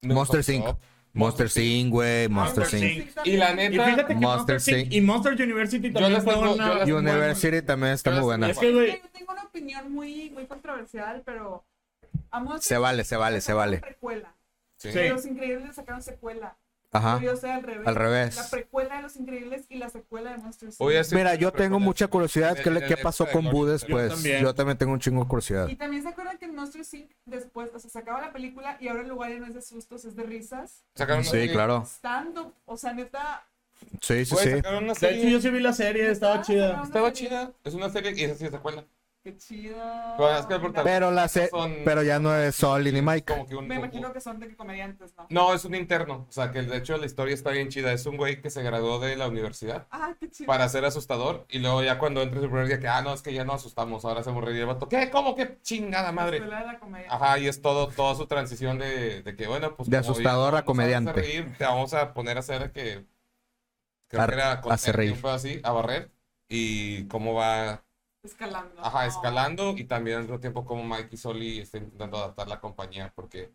Speaker 1: Me
Speaker 3: Monster
Speaker 1: gustó.
Speaker 3: Inc. Monster Inc, güey. Monster
Speaker 2: Monster
Speaker 3: Inc.
Speaker 2: Inc.
Speaker 1: Y la
Speaker 2: Y
Speaker 1: neta,
Speaker 2: fíjate que
Speaker 3: Monster
Speaker 2: Monster Inc.
Speaker 3: Inc.
Speaker 2: y Monster University también
Speaker 1: las
Speaker 2: fue
Speaker 1: tengo-
Speaker 2: una...
Speaker 1: yo las-
Speaker 3: University también está muy buena.
Speaker 2: Es que, güey,
Speaker 4: Yo tengo una opinión muy, muy controversial, pero... a Monster
Speaker 3: Se vale, se vale, se vale.
Speaker 4: Precuela.
Speaker 1: Sí.
Speaker 2: Sí.
Speaker 4: Los Increíbles sacaron secuela.
Speaker 3: Ajá.
Speaker 4: Debió ser al revés.
Speaker 3: Ah, Al revés.
Speaker 4: La precuela de Los Increíbles y la secuela de Monster Inc.
Speaker 1: Oye, sí,
Speaker 3: Mira, yo tengo mucha curiosidad. ¿Qué, le-
Speaker 1: En-
Speaker 3: qué
Speaker 1: en la
Speaker 3: pasó
Speaker 1: época
Speaker 3: con
Speaker 1: de
Speaker 3: Boo
Speaker 1: Gloria.
Speaker 3: después?
Speaker 2: Yo también.
Speaker 3: Yo también tengo un chingo de curiosidad.
Speaker 4: Y también se acuerdan que en Monster Inc. después, o sea, se acaba la película y ahora el lugar ya no es de sustos, es de risas.
Speaker 1: Sacaron una
Speaker 3: Sí,
Speaker 1: serie.
Speaker 3: claro.
Speaker 4: Stand-up, o sea, neta.
Speaker 3: Sí, sí,
Speaker 1: Güey,
Speaker 3: sí.
Speaker 1: sacaron una
Speaker 2: de hecho
Speaker 1: serie.
Speaker 2: yo sí vi la serie, estaba chida.
Speaker 1: Estaba
Speaker 4: Una serie.
Speaker 1: chida. Es una serie y esa sí se acuerda.
Speaker 4: Qué chido.
Speaker 1: Pero Pues, es que el protagonista-
Speaker 3: Pero la se-
Speaker 1: Son-
Speaker 3: pero ya no es Sol ni Mike.
Speaker 1: Como que un,
Speaker 4: Me
Speaker 1: un-
Speaker 4: imagino que son de que comediantes, ¿no?
Speaker 1: No, es un interno. O sea, que de hecho la historia está bien chida. Es un güey que se graduó de la universidad
Speaker 4: Ah, qué chido.
Speaker 1: para ser asustador. Y luego ya cuando entra su primer día, que ah, no, es que ya no asustamos. Ahora hacemos reír el vato. ¿Qué? ¿Cómo? ¿Qué chingada
Speaker 4: La
Speaker 1: madre?
Speaker 4: escuela de la comedia.
Speaker 1: Ajá, y es todo, toda su transición de, de que, bueno, pues.
Speaker 3: De
Speaker 1: como
Speaker 3: asustador
Speaker 1: ya
Speaker 3: a
Speaker 1: no nos
Speaker 3: comediante.
Speaker 1: vamos a reír, te vamos a poner a hacer que. Creo
Speaker 3: A-
Speaker 1: que era con-
Speaker 3: hacer reír.
Speaker 1: fue así, a barrer. Y cómo va,
Speaker 4: Escalando.
Speaker 1: ajá,
Speaker 4: No.
Speaker 1: escalando. Y también al mismo tiempo, como Mike y Soli están intentando adaptar la compañía. Porque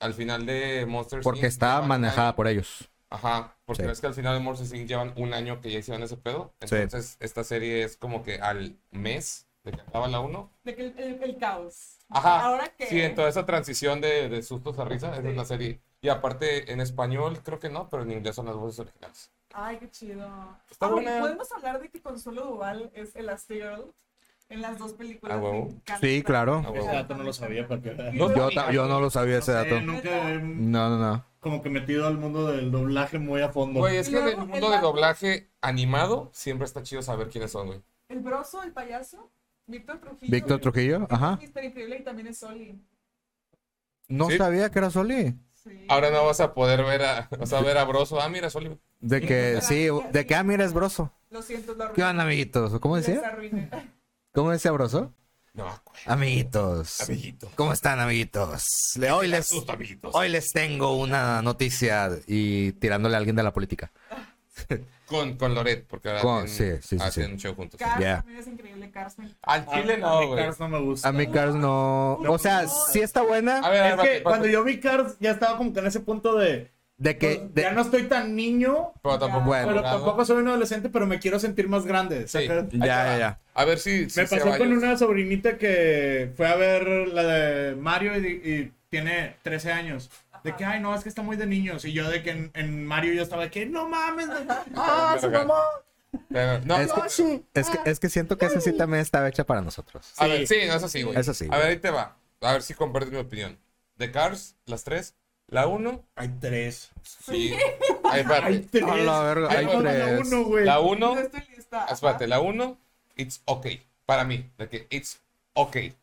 Speaker 1: al final de Monsters.
Speaker 3: Porque
Speaker 1: Inc.
Speaker 3: está
Speaker 1: llevan un
Speaker 3: manejada
Speaker 1: año-
Speaker 3: por ellos.
Speaker 1: Ajá, porque
Speaker 3: Sí.
Speaker 1: ves que al final de Monsters Inc. llevan un año que ya hicieron ese pedo. Entonces, esta serie es como que al mes de que acaba la 1.
Speaker 4: De que el, el- el caos.
Speaker 1: Ajá.
Speaker 4: Ahora que.
Speaker 1: Sí, en toda esa transición de, de sustos a risa, esa es
Speaker 4: Sí.
Speaker 1: la serie. Y aparte, en español creo que no, pero en inglés son las voces originales.
Speaker 4: Ay, qué chido.
Speaker 1: Está
Speaker 4: Ah,
Speaker 1: buena.
Speaker 4: Podemos hablar de que Consuelo Duval es Elastigirl en las dos películas.
Speaker 1: Ah, huevo.
Speaker 4: Me encanta.
Speaker 3: Sí, claro.
Speaker 1: Ah,
Speaker 2: Ese
Speaker 1: huevo.
Speaker 2: dato no lo sabía, para que...
Speaker 1: No,
Speaker 3: Yo, ta- yo no lo sabía ese
Speaker 2: No sé,
Speaker 3: dato.
Speaker 2: nunca...
Speaker 3: No, no, no.
Speaker 2: como que metido al mundo del doblaje muy a fondo.
Speaker 1: Güey, es que
Speaker 4: Luego,
Speaker 1: del
Speaker 4: el
Speaker 1: mundo del
Speaker 4: vato-
Speaker 1: doblaje animado siempre está chido saber quiénes son, güey.
Speaker 4: El broso, el payaso, Víctor Trujillo.
Speaker 3: Víctor Trujillo, ajá.
Speaker 4: Mister Increíble y también es Soli.
Speaker 3: No
Speaker 1: Sí.
Speaker 3: sabía que era Soli.
Speaker 4: Sí.
Speaker 1: Ahora no vas a poder ver a, vas a ver a Broso. Ah, mira, Soli.
Speaker 3: De que, sí, de que, ah, mira, es broso.
Speaker 4: Lo siento, lo
Speaker 3: ¿Qué
Speaker 4: arruiné.
Speaker 3: onda, amiguitos? ¿Cómo
Speaker 4: Les
Speaker 3: decía? (laughs)
Speaker 4: arruiné.
Speaker 3: ¿Cómo decía broso?
Speaker 1: No,
Speaker 3: Amiguitos.
Speaker 1: amiguito.
Speaker 3: ¿Cómo están, amiguitos? Le- hoy, les,
Speaker 1: Asusta, amiguitos.
Speaker 3: hoy les tengo una noticia y tirándole a alguien de la política.
Speaker 1: Con, con Loret, porque ahora
Speaker 3: Con-
Speaker 1: tienen-
Speaker 3: sí, sí, sí,
Speaker 1: hacen
Speaker 3: sí.
Speaker 1: un show juntos.
Speaker 4: Cars
Speaker 3: Ya.
Speaker 4: también es increíble, Cars. me-
Speaker 1: Al
Speaker 2: A-
Speaker 1: Chile
Speaker 2: a
Speaker 1: no,
Speaker 2: mí
Speaker 1: güey.
Speaker 2: Cars Ah, no me gusta.
Speaker 3: A mi Cars no. O sea, sí está
Speaker 1: A
Speaker 3: buena.
Speaker 1: ver, a ver,
Speaker 2: Es
Speaker 1: espérate,
Speaker 2: que
Speaker 1: espérate.
Speaker 2: cuando yo vi Cars ya estaba como que en ese punto de...
Speaker 3: De que.
Speaker 2: pues,
Speaker 3: de-
Speaker 2: Ya no estoy tan niño,
Speaker 1: Pero tampoco.
Speaker 3: Bueno.
Speaker 2: pero
Speaker 1: abogado.
Speaker 2: tampoco soy un adolescente, pero me quiero sentir más grande.
Speaker 1: Sí.
Speaker 2: ¿sacas?
Speaker 1: Ahí te
Speaker 3: Ya,
Speaker 1: va.
Speaker 3: ya, ya.
Speaker 1: A ver si. si
Speaker 2: Me
Speaker 1: se
Speaker 2: pasó
Speaker 1: vaya. Ah,
Speaker 2: con una sobrinita que fue a ver la de Mario y, y tiene 13 años. De que, ay, no, es que está muy de niños. Y yo de que en, en Mario yo estaba de que, no mames, ah, su
Speaker 1: Verga.
Speaker 2: mamá.
Speaker 1: Pero- No,
Speaker 3: Es
Speaker 1: no,
Speaker 3: que, es, que, es que siento que esa sí también estaba hecha para nosotros.
Speaker 1: A ver, sí, no es así, güey.
Speaker 3: Eso sí,
Speaker 1: A
Speaker 3: güey.
Speaker 1: ver, ahí te va. A ver si compartes mi opinión. De Cars, las tres. La uno.
Speaker 2: Hay tres. (laughs)
Speaker 1: Sí. Ahí,
Speaker 2: Hay
Speaker 1: espérate.
Speaker 2: tres.
Speaker 3: (laughs) A la verga,
Speaker 2: Ay,
Speaker 1: hay
Speaker 2: no, la
Speaker 3: tres.
Speaker 2: uno, güey.
Speaker 1: La uno.
Speaker 4: No estoy lista. Ah,
Speaker 1: Espérate, la 1, it's okay. Para mí, de que it's okay.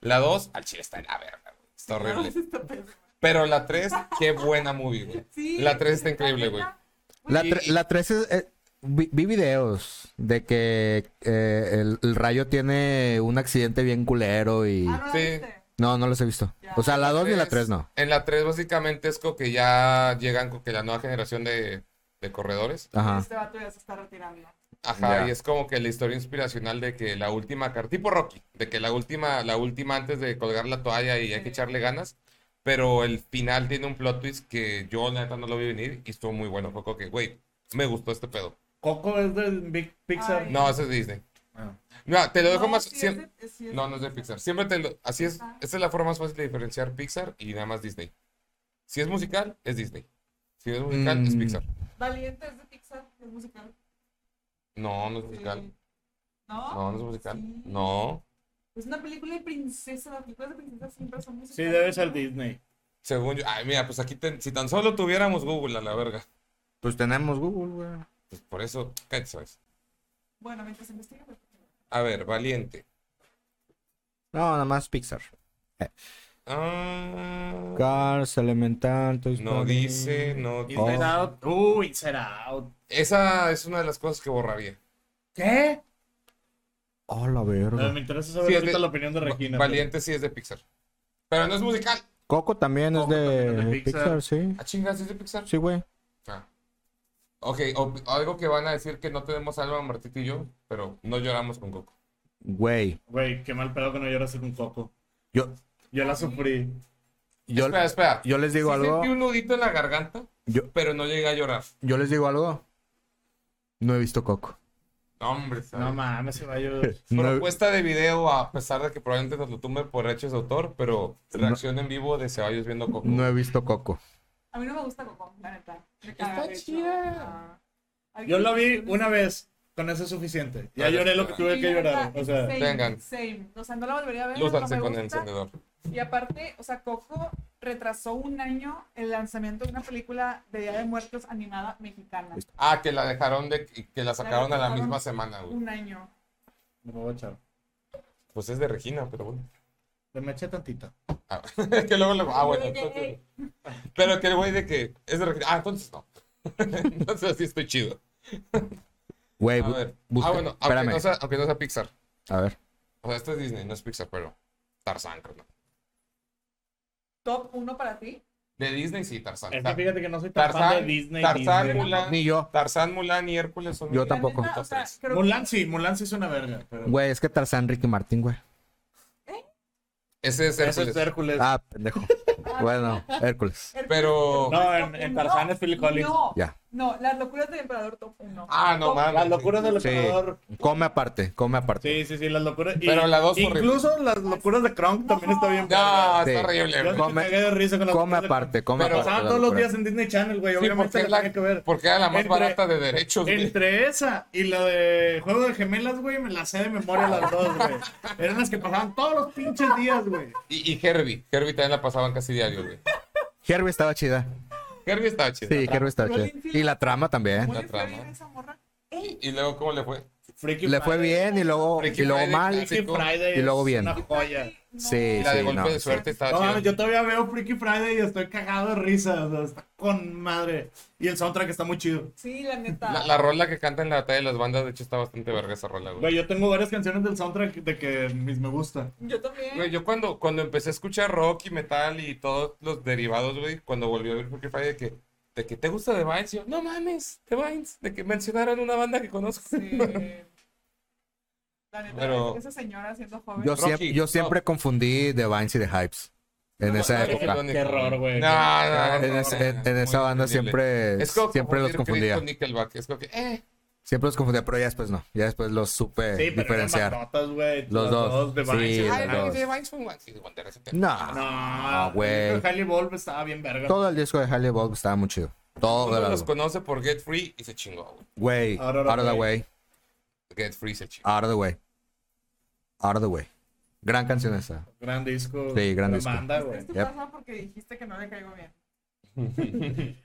Speaker 1: La 2, al chile está en la verga, güey. Está
Speaker 4: (laughs)
Speaker 1: horrible.
Speaker 4: Está pésimo.
Speaker 1: Pero la 3, qué buena movie, güey.
Speaker 4: Sí.
Speaker 1: La 3 está increíble, güey.
Speaker 3: La,
Speaker 1: Y-
Speaker 3: tre- la 3 es. eh, vi, vi videos de que eh, el, el rayo tiene un accidente bien culero y.
Speaker 4: Ah, no la
Speaker 1: Sí.
Speaker 4: viste.
Speaker 3: No, no los he visto. O sea, la 2 ni la 3 no.
Speaker 1: En la 3, básicamente, es como que ya llegan con que la nueva generación de, de corredores.
Speaker 3: Ajá.
Speaker 4: Este vato ya se está retirando.
Speaker 1: Ajá,
Speaker 3: Ya.
Speaker 1: y es como que la historia inspiracional de que la última carta, tipo Rocky, de que la última, la última antes de colgar la toalla y hay que echarle ganas, pero el final tiene un plot twist que yo la neta no lo vi venir y estuvo muy bueno. Fue como que, güey, me gustó este pedo.
Speaker 2: Coco es de Big Pixar.
Speaker 4: Ay.
Speaker 1: No, ese es Disney.
Speaker 2: Ah.
Speaker 1: No, te lo dejo más.
Speaker 4: sí,
Speaker 1: siem-
Speaker 4: es de- sí, es
Speaker 1: No, no es de Pixar. Siempre te lo. Así es. Esta es la forma más fácil de diferenciar Pixar y nada más Disney. Si es musical, es Disney. Si es musical, es
Speaker 3: Mm.
Speaker 1: Pixar.
Speaker 4: Valiente es de Pixar, es musical.
Speaker 1: No, no es
Speaker 4: Sí.
Speaker 1: musical.
Speaker 4: ¿No?
Speaker 1: No, no es musical.
Speaker 4: Mm. Sí.
Speaker 1: No.
Speaker 4: Es una película de princesa. Las películas de princesa siempre son musicales.
Speaker 2: Sí, debe ser Disney.
Speaker 1: Según yo. Ay, mira, pues aquí, ten- si tan solo tuviéramos Google a la verga.
Speaker 3: Pues tenemos Google, güey.
Speaker 1: Pues por eso, cállate, ¿sabes?
Speaker 4: Bueno, mientras investiga. pues,
Speaker 1: A ver, valiente.
Speaker 3: No, nada más Pixar.
Speaker 1: Ah,
Speaker 3: Cars, Elemental, Toy
Speaker 1: no
Speaker 3: Story.
Speaker 1: dice, no
Speaker 2: Inside
Speaker 1: dice.
Speaker 3: Oh.
Speaker 2: Out. Uh, Inside Out.
Speaker 1: Esa es una de las cosas que borraría.
Speaker 2: ¿Qué?
Speaker 3: Oh, la
Speaker 2: No,
Speaker 3: verga.
Speaker 2: me interesa
Speaker 1: Sí,
Speaker 2: saber
Speaker 1: es
Speaker 2: ahorita
Speaker 1: de-
Speaker 2: la opinión de Regina.
Speaker 1: Valiente sí es de Pixar. Pero no es musical.
Speaker 3: Coco también
Speaker 2: Coco
Speaker 3: es de,
Speaker 2: también es de
Speaker 3: Pixar.
Speaker 2: Pixar.
Speaker 3: sí.
Speaker 1: Ah, chingas, es de Pixar.
Speaker 3: Sí, güey.
Speaker 1: Ah. Ok, o- algo que van a decir que no tenemos alma, Martito y yo, pero no lloramos con Coco.
Speaker 3: Güey.
Speaker 2: Güey, qué mal pedo que no lloras con Coco.
Speaker 3: Yo,
Speaker 2: Yo la sufrí.
Speaker 3: yo,
Speaker 1: espera, espera.
Speaker 3: yo les digo
Speaker 1: Sí
Speaker 3: algo.
Speaker 1: Sentí un nudito en la garganta,
Speaker 3: Yo-
Speaker 1: pero no llegué a llorar.
Speaker 3: Yo les digo algo. No he visto Coco. (laughs)
Speaker 1: No, hombre, sabe.
Speaker 2: No mames, se va a
Speaker 1: (laughs)
Speaker 2: llorar.
Speaker 3: No he-
Speaker 1: Propuesta de video, a pesar de que probablemente nos lo tumbe por hechos de autor, pero reacción en vivo de Ceballos viendo Coco.
Speaker 3: no he visto Coco.
Speaker 4: A mí no me gusta Coco, la neta. Me
Speaker 1: Está
Speaker 4: caga, de hecho.
Speaker 1: chida.
Speaker 4: Ah.
Speaker 2: Yo la vi una vez, con eso es suficiente. Ya
Speaker 1: Ah,
Speaker 2: lloré lo que tuve
Speaker 4: Sí,
Speaker 2: que
Speaker 4: la
Speaker 2: llorar.
Speaker 4: neta,
Speaker 2: O sea,
Speaker 4: same,
Speaker 1: Vengan.
Speaker 4: same. O sea, no la volvería a ver.
Speaker 1: Luz
Speaker 4: no
Speaker 1: alce
Speaker 4: me
Speaker 1: con el
Speaker 4: gusta.
Speaker 1: encendedor.
Speaker 4: Y aparte, o sea, Coco retrasó un año el lanzamiento de una película de Día de Muertos animada mexicana.
Speaker 1: Ah, que la dejaron de. que la sacaron a la
Speaker 4: sacaron.
Speaker 1: misma semana, güey.
Speaker 4: Un año.
Speaker 2: me voy a echar.
Speaker 1: Pues es de Regina, pero bueno. (laughs)
Speaker 2: Me eché tantita.
Speaker 1: Ah, que luego le- Ah, bueno.
Speaker 4: Yo de que,
Speaker 1: entonces-
Speaker 4: "Ey".
Speaker 1: Pero que el güey de que es de Regina. Ah, entonces no. (laughs) entonces así estoy chido.
Speaker 3: Güey,
Speaker 1: A
Speaker 3: bu-
Speaker 1: ver.
Speaker 3: busca-
Speaker 1: Ah, bueno, aunque
Speaker 3: espérame.
Speaker 1: no, sea, aunque no sea Pixar.
Speaker 3: A ver.
Speaker 1: O sea, esto es Disney, no es Pixar, pero Tarzán, creo.
Speaker 4: Top 1 para ti.
Speaker 1: De Disney sí, Tarzán.
Speaker 2: Es que
Speaker 1: Tar-
Speaker 2: fíjate que no soy tan fan de Disney.
Speaker 1: Tarzán,
Speaker 2: Disney.
Speaker 1: Mulan,
Speaker 3: Ni yo.
Speaker 1: Tarzán, Mulan y Hércules son
Speaker 3: Yo
Speaker 1: mis-
Speaker 4: La
Speaker 3: tampoco.
Speaker 4: neta, o sea,
Speaker 1: Top tres.
Speaker 4: creo que-
Speaker 2: Mulan sí, Mulan sí es una verga. Pero...
Speaker 3: Güey, es que Tarzán Ricky Martín, güey.
Speaker 1: Ese es
Speaker 2: Eso
Speaker 1: Hércules.
Speaker 2: es Hércules.
Speaker 3: Ah, pendejo. bueno, Hércules.
Speaker 4: Hércules,
Speaker 1: pero-
Speaker 4: Hércules
Speaker 2: No,
Speaker 4: top
Speaker 2: en- en
Speaker 4: uno.
Speaker 2: Tarzán es Phil Collins.
Speaker 4: No,
Speaker 3: Ya.
Speaker 4: no, las locuras del emperador top 1.
Speaker 1: Ah, no mames.
Speaker 2: las locuras del
Speaker 3: Sí.
Speaker 2: emperador.
Speaker 3: Come aparte, come aparte.
Speaker 2: Sí, sí, sí, las locuras. y-
Speaker 1: Pero la dos horrible.
Speaker 2: Incluso las locuras de Kronk también está bien.
Speaker 1: No,
Speaker 2: verga.
Speaker 1: está
Speaker 3: Sí.
Speaker 1: horrible,
Speaker 2: Yo
Speaker 1: güey.
Speaker 2: me
Speaker 3: Come-
Speaker 2: cagué de risa con las
Speaker 3: Come
Speaker 2: locuras de Kronk.
Speaker 3: aparte, come
Speaker 1: Pero ah,
Speaker 3: aparte.
Speaker 2: Pasaban
Speaker 3: la
Speaker 2: todos los
Speaker 3: locura.
Speaker 2: días en Disney Channel, güey.
Speaker 1: Sí, porque,
Speaker 2: Obviamente
Speaker 1: es
Speaker 2: la
Speaker 1: la,
Speaker 2: tenía que ver.
Speaker 1: porque era la más
Speaker 2: Entre-
Speaker 1: barata de derechos, güey.
Speaker 2: Entre esa y la de Juego de Gemelas, güey, me la sé de memoria las dos, güey. Eran las que pasaban todos los pinches días, güey.
Speaker 1: Y, y Herbie. Herbie también la pasaban casi diario, güey.
Speaker 3: Herbie estaba chida.
Speaker 1: Kirby está chido.
Speaker 3: Sí, Kirby está
Speaker 4: Pero
Speaker 3: chido.
Speaker 4: Linfield-
Speaker 3: Y la trama también.
Speaker 4: ¿Cómo
Speaker 1: La
Speaker 4: le fue
Speaker 1: trama.
Speaker 4: a esa morra?
Speaker 1: Y luego, ¿cómo le fue?
Speaker 2: Freaky
Speaker 3: Le fue
Speaker 2: Friday.
Speaker 3: bien y luego,
Speaker 1: Freaky
Speaker 3: y luego
Speaker 1: Friday,
Speaker 3: mal.
Speaker 1: clásico.
Speaker 2: Freaky Friday
Speaker 3: Y luego
Speaker 2: es
Speaker 3: bien.
Speaker 2: Una joya.
Speaker 4: No.
Speaker 3: Sí,
Speaker 1: La de
Speaker 3: sí,
Speaker 1: golpe
Speaker 3: no,
Speaker 1: de
Speaker 3: sí.
Speaker 1: suerte
Speaker 4: Ah,
Speaker 1: está
Speaker 2: No, mames,
Speaker 1: chido.
Speaker 2: yo todavía veo Freaky Friday y estoy cagado de risa. o sea, está con madre. Y el soundtrack está muy chido.
Speaker 4: Sí, la neta.
Speaker 1: La, la rola que canta en la batalla de las bandas, de hecho, está bastante verga esa rola, güey.
Speaker 2: Güey, yo tengo varias canciones del soundtrack de que mis me gusta.
Speaker 4: Yo también.
Speaker 1: Güey, yo cuando, cuando empecé a escuchar rock y metal y todos los derivados, güey, cuando volví a ver Freaky Friday, de que, de que te gusta The Vines, yo, no mames, The Vines, de que mencionaron una banda que conozco.
Speaker 4: Sí. eh, La neta,
Speaker 1: Pero-
Speaker 4: esa señora siendo joven.
Speaker 3: Yo,
Speaker 1: Rocky,
Speaker 3: siempre, yo
Speaker 1: no.
Speaker 3: siempre confundí The Vines y The Hypes. En esa
Speaker 1: Qué
Speaker 3: época.
Speaker 1: irónico,
Speaker 2: Qué error, güey.
Speaker 1: No, no,
Speaker 3: En,
Speaker 1: no,
Speaker 3: ese-
Speaker 1: no,
Speaker 3: en-
Speaker 1: no,
Speaker 3: en
Speaker 1: muy
Speaker 3: esa banda
Speaker 1: entendible.
Speaker 3: siempre,
Speaker 1: Es como
Speaker 3: siempre los
Speaker 1: confundir Creed
Speaker 3: confundía.
Speaker 1: con Nickelback, es como que, eh,
Speaker 3: Siempre los confundía, pero ya después no. Ya después los supe
Speaker 2: Sí, pero
Speaker 3: diferenciar.
Speaker 2: eran bandotas, güey.
Speaker 3: Los
Speaker 2: las
Speaker 3: dos.
Speaker 2: de
Speaker 3: Sí,
Speaker 2: Vines y de
Speaker 3: los
Speaker 1: ay,
Speaker 2: Vines.
Speaker 3: dos.
Speaker 1: güey, The Vines fue un sí, bueno, de repente.
Speaker 3: No.
Speaker 2: No,
Speaker 3: güey.
Speaker 2: el Hailey Volve estaba bien verga.
Speaker 3: Todo el disco de Halle Bob estaba muy chido. Todo
Speaker 1: Uno
Speaker 3: el
Speaker 1: los
Speaker 3: álbum.
Speaker 1: conoce por Get Free y se chingó, güey.
Speaker 3: Güey, out
Speaker 2: Ahora
Speaker 3: of
Speaker 2: lo
Speaker 3: the
Speaker 2: güey.
Speaker 3: way.
Speaker 1: Get Free se chingó.
Speaker 3: Out of the way. Out of the way. Gran canción esa.
Speaker 2: Gran disco.
Speaker 3: Sí, gran
Speaker 2: de
Speaker 3: disco.
Speaker 2: Banda, güey.
Speaker 4: Es tu
Speaker 3: Yep.
Speaker 4: pasa porque dijiste que no le caigo bien.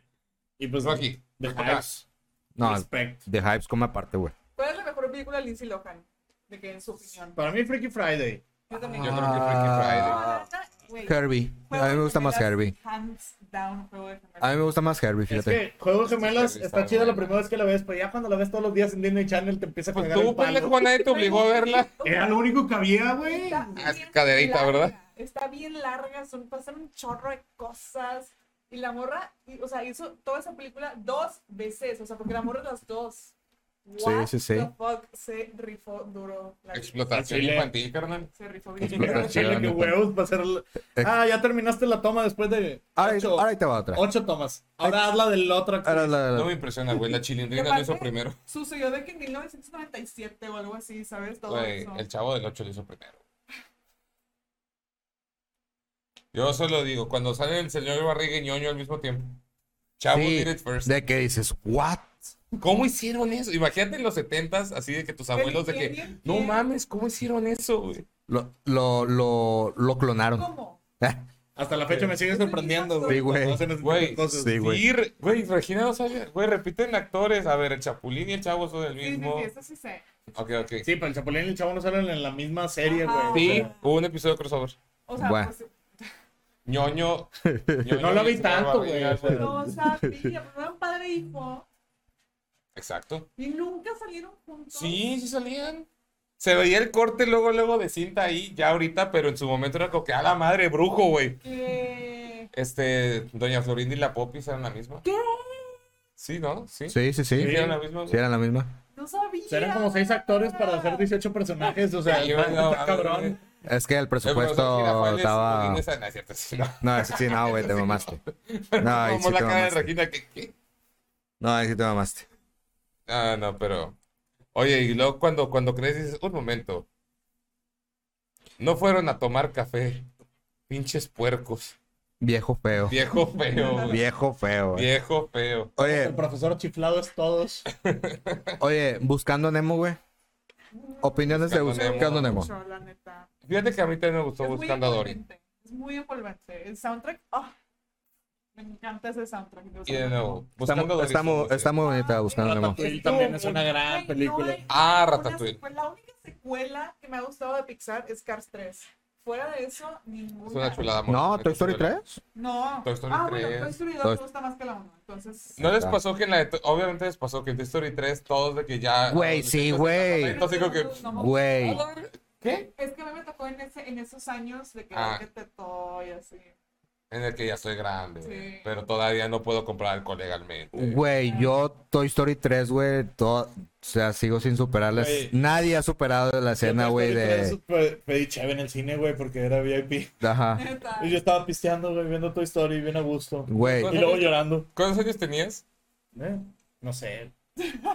Speaker 2: Y
Speaker 3: Ah,
Speaker 2: pues
Speaker 1: Rocky,
Speaker 2: The
Speaker 1: acá.
Speaker 2: Hives.
Speaker 3: No,
Speaker 2: Respect.
Speaker 3: The Hypes como aparte, güey.
Speaker 4: ¿Cuál es la mejor película de Lindsay Lohan? De que en su opinión.
Speaker 2: Para mí, Freaky Friday.
Speaker 4: Yo también.
Speaker 1: Yo creo que Freaky Friday.
Speaker 3: Ah.
Speaker 4: No, la neta, güey,
Speaker 3: Herbie.
Speaker 4: juego
Speaker 3: Ah. A mí me
Speaker 4: de
Speaker 3: gusta más
Speaker 4: gemelas,
Speaker 3: Herbie.
Speaker 4: Hands down, juego de gemelas.
Speaker 3: A mí me gusta más Herbie,
Speaker 2: Es
Speaker 3: fíjate.
Speaker 2: que Juego de Gemelas
Speaker 1: Está
Speaker 2: está chida la
Speaker 1: bueno.
Speaker 2: primera vez que la ves, pero ya cuando la ves todos los días en Disney Channel te empieza a
Speaker 1: Pues
Speaker 2: pegar
Speaker 1: tú,
Speaker 2: el palo.
Speaker 1: pendejo, nadie te obligó a verla.
Speaker 2: (laughs) Era lo único que había, güey.
Speaker 4: Está
Speaker 1: Ah,
Speaker 4: bien
Speaker 1: caderita,
Speaker 4: larga,
Speaker 1: ¿verdad?
Speaker 4: Está bien larga, son, pasan un chorro de cosas. Y la morra, y- o sea, hizo toda esa película dos veces, o sea, porque la morra las dos. What
Speaker 3: sí, sí.
Speaker 4: the fuck, se rifó duro. La
Speaker 1: Explotación
Speaker 2: Al chile.
Speaker 1: infantil, carnal.
Speaker 4: Se rifó bien.
Speaker 3: Explotó.
Speaker 2: Era
Speaker 3: Está chida,
Speaker 2: chile, que
Speaker 3: neta.
Speaker 2: huevos para hacer- Ah, ya terminaste la toma después de
Speaker 3: Ahora,
Speaker 2: ocho,
Speaker 3: ahora ahí te va otra.
Speaker 2: ocho tomas. Ahora hazla del otro actor.
Speaker 3: Ahora la-
Speaker 1: No
Speaker 3: la-
Speaker 1: me impresiona, güey. La
Speaker 4: Que
Speaker 1: chilindrina lo hizo
Speaker 4: aparte,
Speaker 1: primero.
Speaker 4: Sucedió de que en 1997 o algo así, ¿sabes? Todo
Speaker 1: Güey,
Speaker 4: eso.
Speaker 1: el chavo del 8 lo hizo primero. Yo solo digo, cuando sale el señor Barriga y ñoño al mismo tiempo. Chavo
Speaker 3: Sí,
Speaker 1: did it first.
Speaker 3: de que dices, what?
Speaker 1: ¿Cómo hicieron eso? Imagínate en los 70s, así de que tus abuelos de
Speaker 4: ¿quién,
Speaker 1: que,
Speaker 4: quién?
Speaker 1: no mames, ¿cómo hicieron eso, güey?
Speaker 3: Lo, lo, lo, lo clonaron. Eh,
Speaker 4: ¿Cómo?
Speaker 2: Hasta la fecha me sigue sorprendiendo, güey.
Speaker 3: Sí, güey.
Speaker 2: cuando hacen ese tipo de
Speaker 1: Güey,
Speaker 2: cosas.
Speaker 3: Sí, güey.
Speaker 1: Sí, re- güey, Regina no sabía. Güey, repiten actores. A ver, el Chapulín y el Chavo son el
Speaker 4: Sí, sí,
Speaker 1: mismo.
Speaker 4: sí, eso sí sé.
Speaker 1: Ok, ok. Sí,
Speaker 2: Sí, pero el Chapulín y el Chavo no salen en la misma serie, güey.
Speaker 4: Ajá.
Speaker 2: O
Speaker 1: sí,
Speaker 2: sea,
Speaker 1: hubo un episodio de crossover.
Speaker 4: O sea,
Speaker 3: Bueno.
Speaker 4: pues,
Speaker 1: ñoño. ñoño
Speaker 2: (laughs) No lo
Speaker 1: y
Speaker 2: vi
Speaker 1: el señor
Speaker 2: tanto,
Speaker 1: Barriga,
Speaker 2: güey, o sea.
Speaker 4: no sabía, pero eran padre e hijo
Speaker 1: Exacto.
Speaker 4: y nunca salieron juntos.
Speaker 1: Sí, sí salían. Se veía el corte luego, luego de cinta ahí, ya ahorita, pero en su momento era como que a la madre, brujo, güey.
Speaker 4: Que...
Speaker 1: Este, Doña Florinda y la Popis eran la misma.
Speaker 4: ¿Qué?
Speaker 1: Sí, ¿no? Sí.
Speaker 3: Sí, sí,
Speaker 1: Sí,
Speaker 3: sí.
Speaker 1: eran la misma.
Speaker 3: Sí,
Speaker 1: güey.
Speaker 3: era la misma.
Speaker 4: No sabía.
Speaker 2: Serán como seis actores para hacer 18 personajes, o sea,
Speaker 1: Sí,
Speaker 2: está-
Speaker 1: güey, no,
Speaker 2: está
Speaker 1: a ver,
Speaker 2: cabrón.
Speaker 3: Es que el
Speaker 1: El profesor
Speaker 3: presupuesto
Speaker 1: Girafales,
Speaker 3: estaba.
Speaker 1: Godín, esa- no, es cierto, (laughs) sí, no.
Speaker 3: No, ese sí, no, güey, te mamaste.
Speaker 1: Pero
Speaker 3: No, ahí
Speaker 1: como
Speaker 3: sí
Speaker 1: la
Speaker 3: te
Speaker 1: cara de
Speaker 3: mamaste.
Speaker 1: Regina, que, ¿qué?
Speaker 3: No, ahí sí te mamaste.
Speaker 1: Ah, no, pero. Oye, y luego cuando, cuando crees, dices, un momento. No fueron a tomar café. Pinches puercos.
Speaker 3: Viejo feo.
Speaker 1: Viejo feo, güey.
Speaker 3: (laughs) Viejo eh. feo, güey.
Speaker 1: Viejo feo.
Speaker 2: El (laughs)
Speaker 3: Oye,
Speaker 2: profesor chiflado es
Speaker 3: (laughs)
Speaker 2: todos.
Speaker 3: oye, buscando a Nemo, güey. Opiniones de
Speaker 1: Buscando a Nemo.
Speaker 3: buscando a Nemo.
Speaker 4: Mucho, la neta.
Speaker 1: Fíjate que a mí también me gustó
Speaker 4: Es muy
Speaker 1: buscando a Dory.
Speaker 4: envolvente, Es muy envolvente. El soundtrack, ah, me encanta ese soundtrack. de
Speaker 1: Y de nuevo,
Speaker 3: Está,
Speaker 1: buscando a
Speaker 3: mu-
Speaker 1: Dory.
Speaker 3: está, mu-
Speaker 1: estuvo
Speaker 3: está
Speaker 1: chido.
Speaker 3: muy bonita buscando a Nemo.
Speaker 2: Ratatouille también es una gran
Speaker 4: Güey, no
Speaker 2: película.
Speaker 4: hay-
Speaker 1: Ah,
Speaker 4: una
Speaker 1: Ratatouille.
Speaker 4: secuela- La única secuela que me ha gustado de Pixar es Cars 3. Fuera de eso, ninguna.
Speaker 1: Es una chulada. amor.
Speaker 3: No,
Speaker 1: Neta,
Speaker 3: Toy Story
Speaker 1: chulada.
Speaker 3: 3.
Speaker 4: No.
Speaker 1: Toy Story
Speaker 4: ah,
Speaker 1: 3.
Speaker 4: bueno, Toy Story 2
Speaker 3: Toy-
Speaker 4: me gusta más que la 1. Entonces,
Speaker 1: ¿No les
Speaker 3: Está.
Speaker 1: pasó que en la de... Toy- Obviamente les pasó que en Toy Story 3 todos de que ya...
Speaker 3: Güey, sí, güey.
Speaker 1: Entonces creo que...
Speaker 4: No me
Speaker 3: Güey.
Speaker 4: gustó.
Speaker 1: ¿Qué?
Speaker 4: Es que a mí me tocó en, ese, en esos años de que
Speaker 1: Ah.
Speaker 4: te tetó y así.
Speaker 1: En el que ya soy grande,
Speaker 4: Sí.
Speaker 1: pero todavía no puedo comprar alcohol legalmente.
Speaker 3: Güey, yo Toy Story 3, güey, todo, o sea, sigo sin superarlas.
Speaker 2: Güey.
Speaker 3: Nadie ha superado la escena, güey, de...
Speaker 2: Pe- Pedí cheve en el cine, güey, porque era VIP.
Speaker 3: Ajá.
Speaker 4: Neta.
Speaker 2: Y yo estaba pisteando, güey, viendo Toy Story, bien a gusto.
Speaker 3: Güey,
Speaker 2: Y luego llorando.
Speaker 1: ¿Cuántos años tenías?
Speaker 2: Eh, No sé.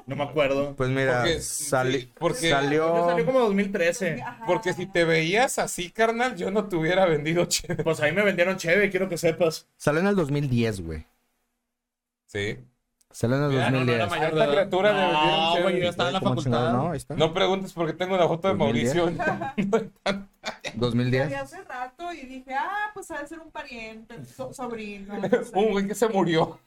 Speaker 2: No me acuerdo.
Speaker 3: pues mira,
Speaker 1: Porque-
Speaker 3: sali-
Speaker 1: sí, porque-
Speaker 2: Yo
Speaker 3: salió...
Speaker 2: salió como 2013.
Speaker 4: Ajá.
Speaker 1: Porque si te veías así, carnal, yo no te hubiera vendido (laughs) chévere.
Speaker 2: Pues ahí me vendieron cheve, quiero que sepas.
Speaker 3: Salió en el 2010, güey.
Speaker 1: Sí.
Speaker 3: Salió en el
Speaker 2: Ya, Ah, no, no
Speaker 3: 2010.
Speaker 2: era
Speaker 3: Güey,
Speaker 2: mayor
Speaker 1: Esta
Speaker 2: de edad.
Speaker 1: criatura me vendieron
Speaker 2: No,
Speaker 1: cheve,
Speaker 2: güey, yo
Speaker 1: güey,
Speaker 2: estaba en la
Speaker 3: ¿cómo
Speaker 2: facultad.
Speaker 3: chingado no? Ahí está.
Speaker 1: No preguntes porque tengo una foto de Mauricio. (laughs)
Speaker 3: 2010.
Speaker 1: No,
Speaker 3: 2010.
Speaker 4: Había hace
Speaker 2: (laughs)
Speaker 4: rato y dije, ah, pues ha de ser un pariente, so- sobrino. no sé.
Speaker 1: Un güey que se murió.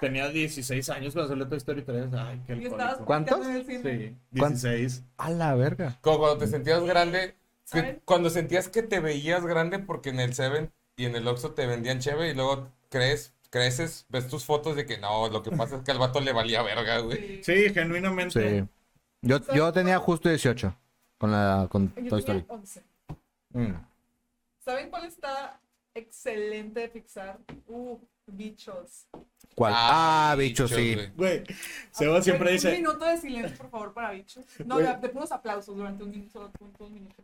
Speaker 2: Tenía 16 años cuando salió Toy Story 3. Ay, qué
Speaker 4: Y estabas
Speaker 2: alcohólico.
Speaker 3: ¿Cuántos?
Speaker 4: platicando en el cine.
Speaker 2: Sí,
Speaker 3: ¿Cuán-
Speaker 2: 16.
Speaker 3: A la verga.
Speaker 1: Como cuando te sentías grande, que-
Speaker 4: ¿Saben?
Speaker 1: cuando sentías que te veías grande porque en el Seven y en el Oxxo te vendían cheve y luego crees, creces, ves tus fotos de que no, lo que pasa es que al vato le valía verga, güey.
Speaker 4: Sí.
Speaker 2: Sí, genuinamente.
Speaker 3: Sí. Yo, yo tenía justo 18 con la con
Speaker 4: Yo
Speaker 3: Toy
Speaker 4: tenía
Speaker 3: Story.
Speaker 4: 11.
Speaker 3: Mm.
Speaker 4: ¿Saben cuál está excelente de Pixar? Uh, bichos.
Speaker 3: ¿Cuál? Ah, bicho, sí.
Speaker 1: güey.
Speaker 2: Güey,
Speaker 4: Ah,
Speaker 2: Seba siempre
Speaker 4: Un
Speaker 2: dice,
Speaker 4: minuto de silencio, por favor, para bichos. No,
Speaker 2: Güey.
Speaker 4: de, de puros aplausos durante un minuto, solo un, un minuto.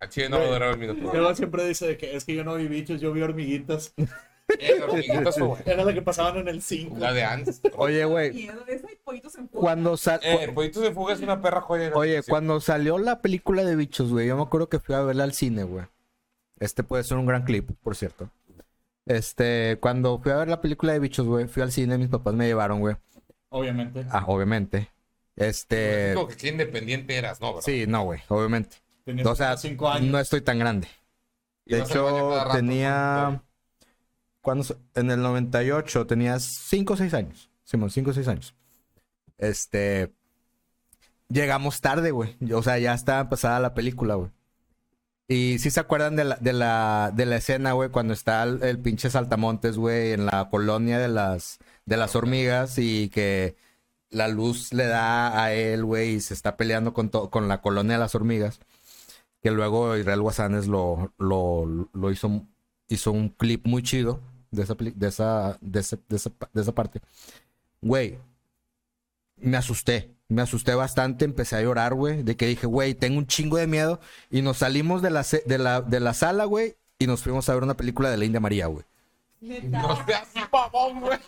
Speaker 1: Al chile no va a durar un
Speaker 3: (laughs)
Speaker 1: minuto.
Speaker 2: Seba siempre dice de que es que yo no vi bichos, yo vi hormiguitas.
Speaker 1: Eh, hormiguitas, güey.
Speaker 2: Era la que pasaban en el 5.
Speaker 1: La de antes.
Speaker 3: Oye, güey,
Speaker 4: Miedo, ese hay pollitos en fuga.
Speaker 3: cuando sa-
Speaker 1: Eh,
Speaker 3: cu-
Speaker 1: Pollitos de Fuga es una perra joya.
Speaker 3: Oye, cuando salió la película de bichos, güey, yo me acuerdo que fui a verla al cine, güey. Este puede ser un gran clip, por cierto. Este, cuando fui a ver la película de bichos, güey, fui al cine, mis papás me llevaron, güey.
Speaker 2: Obviamente.
Speaker 3: Ah, obviamente. Este,
Speaker 1: Digo que qué independiente eras, ¿no, bro?
Speaker 3: sí, no, güey, obviamente.
Speaker 2: Tenía
Speaker 3: O sea,
Speaker 2: 5 años.
Speaker 3: no estoy tan grande. De
Speaker 1: Ibas al baño cada
Speaker 3: hecho,
Speaker 1: rato,
Speaker 3: tenía. Cuando, se- en el 98 tenía 5 o 6 años. Simón, 5 o 6 años. Este. Llegamos tarde, güey. O sea, ya estaba pasada la película, güey. Y si se acuerdan de la, de la, de la escena, güey, cuando está el, el pinche Saltamontes, güey, en la colonia de las, de las hormigas y que la luz le da a él, güey, y se está peleando con, to- con la colonia de las hormigas. Que luego Israel Guasanes lo, lo, lo hizo, hizo un clip muy chido de esa, peli- de esa, de ese- de esa, pa- de esa parte. Güey, me asusté. Me asusté bastante, empecé a llorar, güey. De que dije, güey, tengo un chingo de miedo. Y nos salimos de la, se- de la, de la sala, güey. Y nos fuimos a ver una película de la India María, güey.
Speaker 4: Neta,
Speaker 1: No seas babón, güey.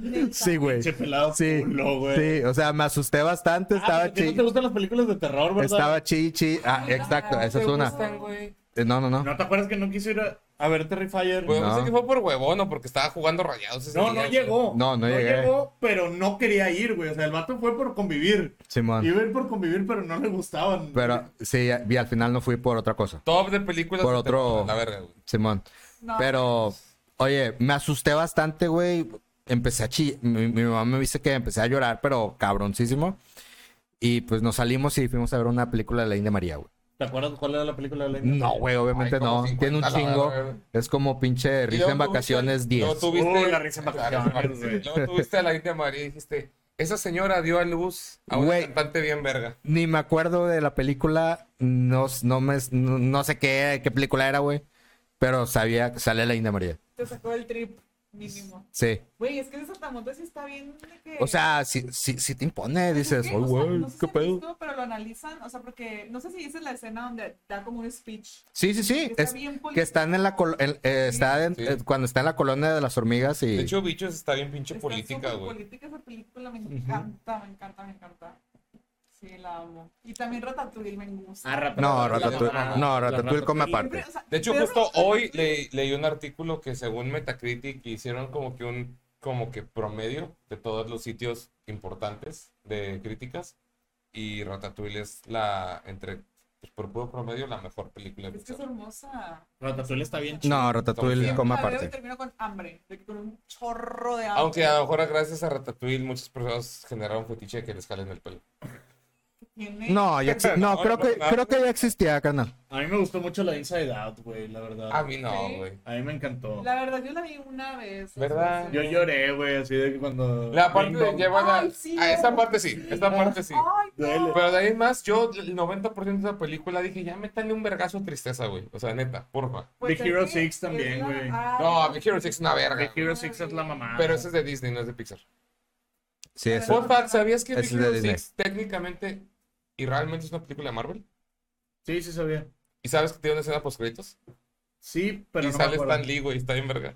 Speaker 4: neta.
Speaker 3: Sí, güey.
Speaker 2: Pinche pelado
Speaker 3: Sí,
Speaker 2: culo, güey.
Speaker 3: sí, o sea, me asusté bastante.
Speaker 2: Ah,
Speaker 3: Estaba
Speaker 2: ¿a ti
Speaker 3: chido.
Speaker 2: no te gustan las películas de terror, ¿verdad?
Speaker 3: Estaba chi, chi. Ah, exacto, esa es una. Eh, No, no, no.
Speaker 2: ¿No te acuerdas que no quiso ir a, a ver Terrifier?
Speaker 1: Güey, no
Speaker 3: No.
Speaker 1: sé que fue por huevón o porque estaba jugando rayados ese día,
Speaker 2: no, no
Speaker 1: güey.
Speaker 2: llegó.
Speaker 3: No, no llegué.
Speaker 2: llegó, pero no quería ir, güey. O sea, el vato fue por convivir.
Speaker 3: Simón.
Speaker 2: Iba a ir por convivir, pero no le gustaban.
Speaker 3: Pero sí, y al final no fui por otra cosa.
Speaker 1: Top de películas.
Speaker 3: Por
Speaker 1: de
Speaker 3: otro-
Speaker 1: terror, La verga, güey.
Speaker 3: Simón.
Speaker 4: No,
Speaker 3: Pero, oye, me asusté bastante, güey. Empecé a chi... Mi, mi mamá me dice que empecé a llorar, pero cabroncísimo. Y pues nos salimos y fuimos a ver una película de la India María, güey.
Speaker 2: ¿Te acuerdas cuál era la película de la India?
Speaker 3: No, güey, obviamente
Speaker 1: Ay, como
Speaker 3: no.
Speaker 1: 50
Speaker 3: Tiene un
Speaker 1: la
Speaker 3: chingo.
Speaker 1: verga.
Speaker 3: Es como pinche
Speaker 1: Y
Speaker 3: risa
Speaker 1: luego
Speaker 3: en
Speaker 1: tuviste-
Speaker 3: vacaciones
Speaker 1: luego
Speaker 3: 10.
Speaker 1: tuviste-
Speaker 2: Uy, Uh, la risa en vacaciones, güey.
Speaker 1: Luego tuviste a la India María y dijiste, esa señora dio a luz a un
Speaker 3: Güey.
Speaker 1: cantante bien verga.
Speaker 3: Ni me acuerdo de la película. No, no, me, no, no sé qué, qué película era, güey. Pero sabía que sale la India María.
Speaker 4: Te sacó el trip mínimo.
Speaker 3: Sí.
Speaker 4: Güey, es que ese saltamonte sí está bien de que...
Speaker 3: O sea, si, si, si te impone,
Speaker 4: Pues es
Speaker 3: dices,
Speaker 4: que,
Speaker 3: oh,
Speaker 4: o sea,
Speaker 3: güey,
Speaker 4: no sé si
Speaker 3: qué
Speaker 4: han
Speaker 3: pedo.
Speaker 4: visto, pero lo analizan, o sea, porque no sé si dices la escena donde da como un speech.
Speaker 3: Sí, sí, sí.
Speaker 4: Está
Speaker 3: es
Speaker 4: bien
Speaker 3: que
Speaker 4: político.
Speaker 3: están en la col- en- eh, está en-
Speaker 1: Sí.
Speaker 3: eh, cuando está en la colonia de las hormigas y
Speaker 1: De hecho, Bichos está bien pinche
Speaker 4: Está
Speaker 1: política,
Speaker 4: súper
Speaker 1: güey.
Speaker 4: Política esa película, me encanta, me encanta, me encanta. Sí, la amo. Y también Ratatouille me gusta.
Speaker 2: Ah, Ratatouille.
Speaker 3: no,
Speaker 1: La mamá.
Speaker 3: Ratatouille, no, Ratatouille come
Speaker 4: Siempre,
Speaker 3: aparte.
Speaker 4: o sea,
Speaker 1: De hecho,
Speaker 4: pero
Speaker 1: justo
Speaker 4: Ratatouille-
Speaker 1: hoy le- leí un artículo que según Metacritic hicieron como que un como que promedio de todos los sitios importantes de críticas y Ratatouille es la entre pues, por puro promedio la mejor película de
Speaker 4: Es que es
Speaker 1: Pixar.
Speaker 4: hermosa.
Speaker 2: Ratatouille está bien chido.
Speaker 3: No,
Speaker 1: Sí,
Speaker 3: Ratatouille come
Speaker 4: La veo y
Speaker 3: aparte.
Speaker 4: termino con hambre, de que con un chorro de hambre.
Speaker 1: Aunque a lo mejor gracias a Ratatouille muchas personas generaron fetiche de que les jalen el pelo.
Speaker 4: Tiene-
Speaker 3: No, ya exi-
Speaker 1: No,
Speaker 3: no, creo
Speaker 1: no,
Speaker 3: que
Speaker 1: no.
Speaker 3: creo que ya existía, carnal.
Speaker 2: A mí me gustó mucho la Inside Out, güey, la
Speaker 3: Ah,
Speaker 2: verdad.
Speaker 1: A mí no,
Speaker 4: Sí.
Speaker 1: güey.
Speaker 2: A mí me encantó.
Speaker 4: La verdad, yo la vi una vez.
Speaker 1: ¿Verdad?
Speaker 4: o
Speaker 2: Yo
Speaker 4: sea,
Speaker 2: lloré, güey, así de que cuando...
Speaker 1: La parte
Speaker 2: Ding
Speaker 1: de
Speaker 2: dong.
Speaker 1: llevan a...
Speaker 4: Ay, sí.
Speaker 1: a esa parte sí, esta parte sí.
Speaker 4: Ay,
Speaker 2: Duele.
Speaker 1: Pero de ahí en más, yo el 90% de la película dije, ya métale un vergazo a tristeza, güey. O sea, neta, porfa.
Speaker 4: pues
Speaker 2: Hero
Speaker 4: es que
Speaker 2: Six también,
Speaker 4: es la-
Speaker 2: güey.
Speaker 4: Ay,
Speaker 1: No, Big Hero 6 es una verga.
Speaker 2: The Hero Six es la mamá.
Speaker 1: Pero ese es de Disney, no es de Pixar.
Speaker 3: Sí,
Speaker 4: A
Speaker 3: eso.
Speaker 4: ver.
Speaker 1: Fun fact, ¿sabías que Big
Speaker 3: Ese es de
Speaker 1: Hero
Speaker 3: Disney.
Speaker 1: 6 técnicamente y realmente es una película de Marvel?
Speaker 2: Sí, sí sabía.
Speaker 1: ¿Y sabes que tiene una escena post créditos?
Speaker 2: Sí, pero
Speaker 1: Y
Speaker 2: no me
Speaker 1: sale
Speaker 2: acuerdo.
Speaker 1: Stan Lee, güey, está bien verga.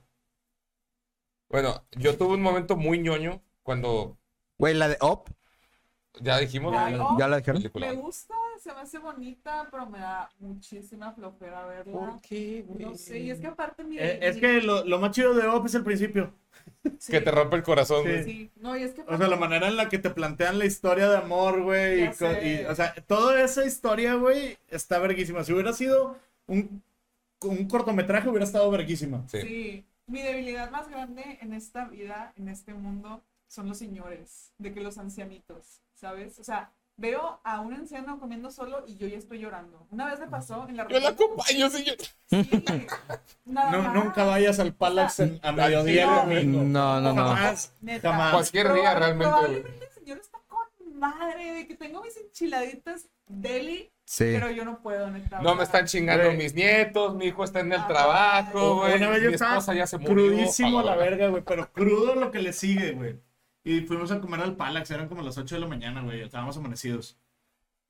Speaker 1: Bueno, yo tuve un momento muy ñoño cuando
Speaker 3: Güey, la de Up,
Speaker 1: ya dijimos
Speaker 4: Ay,
Speaker 1: la
Speaker 4: oh.
Speaker 3: ya la dijeron.
Speaker 4: Me
Speaker 1: película.
Speaker 4: gusta, se me hace bonita, pero me da muchísima flojera verla.
Speaker 1: ¿Por qué, güey?
Speaker 4: No sé, y es que aparte mi...
Speaker 2: Eh, es
Speaker 4: mi-
Speaker 2: que lo, lo más chido de OP es el principio.
Speaker 4: sí,
Speaker 1: Que te rompe el corazón,
Speaker 2: Sí.
Speaker 1: güey.
Speaker 4: sí. No, y es que...
Speaker 2: O sea, la manera en la que te plantean la historia de amor, güey.
Speaker 4: Ya
Speaker 2: Y, co-
Speaker 4: sé.
Speaker 2: y, o sea, toda esa historia, güey, está verguísima. Si hubiera sido un, un cortometraje, hubiera estado verguísima.
Speaker 1: Sí.
Speaker 4: Sí. Mi debilidad más grande en esta vida, en este mundo, son los señores, de que los ancianitos, ¿sabes? O sea, veo a un anciano comiendo solo y yo ya estoy llorando. Una vez me pasó en la
Speaker 1: Yo la
Speaker 4: reunión-
Speaker 1: acompaño, señor.
Speaker 4: Sí, nada
Speaker 2: No,
Speaker 4: más.
Speaker 2: nunca vayas al Palax en- a mediodía
Speaker 4: no.
Speaker 2: el domingo.
Speaker 3: No, no, no.
Speaker 2: Jamás.
Speaker 4: Neta.
Speaker 2: Jamás.
Speaker 1: Cualquier día,
Speaker 4: Probable-
Speaker 1: realmente, güey.
Speaker 4: Probablemente el señor está con madre de que tengo mis enchiladitas deli,
Speaker 3: Sí.
Speaker 4: pero yo no puedo, neta.
Speaker 1: No me están chingando
Speaker 2: Güey.
Speaker 1: mis nietos, mi hijo está en el
Speaker 4: Ah,
Speaker 1: trabajo, güey.
Speaker 2: Una vez yo
Speaker 1: Mi
Speaker 2: estaba
Speaker 1: esposa ya se murió.
Speaker 2: crudísimo a la
Speaker 1: verga.
Speaker 2: verga, güey, pero crudo lo que le sigue, güey. Y fuimos a comer al Palax, eran como las 8 de la mañana, güey, estábamos amanecidos.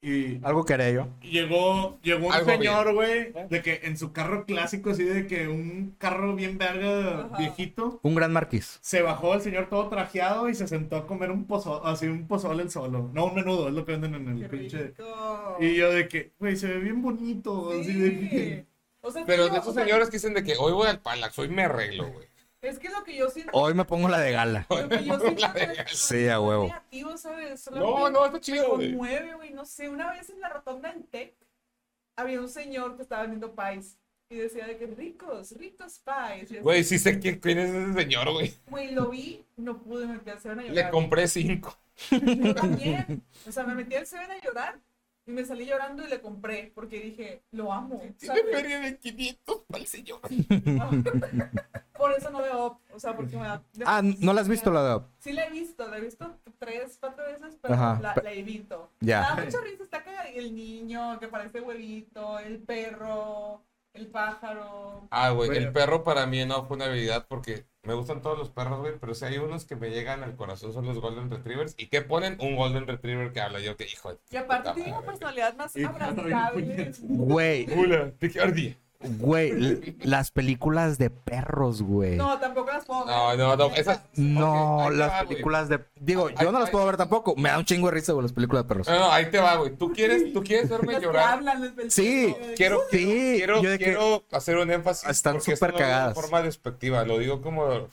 Speaker 2: Y
Speaker 3: Algo que haré yo.
Speaker 2: llegó, llegó un
Speaker 1: Algo
Speaker 2: señor, güey,
Speaker 4: ¿Eh?
Speaker 2: de que en su carro clásico, así de que un carro bien verga,
Speaker 4: Ajá.
Speaker 2: viejito.
Speaker 3: Un gran marquís.
Speaker 2: Se bajó el señor todo trajeado y se sentó a comer un pozole, así un pozole el solo. No, un menudo, es lo que venden en
Speaker 4: Qué
Speaker 2: el pinche.
Speaker 4: rico.
Speaker 2: Y yo de que, güey, se ve bien bonito, así de que...
Speaker 3: (laughs)
Speaker 4: Sí. O sea,
Speaker 1: Pero
Speaker 4: tío,
Speaker 1: de esos
Speaker 4: o sea,
Speaker 1: señores que dicen de que hoy voy al Palax, hoy me arreglo, güey.
Speaker 4: Es que lo que
Speaker 1: (laughs)
Speaker 4: yo siento.
Speaker 3: Hoy me pongo la de gala.
Speaker 4: lo que yo siento es-
Speaker 3: Sí, a huevo.
Speaker 4: negativo, ¿sabes?
Speaker 1: No,
Speaker 4: Solamente
Speaker 1: no, está
Speaker 4: me
Speaker 1: chido, güey.
Speaker 4: conmueve, güey. No sé, una vez en la rotonda en Tec había un señor que estaba vendiendo pies y decía de que ricos, ricos pies. Y así,
Speaker 1: Güey, sí sé quién, quién es ese señor, güey.
Speaker 4: Güey, lo vi, no pude, me quedé a llorar.
Speaker 1: Le compré cinco.
Speaker 4: Yo también. O sea, me metí al Seven a llorar y me salí llorando y le compré porque dije, lo amo.
Speaker 1: Tiene
Speaker 4: ¿sabes?
Speaker 1: feria de 500 para el señor.
Speaker 4: (laughs) Por eso no veo, o sea, porque me da.
Speaker 3: Ah, ¿no la has visto la de
Speaker 4: Sí la he visto, la he visto tres, cuatro veces, pero
Speaker 3: Ajá,
Speaker 4: la,
Speaker 3: pe-
Speaker 4: la evito.
Speaker 3: Ya.
Speaker 4: Me da mucha risa, está cagada. y El niño que parece huevito, el perro, el pájaro.
Speaker 1: Ah, güey,
Speaker 2: Bueno.
Speaker 1: el perro para mí no fue una habilidad porque me gustan todos los perros, güey, pero si hay unos que me llegan al corazón son los Golden Retrievers. ¿Y qué ponen? Un Golden Retriever que habla yo que, hijo de...
Speaker 4: Y aparte
Speaker 1: puta
Speaker 4: tiene una
Speaker 1: madre,
Speaker 4: personalidad más
Speaker 2: Y-
Speaker 4: abrazable.
Speaker 3: Güey,
Speaker 1: güey. Hola, ¿de qué ardía?
Speaker 3: güey, l- las películas de perros, güey.
Speaker 4: No, tampoco las puedo ver.
Speaker 1: No, no, no, esas...
Speaker 3: No,
Speaker 1: Ok, ahí te
Speaker 3: las
Speaker 1: va, güey.
Speaker 3: películas de. Digo,
Speaker 1: ahí-
Speaker 3: yo no las
Speaker 1: ahí-
Speaker 3: puedo ver tampoco. Me da un chingo de risa, güey, las películas de perros.
Speaker 2: Ah,
Speaker 1: No, no, ahí te va, güey. ¿Tú quieres, tú quieres verme
Speaker 4: Las que
Speaker 1: llorar?
Speaker 4: hablan, las del-
Speaker 3: Sí,
Speaker 1: Quiero,
Speaker 3: Sí,
Speaker 1: quiero,
Speaker 3: yo de que- Ah,
Speaker 1: quiero hacer un énfasis.
Speaker 3: Están
Speaker 1: porque
Speaker 3: súper
Speaker 1: esto no lo digo
Speaker 3: cagadas.
Speaker 1: De forma despectiva, lo digo como,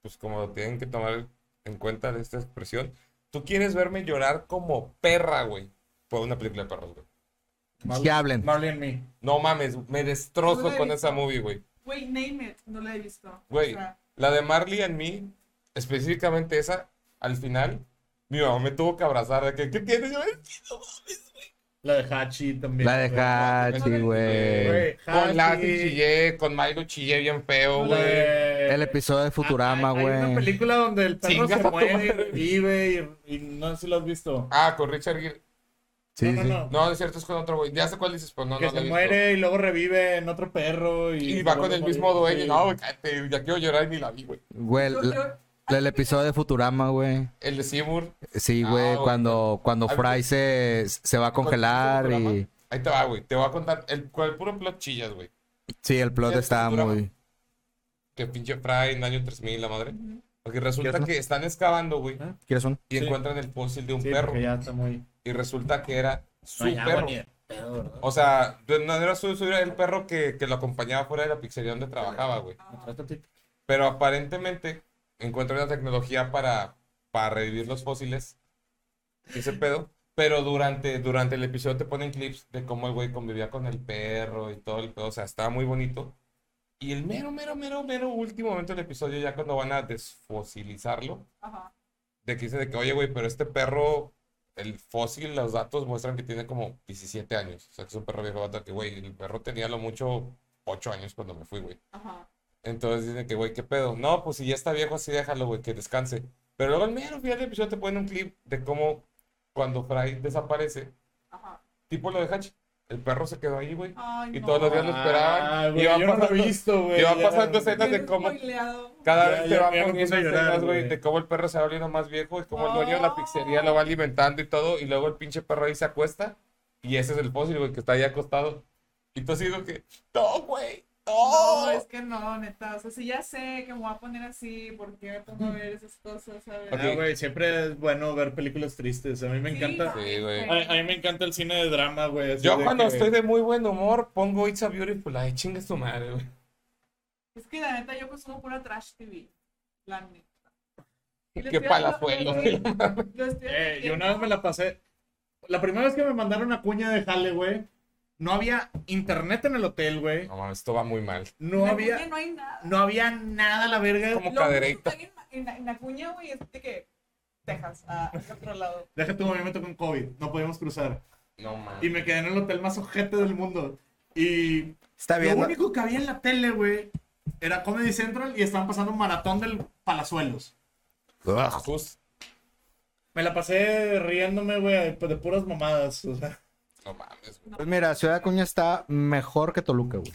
Speaker 1: pues como tienen que tomar en cuenta esta expresión. Tú quieres verme llorar como perra, güey, por una película de perros, güey.
Speaker 3: Pues Que hablen.
Speaker 2: Marley and me.
Speaker 1: No mames, me
Speaker 4: No
Speaker 1: destrozo
Speaker 4: la he
Speaker 1: con
Speaker 4: visto.
Speaker 1: esa movie, güey.
Speaker 4: Güey, name it, no la he visto.
Speaker 1: Güey,
Speaker 4: O sea,
Speaker 1: la de Marley and Me, específicamente esa, al final, mi mamá me tuvo que abrazar de que, ¿qué tienes? Yo,
Speaker 2: La de Hachi también.
Speaker 3: La de
Speaker 2: güey.
Speaker 3: Hachi, güey.
Speaker 2: Güey,
Speaker 1: Con Lassie
Speaker 2: Hachi.
Speaker 1: chillé, con Milo chillé bien feo,
Speaker 2: La
Speaker 1: güey.
Speaker 2: de-
Speaker 3: El episodio de Futurama,
Speaker 2: Ah, hay- Hay una
Speaker 3: güey.
Speaker 2: película donde el perro
Speaker 1: Chinga
Speaker 2: se
Speaker 1: tu
Speaker 2: muere,
Speaker 1: madre.
Speaker 2: vive y, y no sé si lo has visto.
Speaker 1: Ah, con Richard Gere.
Speaker 3: Sí,
Speaker 2: no,
Speaker 3: sí.
Speaker 2: no, no.
Speaker 1: No, es cierto, es con otro güey. Ya sé cuál dices, pero no,
Speaker 2: que
Speaker 1: no la
Speaker 2: se
Speaker 1: he visto.
Speaker 2: muere y luego revive en otro perro. Y,
Speaker 1: Y va con el mismo dueño.
Speaker 2: Sí.
Speaker 1: No, güey, cállate, ya quiero llorar y ni la vi, güey.
Speaker 3: Güey,
Speaker 4: yo-
Speaker 3: la-
Speaker 4: yo-
Speaker 3: la- el episodio de Futurama, güey.
Speaker 1: El de Seymour.
Speaker 3: Sí,
Speaker 1: Ah,
Speaker 3: güey,
Speaker 1: güey.
Speaker 3: cuando, cuando
Speaker 1: ¿Has
Speaker 3: Fry
Speaker 1: visto-
Speaker 3: se, se va a congelar y...
Speaker 1: Ahí te va, güey. Te voy a contar el, con el puro plot chillas, güey.
Speaker 3: Sí, el plot
Speaker 1: ¿Sí has
Speaker 3: está
Speaker 1: visto Futurama?
Speaker 3: muy...
Speaker 1: Que pinche Fry en el año 3000, la madre. Porque
Speaker 3: ¿Qué
Speaker 1: resulta
Speaker 3: otra?
Speaker 1: que están excavando, güey.
Speaker 3: ¿Quieres un?
Speaker 1: Y
Speaker 2: Sí.
Speaker 1: encuentran el fósil de un
Speaker 2: Sí,
Speaker 1: perro.
Speaker 2: porque ya está muy.
Speaker 1: Y resulta que era su
Speaker 2: No, ya,
Speaker 1: perro.
Speaker 2: güey, pedo, ¿verdad?
Speaker 1: O sea, no era su, su- era el perro que, que lo acompañaba fuera de la pizzería donde trabajaba, güey.
Speaker 2: Trátate.
Speaker 1: Pero aparentemente encuentran una tecnología para, para revivir los fósiles. y Ese pedo. Pero durante, durante el episodio te ponen clips de cómo el güey convivía con el perro y todo el pedo. O sea, estaba muy bonito. Y el mero, mero, mero, mero último momento del episodio, ya cuando van a desfosilizarlo,
Speaker 4: Ajá.
Speaker 1: de que dice de que, oye, güey, pero este perro, el fósil, los datos muestran que tiene como 17 años. O sea, que es un perro viejo, vato, que, güey, el perro tenía lo mucho 8 años cuando me fui, güey.
Speaker 4: Ajá.
Speaker 1: Entonces dicen que, güey, ¿qué pedo? No, pues si ya está viejo, así déjalo, güey, que descanse. Pero luego al mero final del episodio te ponen un clip de cómo cuando Fry desaparece,
Speaker 4: Ajá.
Speaker 1: tipo lo de Hatch, el perro se quedó ahí, güey.
Speaker 4: Ay,
Speaker 1: Y
Speaker 4: no.
Speaker 1: todos los días lo esperaban.
Speaker 2: Ah,
Speaker 1: y
Speaker 2: güey,
Speaker 1: iba
Speaker 2: yo no lo he
Speaker 1: pasando-
Speaker 2: visto, güey,
Speaker 1: y iba
Speaker 2: ya.
Speaker 1: pasando escenas
Speaker 4: Me
Speaker 1: de
Speaker 4: he
Speaker 1: cómo
Speaker 4: spoileado.
Speaker 1: cada
Speaker 2: Ya,
Speaker 1: vez te
Speaker 2: ya,
Speaker 1: van
Speaker 2: ya me
Speaker 1: poniendo
Speaker 2: puse a llorar,
Speaker 1: escenas, güey,
Speaker 2: güey.
Speaker 1: de cómo el perro se va volviendo más viejo y cómo el dueño de la pizzería lo va alimentando y todo. Y luego el pinche perro ahí se acuesta. Y ese es el fósil, güey, que está ahí acostado. Y tú digo que, no, güey, no.
Speaker 4: No, es que no, neta. O sea, si ya sé que me voy a poner así, ¿por qué me pongo a ver esas cosas? ¿sabes?
Speaker 1: Ok.
Speaker 2: Ah, güey, siempre es bueno ver películas tristes. A mí me
Speaker 4: Sí,
Speaker 2: encanta.
Speaker 1: Sí, güey.
Speaker 2: A, a mí me encanta el cine de drama, güey. así
Speaker 1: Yo
Speaker 2: de
Speaker 1: cuando
Speaker 2: que-
Speaker 1: estoy de muy buen humor pongo It's a Beautiful Life, chinga su madre, güey.
Speaker 4: Es que la neta yo consumo pura trash TV. La neta. Y lo
Speaker 1: Qué
Speaker 4: estoy-
Speaker 1: palazuelo, (laughs)
Speaker 4: lo- lo-
Speaker 1: güey.
Speaker 4: lo estoy
Speaker 2: Eh, yo
Speaker 4: admitiendo.
Speaker 2: una vez me la pasé. La primera vez que me mandaron a cuña de jale, güey, No había internet en el hotel, güey.
Speaker 6: No mames, esto va muy mal.
Speaker 2: No
Speaker 4: En
Speaker 2: había,
Speaker 4: Acuña no hay nada.
Speaker 2: no había nada a la verga.
Speaker 6: Como
Speaker 4: Lo único
Speaker 6: cadereita.
Speaker 4: que hay en, en, en Acuña, güey, es de que Texas, a al otro lado.
Speaker 2: Deja tu movimiento con COVID. No podíamos cruzar.
Speaker 6: No mames.
Speaker 2: Y me quedé en el hotel más ojete del mundo. Y
Speaker 3: Está
Speaker 2: lo
Speaker 3: bien. ¿no?
Speaker 2: único que había en la tele, güey, era Comedy Central y estaban pasando un maratón del Palazuelos.
Speaker 3: Ugh.
Speaker 6: Just-
Speaker 2: Me la pasé riéndome, güey, pues, de puras mamadas. O sea,
Speaker 6: No mames. güey.
Speaker 3: Pues mira, Ciudad Acuña está mejor que Toluca, güey.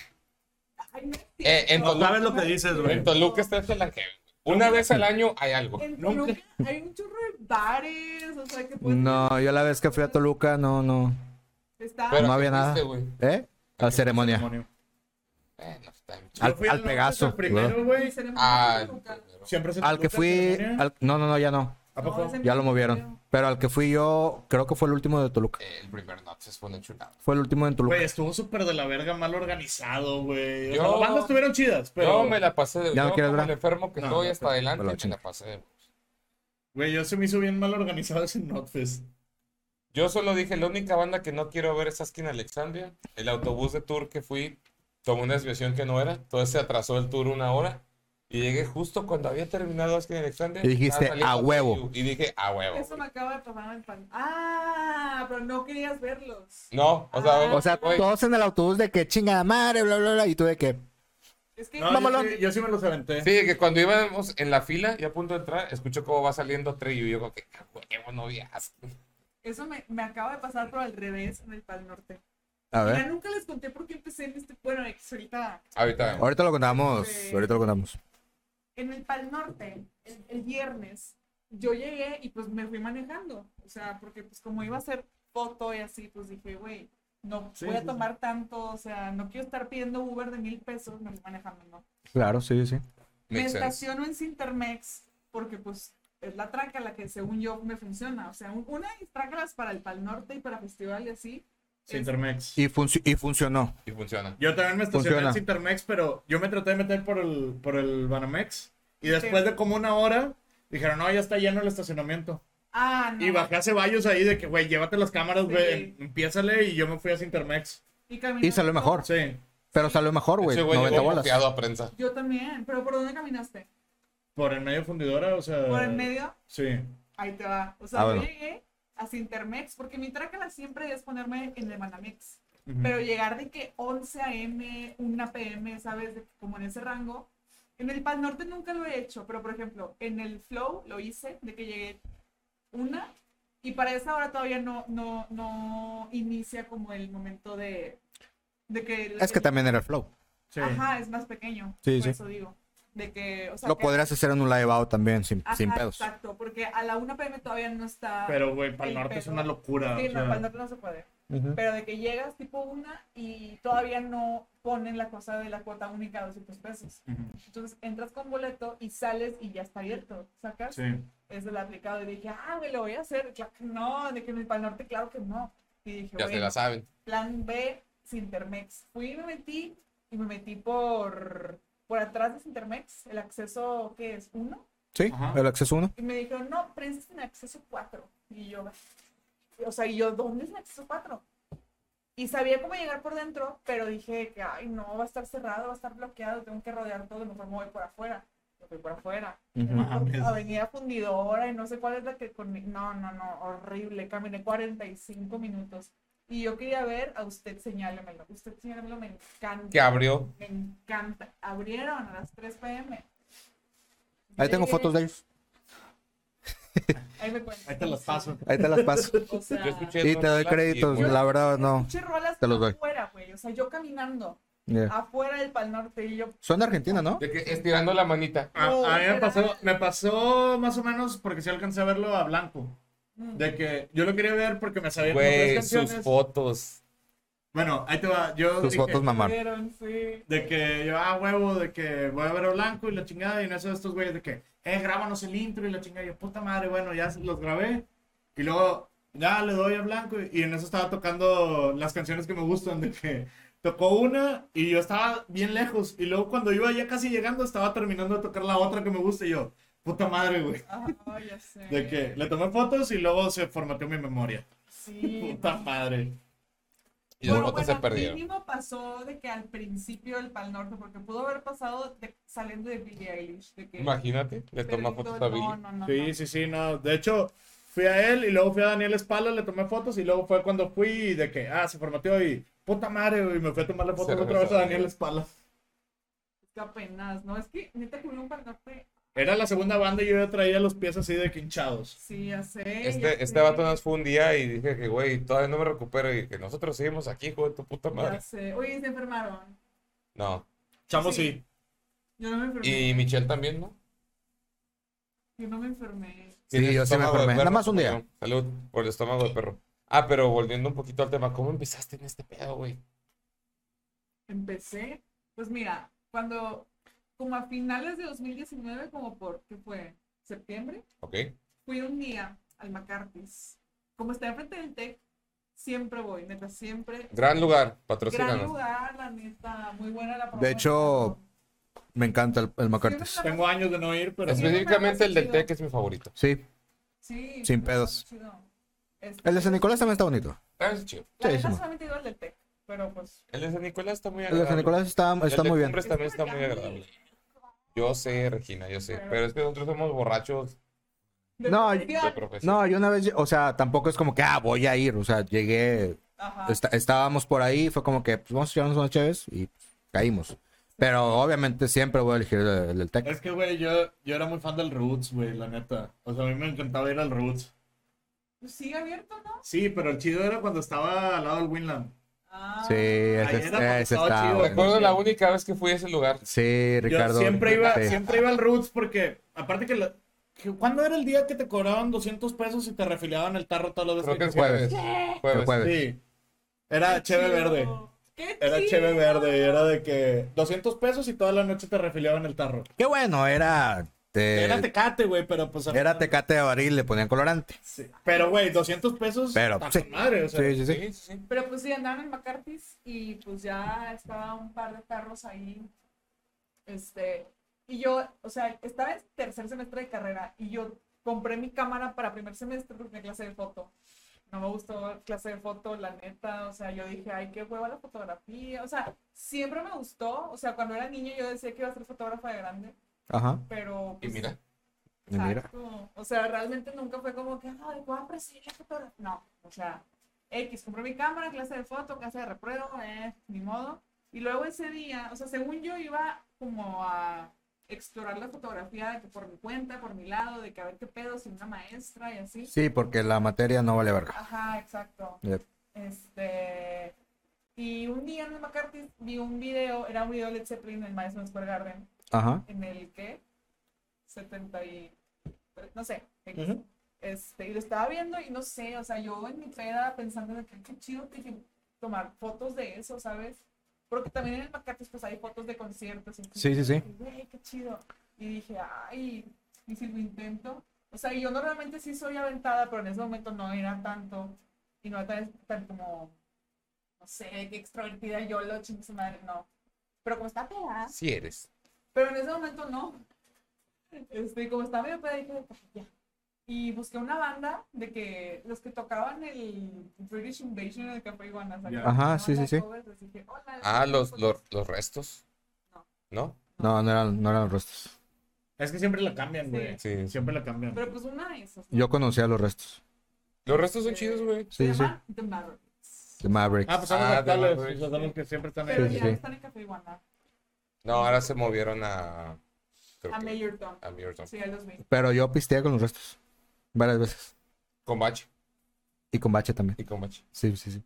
Speaker 4: Ay, no es
Speaker 6: Eh, en,
Speaker 4: cierto.
Speaker 6: Toluca,
Speaker 2: sabes lo que dices, güey.
Speaker 6: en Toluca está el Hell and Heaven. Una vez al año hay algo.
Speaker 4: En
Speaker 2: Nunca.
Speaker 4: Toluca hay un chorro de bares, o sea, que
Speaker 2: Pues
Speaker 4: pues puedes...
Speaker 3: No, yo la vez que fui a Toluca, no, no.
Speaker 4: Está...
Speaker 6: Pero
Speaker 3: no había
Speaker 6: ¿qué
Speaker 3: nada.
Speaker 6: fuiste, güey?
Speaker 3: ¿eh? A la ceremonia.
Speaker 2: Demonio.
Speaker 6: Eh, no, está bien chido.
Speaker 3: Al-
Speaker 2: Yo fui
Speaker 3: al
Speaker 2: Londres
Speaker 3: Pegaso,
Speaker 2: al primero, güey.
Speaker 6: Ah,
Speaker 4: Ah,
Speaker 6: el primero.
Speaker 2: Siempre se
Speaker 3: Al que
Speaker 2: Toluca,
Speaker 3: fui.
Speaker 2: ceremonia.
Speaker 3: al- No, no, no, ya no.
Speaker 2: ¿A poco?
Speaker 3: Ya lo movieron. Pero al que fui yo, creo que fue el último de Toluca.
Speaker 6: Eh, el primer no se pone chulado.
Speaker 3: Fue el último en Toluca.
Speaker 6: Pues,
Speaker 2: Güey, estuvo súper de la verga, mal organizado, güey. O sea,
Speaker 6: Yo-
Speaker 2: las bandas estuvieron chidas,
Speaker 6: Yo
Speaker 2: pero.
Speaker 6: me la pasé de
Speaker 3: ¿Ya no
Speaker 6: yo
Speaker 3: quieres
Speaker 6: como
Speaker 3: ver?
Speaker 6: el enfermo que
Speaker 2: No,
Speaker 6: estoy
Speaker 2: no,
Speaker 6: hasta adelante
Speaker 3: me la
Speaker 6: me
Speaker 3: chingo.
Speaker 6: la pasé.
Speaker 2: Güey, yo se me hizo bien mal organizado ese Notfest.
Speaker 6: Yo solo dije, la única banda que no quiero ver es Askin Alexandria. El autobús de tour que fui tomó una desviación que no era. Entonces se atrasó el tour una hora. Y llegué justo cuando había terminado Askin Alexandria.
Speaker 3: Y dijiste,
Speaker 6: estaba saliendo
Speaker 3: "A huevo".
Speaker 6: Y dije, a huevo.
Speaker 4: Eso me acaba de tomar el pan. Ah, pero no querías verlos.
Speaker 6: No, o sea,
Speaker 4: Ah.
Speaker 3: O sea,
Speaker 6: güey,
Speaker 3: todos en el autobús de que chingada madre, bla, bla, bla. Y tú de que.
Speaker 4: Es que...
Speaker 2: No, yo, sí, yo sí me los aventé.
Speaker 6: Sí, que cuando íbamos en la fila y a punto de entrar, escucho cómo va saliendo Trillo y yo como que, "Ah, huevo, no vi a Askin".
Speaker 4: Eso me, me acaba de pasar, pero al revés, en el Pal Norte.
Speaker 3: A
Speaker 4: Mira,
Speaker 3: ver.
Speaker 4: nunca les conté por qué empecé en este... Bueno, X, ahorita...
Speaker 6: Ahorita vemos.
Speaker 3: Ahorita lo contamos. Ahorita lo contamos.
Speaker 4: En el Pal Norte, el, el viernes, yo llegué y pues me fui manejando. O sea, porque pues como iba a hacer foto y así, pues dije, güey, no
Speaker 2: Sí,
Speaker 4: voy a
Speaker 2: sí,
Speaker 4: tomar tanto, o sea, no quiero estar pidiendo Uber de mil pesos, me fui manejando, ¿no?
Speaker 3: Claro, sí, sí.
Speaker 4: me
Speaker 6: Makes sense.
Speaker 4: estaciono en Cintermex porque pues es la traca la que según yo me funciona. O sea, un- una de mis tracas para el Pal Norte y para festival y así. es-
Speaker 2: Cintermex.
Speaker 3: Y, funci- y funcionó.
Speaker 6: Y funciona.
Speaker 2: Yo también me estacioné
Speaker 3: Funciona.
Speaker 2: en Cintermex, pero yo me traté de meter por el, por el Banamex. Y después de como una hora, dijeron, no, ya está lleno el estacionamiento.
Speaker 4: Ah, no.
Speaker 2: Y bajé a Ceballos ahí de que, güey, llévate las cámaras,
Speaker 4: Sí.
Speaker 2: güey, empiézale. Y yo me fui a Cintermex.
Speaker 4: Y, caminando-
Speaker 3: Y salió mejor.
Speaker 2: Sí,
Speaker 3: Pero salió mejor, güey.
Speaker 6: Ese güey
Speaker 3: 90
Speaker 6: llegó
Speaker 3: bolas.
Speaker 6: confiado a prensa.
Speaker 4: Yo también. ¿Pero por dónde caminaste?
Speaker 2: por el medio fundidora, o
Speaker 3: Eh,
Speaker 2: sea.
Speaker 4: ¿Por el medio?
Speaker 2: Sí.
Speaker 4: Ahí te va. O sea,
Speaker 3: Ah,
Speaker 4: yo
Speaker 3: bueno.
Speaker 4: llegué a Cintermex porque mi trácala siempre es ponerme en el Banamex.
Speaker 2: Ujú.
Speaker 4: Pero llegar de que 11 a.m., 1 p.m., ¿sabes? De que como en ese rango. En el Pal Norte nunca lo he hecho, pero por ejemplo, en el Flow lo hice, de que llegué una y para esa hora todavía no, no, no inicia como el momento de, de que... el-
Speaker 3: Es que también era el flow.
Speaker 2: Sí.
Speaker 4: Ajá, es más pequeño.
Speaker 3: Sí,
Speaker 4: por
Speaker 3: sí.
Speaker 4: eso digo. De que, o sea,
Speaker 3: Lo
Speaker 4: que-
Speaker 3: podrías hacer en un live out también, sin,
Speaker 4: Ajá,
Speaker 3: sin pedos.
Speaker 4: Exacto, porque a la 1 p.m. todavía no está...
Speaker 2: Pero, güey, para
Speaker 4: Sí,
Speaker 2: el norte es
Speaker 4: pero-
Speaker 2: una locura.
Speaker 4: Sí,
Speaker 2: o
Speaker 4: no,
Speaker 2: sea.
Speaker 4: para el norte no se puede. Pero de que llegas tipo una y todavía no ponen la cosa de la cuota única de 200 pesos.
Speaker 2: Ujú.
Speaker 4: Entonces entras con boleto y sales y ya está abierto. ¿Sacas?
Speaker 2: Sí.
Speaker 4: Es el aplicado. Y dije, ah, güey, lo voy a hacer. Claro que no, de que en el Pal Norte, claro que no. Y dije,
Speaker 6: Ya se
Speaker 4: bueno,
Speaker 6: la saben.
Speaker 4: plan B, Sintermex. Fui y me metí y me metí por, por atrás de Sintermex, el acceso que es uno.
Speaker 3: Sí,
Speaker 2: Ajá.
Speaker 3: el acceso 1.
Speaker 4: Y me dijeron, no, pero este es en acceso 4. Y yo, o sea, y yo, ¿dónde es en acceso 4? Y sabía cómo llegar por dentro, pero dije que, ay, no, va a estar cerrado, va a estar bloqueado, tengo que rodear todo, mejor me voy por afuera. Me fui por afuera.
Speaker 3: Ah,
Speaker 2: Mames.
Speaker 4: Avenida Fundidora y no sé cuál es la que... Con... No, no, no, horrible. Caminé 45 minutos. Y yo quería ver a usted, señálemelo. Usted, señálemelo, me encanta.
Speaker 6: Que abrió.
Speaker 4: Me encanta. Abrieron a las 3 pm.
Speaker 3: Ahí tengo fotos de ellos.
Speaker 4: Ahí me cuentas.
Speaker 2: Ahí te las paso.
Speaker 3: Ahí te
Speaker 6: (laughs)
Speaker 3: las paso.
Speaker 4: O sea,
Speaker 6: Yo escuché
Speaker 3: Y
Speaker 6: dos
Speaker 3: te doy
Speaker 6: rolas y,
Speaker 3: créditos.
Speaker 6: güey,
Speaker 3: La verdad, no.
Speaker 4: escuché rolas
Speaker 3: Te los doy.
Speaker 4: afuera, güey. O sea, yo caminando
Speaker 3: Yeah.
Speaker 4: afuera del Pal Norte y yo.
Speaker 3: Son de Argentina, ¿no?
Speaker 6: De que estirando la manita.
Speaker 2: A,
Speaker 4: No,
Speaker 2: a mí me
Speaker 4: era-
Speaker 2: pasó, me pasó más o menos porque sí alcancé a verlo a blanco.
Speaker 4: mm,
Speaker 2: De que yo lo quería ver porque me sabía
Speaker 6: Güey,
Speaker 2: las
Speaker 6: sus
Speaker 2: canciones.
Speaker 6: fotos.
Speaker 2: Bueno, ahí te va. Yo
Speaker 3: Tus
Speaker 2: dije,
Speaker 3: fotos, mamá.
Speaker 4: vieron, sí.
Speaker 2: de que yo, ah, huevo, de que voy a ver a Blanco y la chingada. Y en eso estos güeyes de que, eh, grábanos el intro y la chingada. Y yo, puta madre, bueno, ya los grabé. Y luego, ya le doy a Blanco. Y, y en eso estaba tocando las canciones que me gustan. De que tocó una y yo estaba bien lejos. Y luego cuando iba ya casi llegando, estaba terminando de tocar la otra que me gusta. Y yo, puta madre, güey.
Speaker 4: Ah, ya sé.
Speaker 2: De que le tomé fotos y luego se formateó mi memoria.
Speaker 4: Sí.
Speaker 2: Puta madre.
Speaker 6: Y las
Speaker 4: Pero
Speaker 6: fotos
Speaker 4: bueno,
Speaker 6: se perdieron.
Speaker 4: mínimo pasó de que al principio del Pal Norte, porque pudo haber pasado de- saliendo de Billie Eilish. De que
Speaker 6: Imagínate, le toma
Speaker 4: perdido-
Speaker 6: fotos a Billy.
Speaker 4: No, no, no.
Speaker 2: Sí,
Speaker 4: no.
Speaker 2: sí, sí, no. De hecho, fui a él y luego fui a Daniel Espala, le tomé fotos y luego fue cuando fui y de que, ah, se formateó y puta madre, güey, me fui a tomarle fotos
Speaker 6: Se
Speaker 2: otra vez
Speaker 6: regresó.
Speaker 2: a Daniel Espala.
Speaker 4: Que apenas, ¿no? Es que neta que hubo un Pal Norte,
Speaker 2: Era la segunda banda y yo ya traía los pies así de que hinchados.
Speaker 4: sí, ya sé. ya
Speaker 6: Este,
Speaker 4: sé,
Speaker 6: este vato nos fue un día y dije que, güey, todavía no me recupero y que nosotros seguimos aquí, hijo de tu puta
Speaker 4: Ya
Speaker 6: madre.
Speaker 4: sé. Oye, se enfermaron.
Speaker 6: No.
Speaker 2: Chamo
Speaker 4: Sí.
Speaker 2: sí.
Speaker 4: Yo no me enfermé.
Speaker 6: Y Michelle también, ¿no?
Speaker 4: Yo no me enfermé.
Speaker 3: Sí,
Speaker 6: Tiene
Speaker 3: yo sí me
Speaker 6: estómago de
Speaker 3: enfermé.
Speaker 6: perro,
Speaker 3: Nada más un
Speaker 6: como
Speaker 3: día.
Speaker 6: yo. Salud por el estómago de perro. Ah, pero volviendo un poquito al tema, ¿cómo empezaste en este pedo, güey?
Speaker 4: Empecé, pues mira, cuando, como a finales de 2019, como por, ¿qué fue? ¿Septiembre?
Speaker 6: Ok.
Speaker 4: fui un día al McCarthy's. Como está enfrente del TEC, siempre voy, neta, siempre.
Speaker 6: Gran lugar,
Speaker 4: Gran
Speaker 6: patrocínanos.
Speaker 4: lugar, la neta, muy buena la
Speaker 3: De hecho, me encanta el, el McCarthy's.
Speaker 4: Siempre
Speaker 2: Tengo años de no ir, pero
Speaker 4: Es-
Speaker 6: Específicamente el del
Speaker 4: Chido.
Speaker 6: TEC es mi favorito.
Speaker 3: Sí,
Speaker 4: Sí,
Speaker 3: sin pedos.
Speaker 4: chido. Este,
Speaker 3: el de San Nicolás también está bonito.
Speaker 6: Ah, es chido.
Speaker 4: La neta,
Speaker 3: sí, sí.
Speaker 4: solamente iba al del TEC, pero pues.
Speaker 6: El de San Nicolás está muy
Speaker 3: El
Speaker 6: agradable.
Speaker 3: de San Nicolás está, Pues está
Speaker 6: El de
Speaker 3: muy bien.
Speaker 6: Cumbres también está muy agradable. Yo sé, Regina, yo sé. Pero es que nosotros somos borrachos
Speaker 4: de
Speaker 3: No,
Speaker 6: de
Speaker 4: confiar.
Speaker 6: profesión.
Speaker 3: No, yo una vez, o sea, tampoco es como que, ah, voy a ir. O sea, llegué,
Speaker 4: Ajá.
Speaker 3: está- estábamos por ahí, fue como que, pues vamos a echarnos unas chéves y caímos. Pero obviamente siempre voy a elegir el, el del Tec.
Speaker 2: es que, güey, yo, yo era muy fan del Roots, güey, la neta. O sea, a mí me encantaba ir al Roots.
Speaker 4: Pues Sigue abierto, ¿no?
Speaker 2: Sí, pero el chido era cuando estaba al lado del Winland.
Speaker 4: Ah,
Speaker 3: Sí, ese,
Speaker 2: Ahí
Speaker 3: es-
Speaker 2: era
Speaker 3: ese
Speaker 2: cuando estaba
Speaker 3: está.
Speaker 2: chido.
Speaker 3: bueno.
Speaker 6: Recuerdo la única vez que fui a ese lugar.
Speaker 3: Sí, Ricardo.
Speaker 2: Yo siempre iba,
Speaker 3: sí.
Speaker 2: siempre iba al Roots porque, aparte que, la- que- ¿cuándo era el día que te cobraban 200 pesos y te refiliaban el tarro todas las
Speaker 6: Creo
Speaker 2: veces?
Speaker 6: que el
Speaker 2: quisieras?
Speaker 6: jueves.
Speaker 3: El
Speaker 6: Jueves.
Speaker 3: jueves.
Speaker 2: Sí. Era cheve
Speaker 4: chido.
Speaker 2: verde.
Speaker 4: Qué
Speaker 2: Era
Speaker 4: chido.
Speaker 2: cheve verde y era de que 200 pesos y toda la noche te refiliaban el tarro.
Speaker 3: Qué bueno, era. te-
Speaker 2: Era tecate, güey, pero pues...
Speaker 3: Eh, era tecate de baril, le ponían colorante.
Speaker 2: sí. Pero, güey, 200 pesos...
Speaker 3: Pero,
Speaker 2: está
Speaker 3: sí.
Speaker 2: con madre, o sea,
Speaker 3: Sí, sí, sí.
Speaker 6: Sí, sí, sí.
Speaker 4: Pero pues sí, andaban en McCarthy's y pues ya estaba un par de carros ahí. Este, y yo, o sea, estaba en tercer semestre de carrera y yo compré mi cámara para primer semestre porque tenía clase de foto. No me gustó clase de foto, la neta. O sea, yo dije, ay, qué hueva la fotografía. O sea, siempre me gustó. O sea, cuando era niña yo decía que iba a ser fotógrafa de grande,
Speaker 3: Ajá.
Speaker 4: pero.
Speaker 6: Y
Speaker 4: pues,
Speaker 6: mira,
Speaker 3: Y mira.
Speaker 4: Exacto. O sea, realmente nunca fue como que, ay, voy a apreciar la fotografía. No, o sea, X, compré mi cámara, clase de foto, clase de repruebo, eh, ni modo. Y luego ese día, o sea, según yo iba como a explorar la fotografía de que por mi cuenta, por mi lado, de que a ver qué pedo, sin una maestra y así.
Speaker 3: Sí, porque la materia no vale verga.
Speaker 4: Ajá, exacto.
Speaker 3: Yep.
Speaker 4: Este. Y un día en el McCarthy vi un video, era un video de Led Zeppelin en el Madison Square Garden
Speaker 3: Ajá.
Speaker 4: en el que 70 y no sé X.
Speaker 2: Ujú.
Speaker 4: este y lo estaba viendo y no sé o sea yo en mi peda pensando de que qué chido que que tomar fotos de eso sabes porque también en el Macates pues hay fotos de conciertos y
Speaker 3: Sí, sí, sí.
Speaker 4: y, güey qué chido y dije ay y si lo intento o sea y yo normalmente sí soy aventada pero en ese momento no era tanto y no era tan, tan como no sé qué extrovertida yo lo chingue su madre no pero como está pegada
Speaker 6: sí eres.
Speaker 4: pero en ese momento no. Este, y como estaba medio peda, dije, "Ay, ya. Y busqué una banda de que los que tocaban el British Invasion en el Café Iguana. ¿saben?
Speaker 2: Ya.
Speaker 3: Ajá,
Speaker 4: Una
Speaker 3: sí,
Speaker 4: banda
Speaker 3: sí,
Speaker 4: de
Speaker 3: sí.
Speaker 4: covers, así que, "Hola, este, pues,
Speaker 6: Ah,
Speaker 4: soy
Speaker 6: los,
Speaker 4: Nicole".
Speaker 6: los, los restos.
Speaker 4: No.
Speaker 6: ¿No?
Speaker 3: No, no eran, no eran restos.
Speaker 2: Es que siempre la cambian, güey.
Speaker 6: Sí.
Speaker 2: Siempre la cambian.
Speaker 4: Pero pues una de esas. ¿no?
Speaker 3: Yo conocía los restos.
Speaker 6: Los restos son chidos, güey.
Speaker 3: Sí,
Speaker 4: Se
Speaker 3: sí, sí.
Speaker 4: llaman The Mavericks.
Speaker 3: The Mavericks.
Speaker 2: Ah, pues son los
Speaker 6: Ah,
Speaker 2: actuales,
Speaker 6: de
Speaker 2: o sea, son los que siempre están
Speaker 4: Pero
Speaker 2: ahí.
Speaker 3: sí,
Speaker 4: ya
Speaker 3: sí.
Speaker 4: están en Café Iguana.
Speaker 6: No, ahora se movieron a. creo
Speaker 4: A
Speaker 6: que-
Speaker 4: Mayor Tom.
Speaker 1: Ah,
Speaker 6: a Mayorton.
Speaker 4: Sí, a los 20.
Speaker 3: Pero yo pisteé con los restos. Varias veces.
Speaker 6: Con Bache.
Speaker 3: Y con Bache también.
Speaker 6: Y con Bache.
Speaker 3: Sí, sí, sí.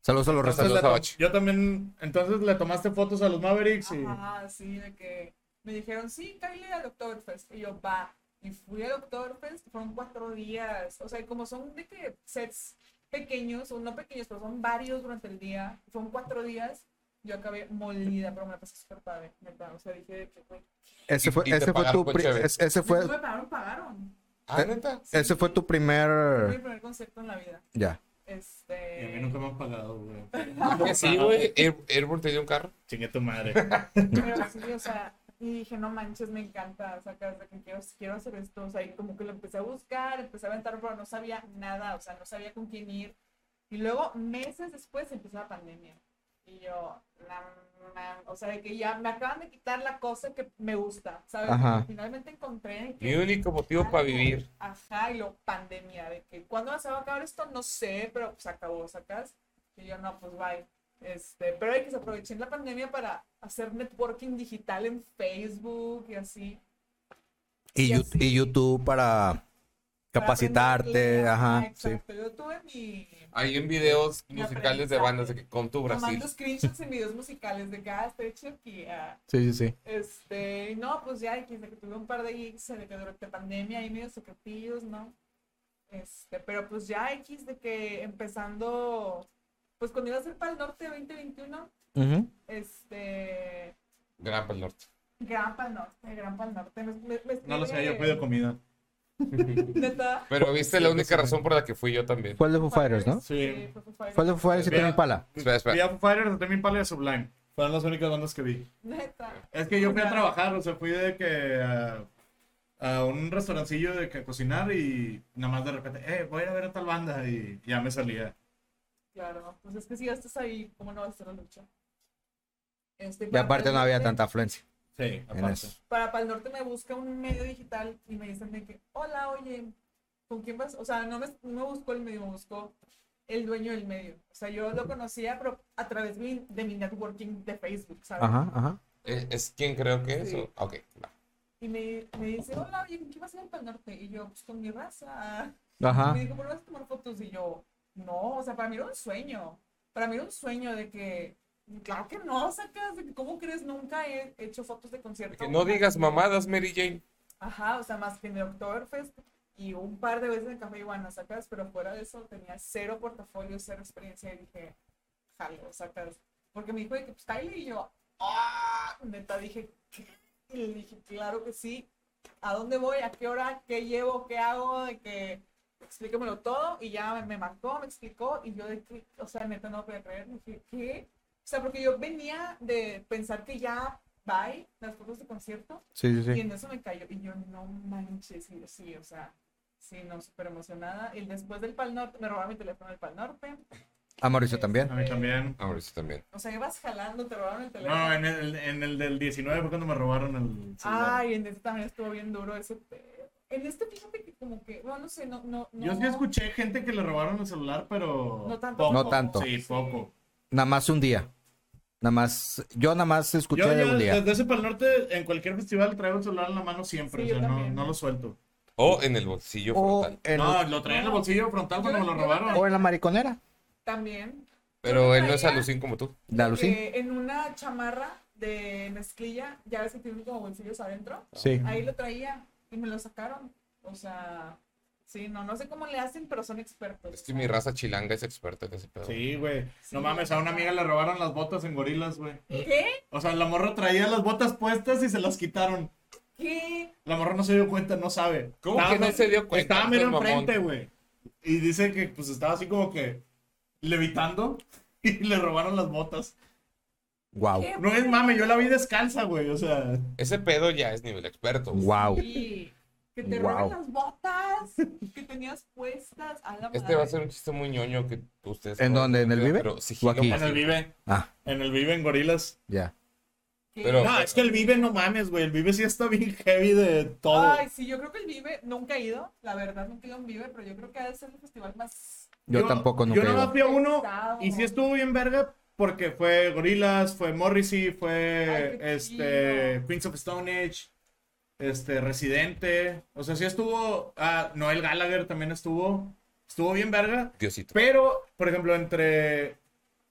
Speaker 3: Saludos a los
Speaker 2: Entonces,
Speaker 3: restos.
Speaker 6: Saludos
Speaker 2: le
Speaker 6: a
Speaker 2: to-
Speaker 6: Bache.
Speaker 2: yo también, entonces le tomaste fotos a los Mavericks y...
Speaker 4: Ajá, sí, de que me dijeron, sí, cállate al Oktoberfest. Y yo, va. Y fui al Oktoberfest, fueron cuatro días. O sea, y como son de que sets pequeños, o no pequeños, pero son varios durante el día, fueron cuatro días, yo acabé molida, pero me la pasé súper padre, neta. O sea, dije, que, güey,
Speaker 3: Ese
Speaker 6: Y-
Speaker 3: fue,
Speaker 6: y te
Speaker 3: ese fue
Speaker 6: pagaron
Speaker 3: tu
Speaker 6: con
Speaker 3: pri-
Speaker 6: cheve.
Speaker 3: es- ese
Speaker 4: no
Speaker 3: fue,
Speaker 4: me pagaron, pagaron.
Speaker 6: Ah,
Speaker 3: Eh,
Speaker 6: neta.
Speaker 3: ese fue tu
Speaker 4: Fue mi
Speaker 3: primer.
Speaker 4: primer concepto en la vida.
Speaker 3: Ya.
Speaker 2: Y a
Speaker 4: Este...
Speaker 2: mí nunca me han pagado, güey.
Speaker 1: (laughs)
Speaker 6: Ah, Sí,
Speaker 2: eh,
Speaker 6: güey. Air- Airborne te dio un carro.
Speaker 2: Chingue tu madre.
Speaker 4: Pero sí, o sea, y dije, no manches, me encanta, o sea, que- que quiero, quiero hacer esto, o sea, y como que lo empecé a buscar, empecé a aventar, pero no sabía nada, o sea, no sabía con quién ir, Y luego, meses después, empezó la pandemia. Y yo, la ma- o sea, de que ya me acaban de quitar la cosa que me gusta, ¿sabes?
Speaker 3: Ajá.
Speaker 4: Que Finalmente encontré.
Speaker 6: Mi
Speaker 4: que-
Speaker 6: único motivo para vivir.
Speaker 4: Ajá, y lo pandemia, de que cuándo se va a acabar esto, no sé, pero pues acabó, sacas. Y yo, no, pues bye. Este, pero hay que se aprovechen la pandemia para hacer networking digital en Facebook y así.
Speaker 3: Y,
Speaker 4: Y
Speaker 3: Yu-
Speaker 4: así.
Speaker 3: y YouTube para
Speaker 4: Para
Speaker 3: capacitarte,
Speaker 4: aprender.
Speaker 3: ajá, sí. Ah,
Speaker 4: Exacto, yo tuve mi...
Speaker 6: Ahí en videos
Speaker 4: Mi
Speaker 6: musicales de
Speaker 4: aprendizaje.
Speaker 6: bandas de que- con tu Brasil.
Speaker 4: Tomando screenshots en videos musicales de ah, cada estoy Turquía.
Speaker 3: Sí, sí, sí.
Speaker 4: Este, y no, pues ya, y que, de que tuve un par de gigs de que durante pandemia ahí medio secretillos, ¿no? Este, pero pues ya X de que empezando, pues cuando iba a ser para el norte 2021,
Speaker 3: Ujú.
Speaker 4: este,
Speaker 6: Gran Pal Norte.
Speaker 4: gran para el norte, gran para el norte. Me, me, me
Speaker 2: No lo sé, yo
Speaker 4: escribe-
Speaker 2: pido comida.
Speaker 4: (laughs) Neta.
Speaker 6: Pero viste la única razón por la que fui yo también.
Speaker 3: Fue el de Foo Fighters, ¿no?
Speaker 2: Sí.
Speaker 4: fue Foo Fighters.
Speaker 3: Fue el de Foo Fighters y
Speaker 2: Vea.
Speaker 3: Tony Pala.
Speaker 6: Espera,
Speaker 2: Fui
Speaker 6: espera.
Speaker 2: a Foo Fighters, Tame Impala y a Sublime. Fueron las únicas bandas que vi.
Speaker 4: Neta.
Speaker 2: Es que yo fui a trabajar, o sea, fui de que a, a un restaurancillo de que a cocinar y nada más de repente, eh, voy a ir a ver a tal banda y ya me salía.
Speaker 4: Claro, pues es que si ya estás ahí, ¿cómo no vas a hacer la lucha? Este,
Speaker 3: Y aparte no había
Speaker 4: tanta
Speaker 3: tanta afluencia
Speaker 2: Sí,
Speaker 3: en
Speaker 2: aparte.
Speaker 3: eso.
Speaker 4: para Pal Norte me busca un medio digital y me dicen de que, hola, oye, ¿con quién vas? O sea, no me, no me buscó el medio, me buscó el dueño del medio. O sea, yo lo conocía, pero a través de mi, de mi networking de Facebook, ¿sabes?
Speaker 3: Ajá, ah. ajá.
Speaker 6: ¿Es, Eh, es quien creo que es?
Speaker 4: Sí.
Speaker 6: o- Ah, Ok, va.
Speaker 4: Y me, me dice, hola, oye, ¿con quién vas a ir al Pal Norte? Y yo, pues con mi raza.
Speaker 3: Ajá.
Speaker 4: Me dijo, ¿por qué vas a tomar fotos? Y yo, no, o sea, para mí era un sueño. Para mí era un sueño de que, claro que no, sacas, de que, ¿cómo crees? Nunca he hecho fotos de concierto.
Speaker 6: Que no digas mamadas, Mary Jane.
Speaker 4: Ajá, o sea, más que en el Oktoberfest y un par de veces en el Café Iguana, sacas, pero fuera de eso tenía cero portafolio, cero experiencia y dije, jalo, sacas. Porque me dijo de que pues Tyler y yo, ¡ah! Neta, dije, ¿qué? Y le dije, claro que sí, ¿a dónde voy? ¿A qué hora? ¿Qué llevo? ¿Qué hago? De que explícamelo todo y ya me, me marcó, me explicó y yo de que, o sea, neta no lo podía creer, dije, ¿qué? O sea, porque yo venía de pensar que ya, bye, las fotos de concierto.
Speaker 3: Sí, sí,
Speaker 4: Y
Speaker 3: sí.
Speaker 4: en eso me cayó. Y yo, no manches. Y yo, sí, o sea, sí, no, súper emocionada. Y después del Pal Norte, me robaron mi teléfono del Pal Norte.
Speaker 3: A Mauricio también.
Speaker 2: A mí también.
Speaker 6: Ahora Ah, sí también.
Speaker 4: O sea, ibas jalando, te robaron el teléfono.
Speaker 2: No, en el, en el del 19 fue cuando me robaron el celular.
Speaker 4: Ay, en este también estuvo bien duro ese. pe- En este, fíjate que como que, bueno, no sé, no, no, no.
Speaker 2: Yo sí escuché gente que le robaron el celular, pero.
Speaker 4: No tanto.
Speaker 2: poco.
Speaker 3: No tanto.
Speaker 2: Sí, poco.
Speaker 3: Nada más un día. Nada más. Yo nada más escuché
Speaker 2: Yo,
Speaker 3: de
Speaker 2: yo
Speaker 3: un día.
Speaker 2: desde ese para el norte, en cualquier festival traigo el celular en la mano siempre,
Speaker 4: Sí,
Speaker 2: o
Speaker 4: yo
Speaker 2: sea, no,
Speaker 4: también.
Speaker 2: no lo suelto.
Speaker 6: O en el bolsillo
Speaker 3: O
Speaker 6: frontal.
Speaker 3: en,
Speaker 2: No, lo traía en el bolsillo frontal cuando me lo
Speaker 4: Yo- yo-
Speaker 2: robaron.
Speaker 3: o en la mariconera.
Speaker 4: También.
Speaker 6: Pero él no es
Speaker 4: traía-
Speaker 6: alucín como tú.
Speaker 3: La Lucín.
Speaker 4: que en una chamarra de mezclilla, ya ves que tienen como bolsillos adentro.
Speaker 3: Sí.
Speaker 4: Ahí lo traía y me lo sacaron. O sea, sí, no, no sé cómo le hacen, pero son expertos.
Speaker 6: Es que mi raza chilanga es experta en ese pedo.
Speaker 2: Sí, güey.
Speaker 4: Sí.
Speaker 2: No mames, a una amiga le robaron las botas en gorilas, güey.
Speaker 4: ¿Qué?
Speaker 2: O sea, la morra traía las botas puestas y se las quitaron.
Speaker 4: ¿Qué?
Speaker 2: La morra no se dio cuenta, no sabe.
Speaker 6: ¿Cómo que no se dio cuenta?
Speaker 2: Estaba mero
Speaker 6: Estás mamón.
Speaker 2: enfrente, güey. Y dice que pues estaba así como que levitando (laughs) y le robaron las botas.
Speaker 3: Wow.
Speaker 4: ¿Qué?
Speaker 2: No es mame, yo la vi descalza, güey. O sea,
Speaker 6: Ese pedo ya es nivel experto.
Speaker 3: Wow.
Speaker 4: Sí, Que te
Speaker 3: Wow.
Speaker 4: roban las botas que tenías puestas. A la
Speaker 6: Este
Speaker 4: madre.
Speaker 6: va a ser un chiste muy ñoño que ustedes.
Speaker 3: ¿En
Speaker 6: no-
Speaker 3: dónde? ¿En el Vive?
Speaker 6: Pero
Speaker 3: ¿O aquí?
Speaker 2: en el Vive,
Speaker 3: Ah,
Speaker 2: en el Vive en Gorilas.
Speaker 3: ya.
Speaker 4: ¿Qué?
Speaker 6: pero-
Speaker 2: No, es que el Vive no mames, güey. El Vive sí está bien heavy de todo.
Speaker 4: Ay, sí, yo creo que el Vive, nunca he ido, la verdad, nunca he ido a un Vive, pero yo creo que ha de ser el festival más...
Speaker 3: Yo, tampoco nunca
Speaker 2: Yo
Speaker 3: he
Speaker 2: nada
Speaker 3: ido.
Speaker 2: más fui a uno
Speaker 4: Pesado.
Speaker 2: y sí estuvo bien verga porque fue Gorilas, fue Morrissey, fue
Speaker 4: Ay, qué
Speaker 2: este
Speaker 4: chido.
Speaker 2: Queens of Stone Age, este Residente, o sea, sí estuvo ah, Noel Gallagher también estuvo. Estuvo bien verga,
Speaker 6: Diosito.
Speaker 2: pero por ejemplo, entre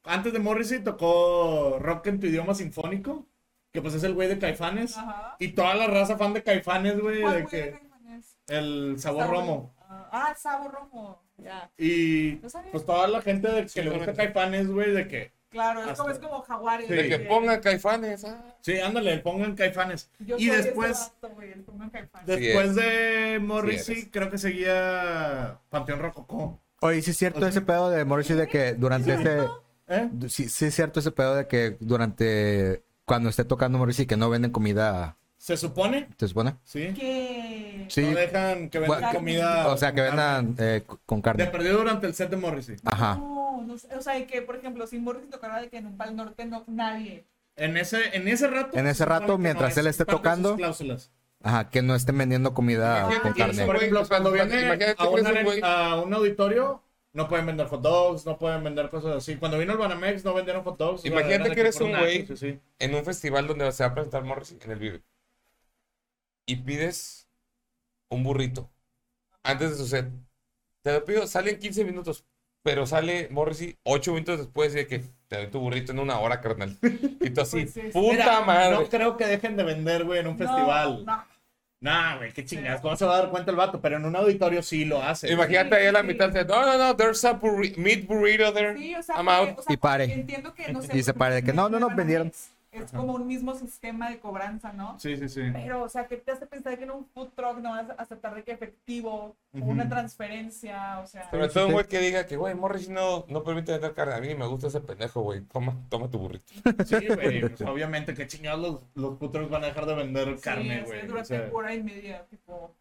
Speaker 2: antes de Morrissey tocó Rock en tu idioma sinfónico, que pues es el güey de Caifanes
Speaker 4: Ajá.
Speaker 2: y toda la raza fan de Caifanes, güey,
Speaker 4: ¿Cuál
Speaker 2: de
Speaker 4: fue el
Speaker 2: que
Speaker 4: Caifanes?
Speaker 2: el sabor romo.
Speaker 4: Ah, ah, el sabor romo, ya.
Speaker 2: Y
Speaker 4: No sabía.
Speaker 2: pues toda la gente de que le gusta
Speaker 6: obviamente.
Speaker 2: Caifanes, güey, de que
Speaker 4: Claro, es
Speaker 2: Hasta-
Speaker 4: como, es como jaguares.
Speaker 2: Sí.
Speaker 6: De que ponga caifanes. ah.
Speaker 2: Sí, ándale, pongan caifanes.
Speaker 4: Yo
Speaker 2: y
Speaker 4: soy
Speaker 2: después,
Speaker 4: ese vato, güey, el pongan Caifanes.
Speaker 2: después
Speaker 6: Sí
Speaker 2: de
Speaker 6: Sí
Speaker 2: Morrissey,
Speaker 6: eres.
Speaker 2: creo que seguía Panteón Rococó.
Speaker 3: Oye, sí es cierto ese pedo de Morrissey de que durante este...
Speaker 2: ¿Eh?
Speaker 3: Sí, sí es cierto ese pedo de que durante... Cuando esté tocando Morrissey que no venden comida,
Speaker 2: ¿Se supone?
Speaker 3: ¿te supone?
Speaker 2: Sí.
Speaker 4: ¿Qué?
Speaker 3: Sí.
Speaker 2: No dejan que vendan
Speaker 3: Bueno,
Speaker 2: comida.
Speaker 3: O sea, que vendan eh, con
Speaker 2: De
Speaker 3: carne.
Speaker 2: perdido durante el set de Morrissey.
Speaker 3: Ajá.
Speaker 4: No. no sé, o sea, de que, por ejemplo, si Morrissey tocara de que en un pal norte no, nadie.
Speaker 2: En ese, en ese rato.
Speaker 3: En ese
Speaker 2: se supone
Speaker 3: rato,
Speaker 2: que
Speaker 3: mientras él
Speaker 2: es
Speaker 3: esté
Speaker 2: parte de
Speaker 3: tocando.
Speaker 2: sus cláusulas.
Speaker 3: Ajá, que no estén vendiendo comida
Speaker 1: Imagínate
Speaker 3: con
Speaker 1: que eso,
Speaker 3: carne.
Speaker 2: Por
Speaker 1: güey,
Speaker 2: ejemplo,
Speaker 1: pues,
Speaker 2: cuando
Speaker 1: pues,
Speaker 2: viene
Speaker 1: imagínate
Speaker 2: a
Speaker 1: que
Speaker 2: un,
Speaker 1: eres un
Speaker 2: are-
Speaker 1: güey.
Speaker 2: a un auditorio, no pueden vender hot dogs, no pueden vender cosas así. Cuando vino el Banamex, no vendieron hot dogs. o sea,
Speaker 1: Imagínate
Speaker 2: era de
Speaker 1: que eres
Speaker 2: fueron
Speaker 1: un güey.
Speaker 2: nachos, sí, sí.
Speaker 1: en un festival donde se va a presentar Morrissey en el Vive. Y pides un burrito antes de su set. Te lo pido, sale en 15 minutos, pero sale Morrissey 8 minutos después y de que te doy tu burrito en una hora, carnal. Y tú así,
Speaker 4: (laughs) Pues es-
Speaker 1: puta
Speaker 2: Mira,
Speaker 1: madre.
Speaker 2: No creo que dejen de vender, güey, en un festival.
Speaker 4: No, no.
Speaker 2: Nah, güey, qué chingadas. ¿Cómo se va a dar cuenta el vato? Pero en un auditorio sí lo hace.
Speaker 1: Imagínate ahí a la
Speaker 4: Sí,
Speaker 1: mitad,
Speaker 4: sí.
Speaker 1: de, no, no, no, there's a burri- meat burrito there.
Speaker 4: Sí, o sea,
Speaker 1: I'm
Speaker 4: porque,
Speaker 1: out.
Speaker 4: o sea,
Speaker 3: Y pare.
Speaker 4: Entiendo que no sé.
Speaker 3: Y se pare de que, no, no, no, vendieron.
Speaker 4: Es como un mismo sistema de cobranza, ¿no?
Speaker 2: Sí, sí, sí.
Speaker 4: Pero, o sea, que te hace pensar que en un food truck no vas a aceptar de que efectivo
Speaker 2: Ujú.
Speaker 4: o una transferencia, o sea.
Speaker 1: Sobre todo un güey que diga que, güey, Morrissey no, no permite vender carne. A mí ni me gusta ese pendejo, güey. Toma, toma tu burrito.
Speaker 2: Sí, güey. pues, obviamente, qué chingados los, los putos van a dejar de vender
Speaker 4: sí,
Speaker 2: carne,
Speaker 4: o sea,
Speaker 2: güey. o
Speaker 4: durante
Speaker 2: sea.
Speaker 4: hora y media, tipo.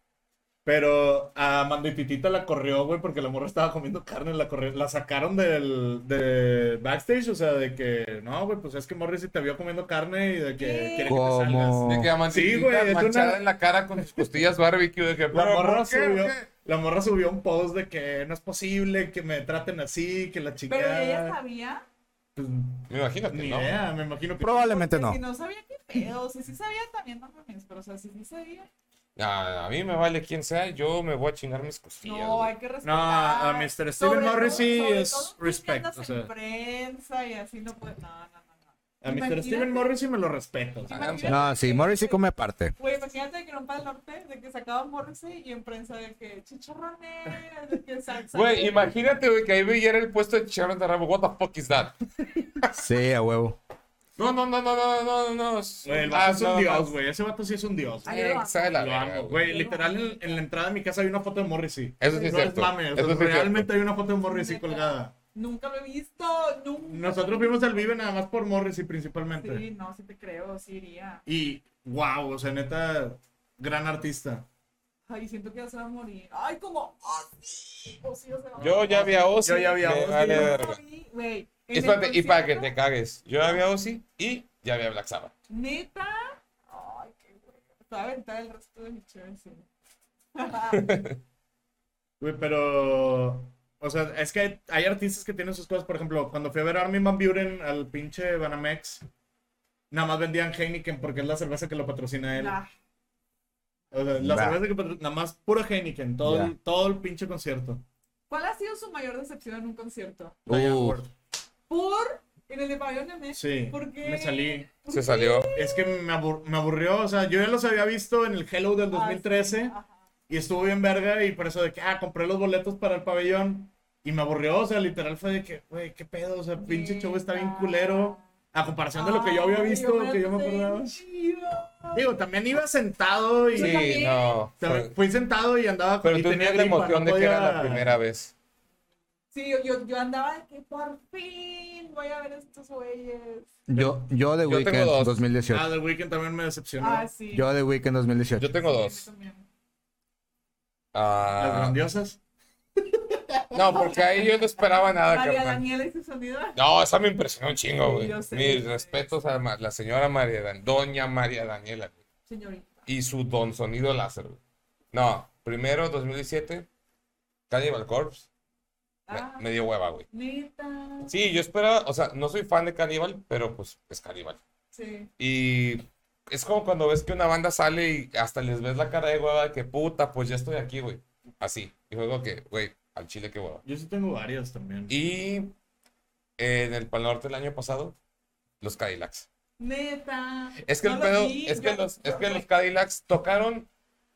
Speaker 2: Pero a Mandititita la corrió, güey, porque la morra estaba comiendo carne, la corrió, la sacaron del, del backstage, o sea, de que, no, güey, pues es que Morris te vio comiendo carne y de que
Speaker 4: ¿Qué?
Speaker 2: quiere que te salgas.
Speaker 3: Como.
Speaker 1: De que a
Speaker 2: Sí,
Speaker 1: sí,
Speaker 2: güey, es una-
Speaker 1: manchada en la cara con sus costillas barbecue. De que,
Speaker 2: La
Speaker 1: "¿Pero
Speaker 2: morra,
Speaker 1: por qué,
Speaker 2: subió,
Speaker 1: o qué?".
Speaker 2: la morra subió un post de que no es posible que me traten así, que la chica...
Speaker 4: Pero ella sabía.
Speaker 1: Me imagino que
Speaker 2: Ni
Speaker 1: no.
Speaker 2: idea, me imagino que...
Speaker 3: Probablemente
Speaker 4: porque
Speaker 3: no.
Speaker 4: Si no sabía qué pedo, si sí sabía también, no mames, pero o sea, si sí sabía.
Speaker 1: A, a mí me vale quien sea, yo me voy a chingar mis costillas.
Speaker 4: No,
Speaker 1: güey.
Speaker 4: hay que respetar.
Speaker 2: No, a Mr. Steven
Speaker 4: Sobre todo-
Speaker 2: Morrissey
Speaker 4: sobre
Speaker 2: es
Speaker 4: todo si
Speaker 2: respect,
Speaker 4: andas
Speaker 2: o
Speaker 4: en
Speaker 2: sea.
Speaker 4: prensa y así no puede. No, no, no. no.
Speaker 2: A Mr.
Speaker 4: Imagínate.
Speaker 2: Steven Morris me lo respeto. o sea,
Speaker 1: Imagínate.
Speaker 3: No, sí, Morrissey come aparte.
Speaker 4: Güey, imagínate que rompa el norte, de que sacaba Morrissey y en prensa de que chicharrones, de que salsa.
Speaker 1: Güey, imagínate, güey, que ahí veía el puesto de chicharrón de rabo. What the fuck is that?
Speaker 3: Sí, a huevo.
Speaker 1: No, no, no, no, no, no, no, no. es-
Speaker 2: Güey, el
Speaker 1: ah,
Speaker 2: vato es
Speaker 1: no,
Speaker 2: un
Speaker 1: no.
Speaker 2: dios, güey. Ese vato sí es un dios.
Speaker 4: Ay,
Speaker 1: Eh, que sabe la
Speaker 2: Lo
Speaker 1: verga,
Speaker 2: amo, güey. Literal, en, en la entrada de mi casa hay una foto de Morrissey.
Speaker 1: Eso sí es
Speaker 2: no
Speaker 1: cierto.
Speaker 2: es mame. o sea,
Speaker 1: Eso sí es cierto.
Speaker 2: realmente hay una foto de Morrissey
Speaker 4: Neta.
Speaker 2: colgada.
Speaker 4: Nunca lo he visto, nunca.
Speaker 2: Nosotros vimos el Vive nada más por Morrissey principalmente.
Speaker 4: Sí, no, sí te creo, sí iría.
Speaker 2: Y wow, o sea, neta, gran artista.
Speaker 4: Ay, siento que ya se va a morir. Ay, como, oh sí, oh sí, o sea,
Speaker 1: Yo ya vi a Ozzy.
Speaker 2: Yo ya vi a
Speaker 1: me
Speaker 2: Ozzy.
Speaker 1: vale
Speaker 4: Yo
Speaker 1: verga.
Speaker 4: vi, güey, en el
Speaker 1: Espérate, y para que
Speaker 4: concierto,
Speaker 1: te cagues. Yo ya vi a Ozzy y ya vi a Black Sabbath.
Speaker 4: Neta. Ay, qué güey. Te va a aventar el resto de mi chévere encima.
Speaker 2: Güey, pero. O sea, es que hay, hay artistas que tienen sus cosas. Por ejemplo, cuando fui a ver a Armin Van Buren al pinche Banamex, nada más vendían Heineken porque es la cerveza que lo patrocina él.
Speaker 4: Nah.
Speaker 2: O sea, la
Speaker 3: Nah.
Speaker 2: cerveza que patro- nada más pura Heineken, todo, el, todo el pinche concierto.
Speaker 4: ¿Cuál ha sido su mayor decepción en un concierto?
Speaker 2: Diane
Speaker 3: Uh,
Speaker 2: Ward.
Speaker 4: Por en el de Pabellón de México.
Speaker 2: Sí,
Speaker 4: ¿Por qué?
Speaker 2: me salí.
Speaker 1: Se salió.
Speaker 2: Es que me, abur- me aburrió, o sea, yo ya los había visto en el Hello
Speaker 4: Ah,
Speaker 2: del 2013
Speaker 4: Ajá.
Speaker 2: y estuvo bien verga y por eso de que, ah, compré los boletos para el pabellón y me aburrió, o sea, literal fue de que, güey, qué pedo, o sea, pinche show está bien culero a comparación de lo que yo había
Speaker 4: Ay,
Speaker 2: visto,
Speaker 4: me
Speaker 2: que yo me
Speaker 4: sentí
Speaker 2: acordaba.
Speaker 4: chido.
Speaker 2: Digo, también iba sentado y...
Speaker 1: Sí,
Speaker 4: también.
Speaker 1: no.
Speaker 2: también
Speaker 1: Pero,
Speaker 2: Fui sentado y andaba
Speaker 1: pero
Speaker 2: y
Speaker 1: tú
Speaker 2: tenía
Speaker 1: tenías la
Speaker 2: gripa,
Speaker 1: emoción
Speaker 2: no
Speaker 1: de que era
Speaker 2: podía-
Speaker 1: la primera vez.
Speaker 4: Sí, yo, yo, yo andaba de que por fin voy a ver estos güeyes.
Speaker 3: yo, yo de
Speaker 1: Yo tengo
Speaker 3: Weekend
Speaker 1: dos.
Speaker 2: Ah,
Speaker 3: 2018.
Speaker 2: The Weeknd también me decepcionó.
Speaker 4: Ah, sí.
Speaker 3: Yo de Weekend 2018.
Speaker 1: Yo tengo
Speaker 4: Sí,
Speaker 1: dos.
Speaker 4: yo también.
Speaker 2: Las
Speaker 1: Ah,
Speaker 2: grandiosas.
Speaker 1: no, porque ahí yo no esperaba nada,
Speaker 4: María
Speaker 1: Ah, carnal.
Speaker 4: Daniela y su sonido.
Speaker 1: No, esa me impresionó un chingo,
Speaker 4: Sí,
Speaker 1: güey.
Speaker 4: yo sé,
Speaker 1: Mis
Speaker 4: yo sé.
Speaker 1: respetos a ma- la señora María Dan, doña María Daniela, güey,
Speaker 4: Señorita.
Speaker 1: y su don sonido láser, güey. No, primero 2017, Cannibal Corpse, me-
Speaker 4: Ah,
Speaker 1: me dio hueva, güey.
Speaker 4: neta.
Speaker 1: Sí, yo esperaba, o sea, no soy fan de Cannibal, pero pues es Cannibal.
Speaker 4: Sí.
Speaker 1: Y es como cuando ves que una banda sale y hasta les ves la cara de hueva de que puta, pues ya estoy aquí, güey. Así. Y luego que, güey, al chile qué hueva.
Speaker 2: Yo sí tengo varias también.
Speaker 1: Y en el Pal Norte el año pasado, los Cadillacs.
Speaker 4: Neta.
Speaker 1: Es que
Speaker 4: No
Speaker 1: el
Speaker 4: los
Speaker 1: pedo,
Speaker 4: vi,
Speaker 1: es que
Speaker 4: yo-
Speaker 1: los, es que los Cadillacs tocaron.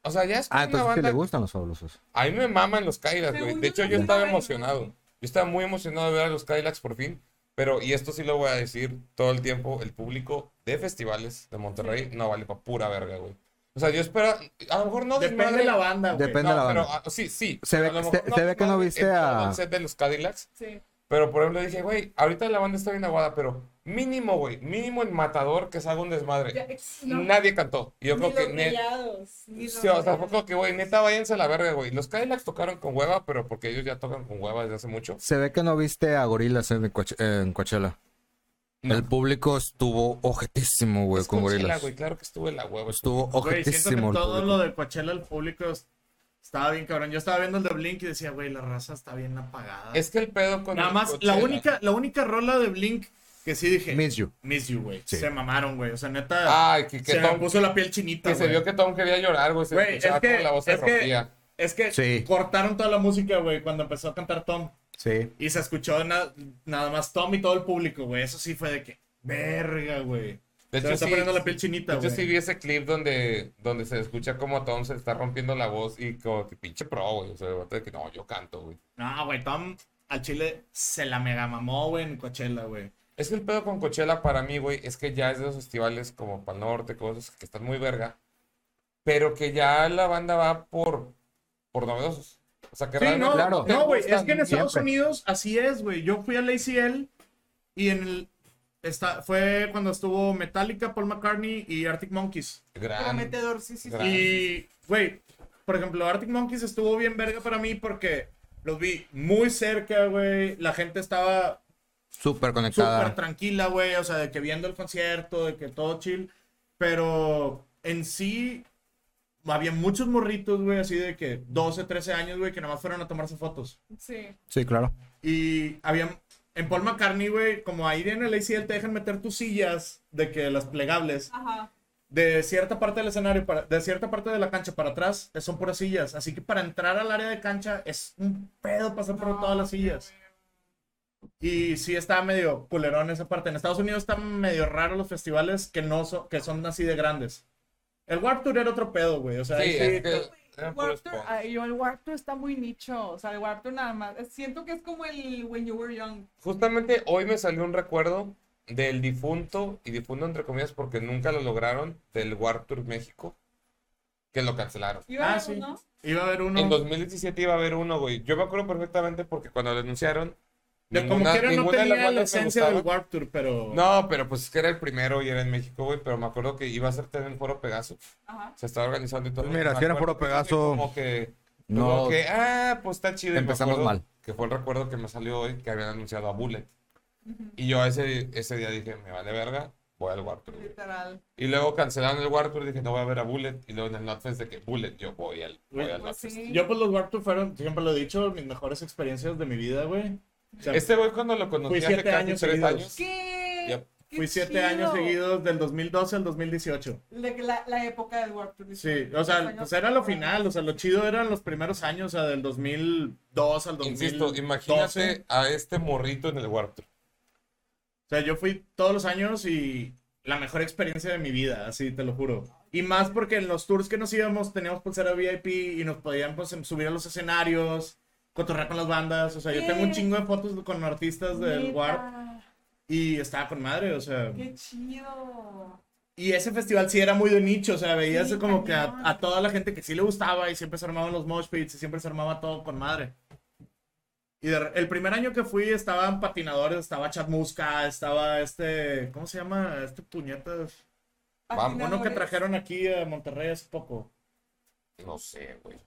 Speaker 1: O sea, ya es como
Speaker 3: Ah,
Speaker 1: una
Speaker 3: entonces sí
Speaker 1: banda-
Speaker 3: le gustan los fabulosos.
Speaker 1: A mí me maman los Cadillacs, güey.
Speaker 4: Según
Speaker 1: De
Speaker 4: yo
Speaker 1: hecho,
Speaker 4: no
Speaker 1: yo
Speaker 4: los
Speaker 1: estaba
Speaker 4: iba a ir.
Speaker 1: emocionado. Yo estaba muy emocionado de ver a los Cadillacs por fin. Pero, y esto sí lo voy a decir todo el tiempo, el público de festivales de Monterrey no vale para pura verga, güey. O sea, yo espero, a lo mejor no
Speaker 2: Depende de
Speaker 1: desmadre-
Speaker 2: la banda, güey.
Speaker 3: Depende de la
Speaker 1: no, pero,
Speaker 3: banda.
Speaker 1: ah, sí, sí.
Speaker 3: Se ve-
Speaker 1: a lo
Speaker 3: se-
Speaker 1: mejor
Speaker 3: se ve que no
Speaker 1: desmadre
Speaker 3: viste
Speaker 1: en todo
Speaker 3: a-
Speaker 1: el set de los Cadillacs,
Speaker 4: Sí.
Speaker 1: pero por ejemplo dije, güey, ahorita la banda está bien aguada, pero Mínimo, güey. Mínimo en Matador que se haga un desmadre.
Speaker 4: Ya, ex- no.
Speaker 1: Nadie cantó. Y Yo
Speaker 4: Ni
Speaker 1: creo
Speaker 4: los
Speaker 1: que. net-
Speaker 4: brillados, ni los
Speaker 1: Sí, o sea, fue
Speaker 4: brillados.
Speaker 1: como que, güey, neta, váyanse a la verga, güey. Los Cadillacs tocaron con hueva, pero porque ellos ya tocan con hueva desde hace mucho.
Speaker 3: Se ve que no viste a gorilas en, Coach- en Coachella. El público estuvo ojetísimo, güey,
Speaker 1: Es
Speaker 3: con
Speaker 1: Coachella,
Speaker 3: gorilas.
Speaker 1: güey, claro que estuve en la hueva.
Speaker 3: Estuvo
Speaker 2: Güey, siento que
Speaker 3: ojetísimo el
Speaker 2: todo
Speaker 3: público.
Speaker 2: lo de Coachella al público es- estaba bien cabrón. Yo estaba viendo el de Blink y decía, güey, la raza está bien apagada.
Speaker 1: Es que el pedo con.
Speaker 2: Nada
Speaker 1: el
Speaker 2: más, la
Speaker 1: Coachella-
Speaker 2: única, la única rola de Blink que sí dije,
Speaker 3: Miss You.
Speaker 2: Miss You, güey.
Speaker 3: Sí.
Speaker 2: Se mamaron, güey. O sea, neta,
Speaker 1: Ay, Ah, que, que
Speaker 2: se me
Speaker 1: Tom,
Speaker 2: puso la piel chinita,
Speaker 1: que se
Speaker 2: güey.
Speaker 1: vio que Tom quería llorar, güey. Se
Speaker 2: Güey,
Speaker 1: escuchaba
Speaker 2: es que-
Speaker 1: como la voz se
Speaker 2: es que-
Speaker 1: rompía.
Speaker 2: Es que
Speaker 3: Sí.
Speaker 2: cortaron toda la música, güey, cuando empezó a cantar Tom.
Speaker 3: Sí.
Speaker 2: Y se escuchó na- nada más Tom y todo el público, güey. Eso sí fue de que, verga, güey.
Speaker 1: De
Speaker 2: Se me
Speaker 1: hecho,
Speaker 2: está
Speaker 1: sí,
Speaker 2: poniendo la piel chinita,
Speaker 1: Yo
Speaker 2: güey.
Speaker 1: sí vi ese clip donde, donde se escucha como a Tom se le está rompiendo la voz y como que pinche pro, güey. O sea, el vato de que no, yo canto, güey.
Speaker 2: No, güey, Tom al chile se la mega mamó, güey, en Coachella, güey.
Speaker 1: Es que el pedo con Coachella para mí, güey, es que ya es de los festivales como Pal Norte, cosas que están muy verga, pero que ya la banda va por, por novedosos. O sea, que
Speaker 2: Sí,
Speaker 1: realmente
Speaker 2: no,
Speaker 3: claro.
Speaker 1: te
Speaker 2: no, güey,
Speaker 1: gustan
Speaker 2: es que en Estados
Speaker 3: siempre.
Speaker 2: Unidos así es, güey. Yo fui al ACL y en el... Está, fue cuando estuvo Metallica, Paul McCartney y Arctic Monkeys.
Speaker 1: Gran,
Speaker 4: Prometedor, sí, sí, sí.
Speaker 1: gran.
Speaker 2: Y, güey, por ejemplo, Arctic Monkeys estuvo bien verga para mí porque los vi muy cerca, güey. La gente estaba
Speaker 3: Súper
Speaker 2: súper
Speaker 3: conectada.
Speaker 2: tranquila, güey. O sea, de que viendo el concierto, de que todo chill. Pero en sí, había muchos morritos, güey, así de que 12, 13 años, güey, que nada más fueron a tomarse fotos.
Speaker 4: Sí.
Speaker 3: Sí, claro.
Speaker 2: Y había. En Paul McCartney, güey, como ahí en el ACL te dejan meter tus sillas de que las plegables
Speaker 4: Ajá.
Speaker 2: de cierta parte del escenario, para, de cierta parte de la cancha para atrás, eh, son puras sillas. Así que para entrar al área de cancha es un pedo pasar por todas las sillas. Y sí está medio culerón esa parte. En Estados Unidos están medio raros los festivales que no son, que son así de grandes. El Warped Tour era otro pedo, güey. O sea,
Speaker 1: Sí,
Speaker 2: ahí sí,
Speaker 1: es que eran puros
Speaker 4: Warped Tour,
Speaker 1: punks.
Speaker 4: ah, yo el Warped Tour está muy nicho, o sea, el Warped Tour nada más. Siento que es como el When You Were Young.
Speaker 1: Justamente hoy me salió un recuerdo del difunto, y difunto entre comillas porque nunca lo lograron, del War Tour México, que lo cancelaron.
Speaker 4: ¿Y ahora
Speaker 2: Ah, sí.
Speaker 4: ¿no?
Speaker 2: iba a haber uno.
Speaker 1: En 2017 iba a haber uno, güey. Yo me acuerdo perfectamente porque cuando lo anunciaron,
Speaker 2: Yo como
Speaker 1: ninguna-
Speaker 2: quiera no
Speaker 1: ninguna de las
Speaker 2: tenía la
Speaker 1: bandas me
Speaker 2: esencia del
Speaker 1: gustaba.
Speaker 2: Warped Tour, pero...
Speaker 1: No, pero pues es que era el primero y era en México, güey. Pero me acuerdo que iba a ser en el Foro Pegaso.
Speaker 4: Ajá.
Speaker 1: Se estaba organizando y todo.
Speaker 3: Pues mira,
Speaker 1: Me
Speaker 3: si era
Speaker 1: acuerdo
Speaker 3: Foro
Speaker 1: que
Speaker 3: Pegaso,
Speaker 1: Como que.
Speaker 3: no.
Speaker 1: Como que, ah, pues está chido. Y me
Speaker 3: Empezamos
Speaker 1: acuerdo
Speaker 3: mal.
Speaker 1: Que fue el recuerdo que me salió hoy que habían anunciado a Bullet. Y yo ese, ese día dije, me vale verga, voy al War Tour. güey.
Speaker 4: Literal.
Speaker 1: Y luego cancelaron el War Tour y dije, no voy a ver a Bullet. Y luego en el NotFest de que Bullet, yo voy al, voy
Speaker 2: Güey,
Speaker 1: al
Speaker 4: Pues
Speaker 1: Notfest.
Speaker 4: sí.
Speaker 2: Yo pues los Warped Tour fueron, siempre lo he dicho, mis mejores experiencias de mi vida, güey. O sea,
Speaker 1: Este güey cuando lo conocí
Speaker 2: Fui
Speaker 1: hace
Speaker 2: siete
Speaker 1: casi
Speaker 2: años
Speaker 1: tres
Speaker 2: seguidos.
Speaker 1: años.
Speaker 4: ¿Qué?
Speaker 1: Yep.
Speaker 4: Qué
Speaker 2: Fui siete
Speaker 4: chido.
Speaker 2: años seguidos del 2012 al 2018.
Speaker 4: La, la- la época del Warped Tour.
Speaker 2: Sí, o sea,
Speaker 4: Los
Speaker 2: pues
Speaker 4: años-
Speaker 2: era lo final, o sea, lo chido eran los primeros años, o sea, del 2002 al 2012.
Speaker 1: Insisto, imagínate a este morrito en el War Tour.
Speaker 2: O sea, yo fui todos los años y la mejor experiencia de mi vida, así te lo juro. Y más porque en los tours que nos íbamos teníamos pulsera VIP y nos podían pues, subir a los escenarios, cotorrear con las bandas, o sea, yo
Speaker 4: ¿Qué?
Speaker 2: tengo un chingo de fotos con artistas del
Speaker 4: Neta,
Speaker 2: Warp y estaba con madre, o sea.
Speaker 4: Qué chido.
Speaker 2: Y ese festival sí era muy de nicho, o sea, veías
Speaker 4: Sí,
Speaker 2: como que a,
Speaker 4: cañón.
Speaker 2: a toda la gente que sí le gustaba y siempre se armaban los mosh pits y siempre se armaba todo con madre. Y de re- el primer año que fui estaban patinadores, estaba Chad Muska, estaba este, ¿cómo se llama? Este puñetas.
Speaker 1: Vamos.
Speaker 2: Uno que
Speaker 4: Patinadores.
Speaker 2: trajeron aquí a Monterrey hace poco.
Speaker 1: No sé, güey.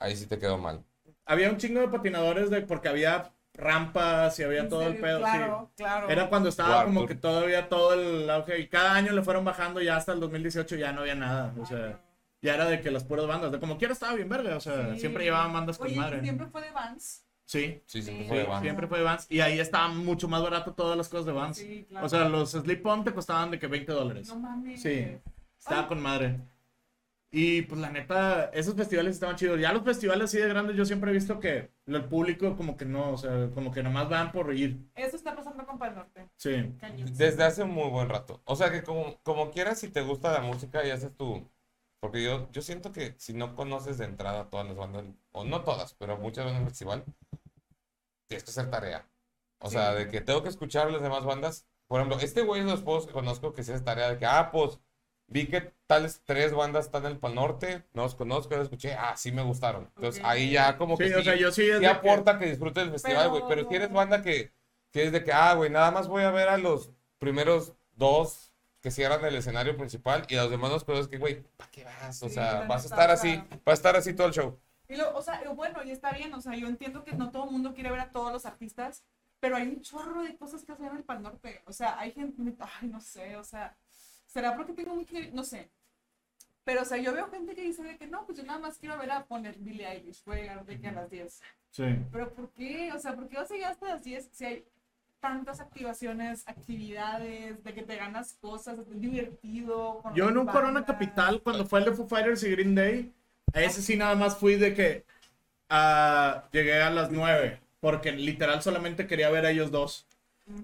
Speaker 1: Ahí sí te quedó mal.
Speaker 2: Había un chingo de patinadores de, porque había rampas y había
Speaker 4: En
Speaker 2: todo el
Speaker 4: serio,
Speaker 2: pedo, sí.
Speaker 4: Claro, claro.
Speaker 2: Era cuando estaba
Speaker 1: Guau,
Speaker 2: como
Speaker 1: tú-
Speaker 2: que todavía todo el auge. Y cada año le fueron bajando ya hasta el 2018 ya no había nada. O sea, ya era de que las puras bandas. De como quiera estaba bien verga. O sea,
Speaker 4: Sí.
Speaker 2: siempre llevaban bandas con
Speaker 4: Oye, ¿y
Speaker 2: madre.
Speaker 4: siempre fue de Vans.
Speaker 2: Sí,
Speaker 1: Sí, sí,
Speaker 4: Sí.
Speaker 1: fue de
Speaker 2: sí,
Speaker 1: Vans.
Speaker 2: siempre fue de Vans. Y ahí estaba mucho más barato todas las cosas de Vans.
Speaker 4: Sí, claro.
Speaker 2: O sea, los slip-on te costaban de que 20 dólares.
Speaker 4: No mames.
Speaker 2: Sí. Estaba
Speaker 4: Ay.
Speaker 2: con madre. Y pues la neta, esos festivales estaban chidos. Ya los festivales así de grandes, yo siempre he visto que el público como que no, o sea, como que nomás van por ir.
Speaker 4: Eso está pasando con Pal Norte.
Speaker 2: Sí.
Speaker 4: Cañón.
Speaker 1: Desde hace muy buen rato. O sea que como, como quieras, si te gusta la música y haces tu... Porque yo, yo siento que si no conoces de entrada todas las bandas, o no todas, pero muchas bandas del festival, tienes que hacer tarea. O sea, de que tengo que escuchar las demás bandas. Por ejemplo, este güey es de los pocos que conozco que se hace tarea de que, ah, pues, vi que tales tres bandas están en el Pal Norte, no los conozco, los escuché, ah, sí me gustaron. Entonces
Speaker 4: Ok.
Speaker 1: ahí ya como que
Speaker 2: Sí, o sea, yo sí es
Speaker 1: sí
Speaker 2: de que-
Speaker 1: aporta que disfrutes del festival, güey. Pero,
Speaker 4: Pero-
Speaker 1: si eres banda que, que es de que, ah, güey, nada más voy a ver a los primeros dos que cierran el escenario principal y a los demás dos, pero es que, güey, ¿para qué vas? O
Speaker 4: Sí,
Speaker 1: sea,
Speaker 4: la
Speaker 1: vas a
Speaker 4: neta,
Speaker 1: estar
Speaker 4: o
Speaker 1: así,
Speaker 4: sea.
Speaker 1: vas a estar así todo el show.
Speaker 4: Y lo- o sea, lo bueno, y está bien, o sea, yo entiendo que no todo el mundo quiere ver a todos los artistas, pero hay un chorro de cosas que hacer en el Pal Norte. O sea, hay gente, ay, no sé, o sea, será porque tengo mucho, no sé. Pero, o sea, yo veo gente que dice de que no, pues yo nada más quiero ver a poner Billie Eilish, voy a llegar de que a las 10.
Speaker 2: Sí.
Speaker 4: Pero, ¿por qué? O sea, ¿por qué vas a llegar hasta las 10 si hay tantas activaciones, actividades, de que te ganas cosas, es divertido? con
Speaker 2: Yo en
Speaker 4: las
Speaker 2: un Corona
Speaker 4: bandas?
Speaker 2: Capital, cuando fue el de Foo Fighters y Green Day, a ese sí nada más fui de que ah, llegué a las 9, porque literal solamente quería ver a ellos dos.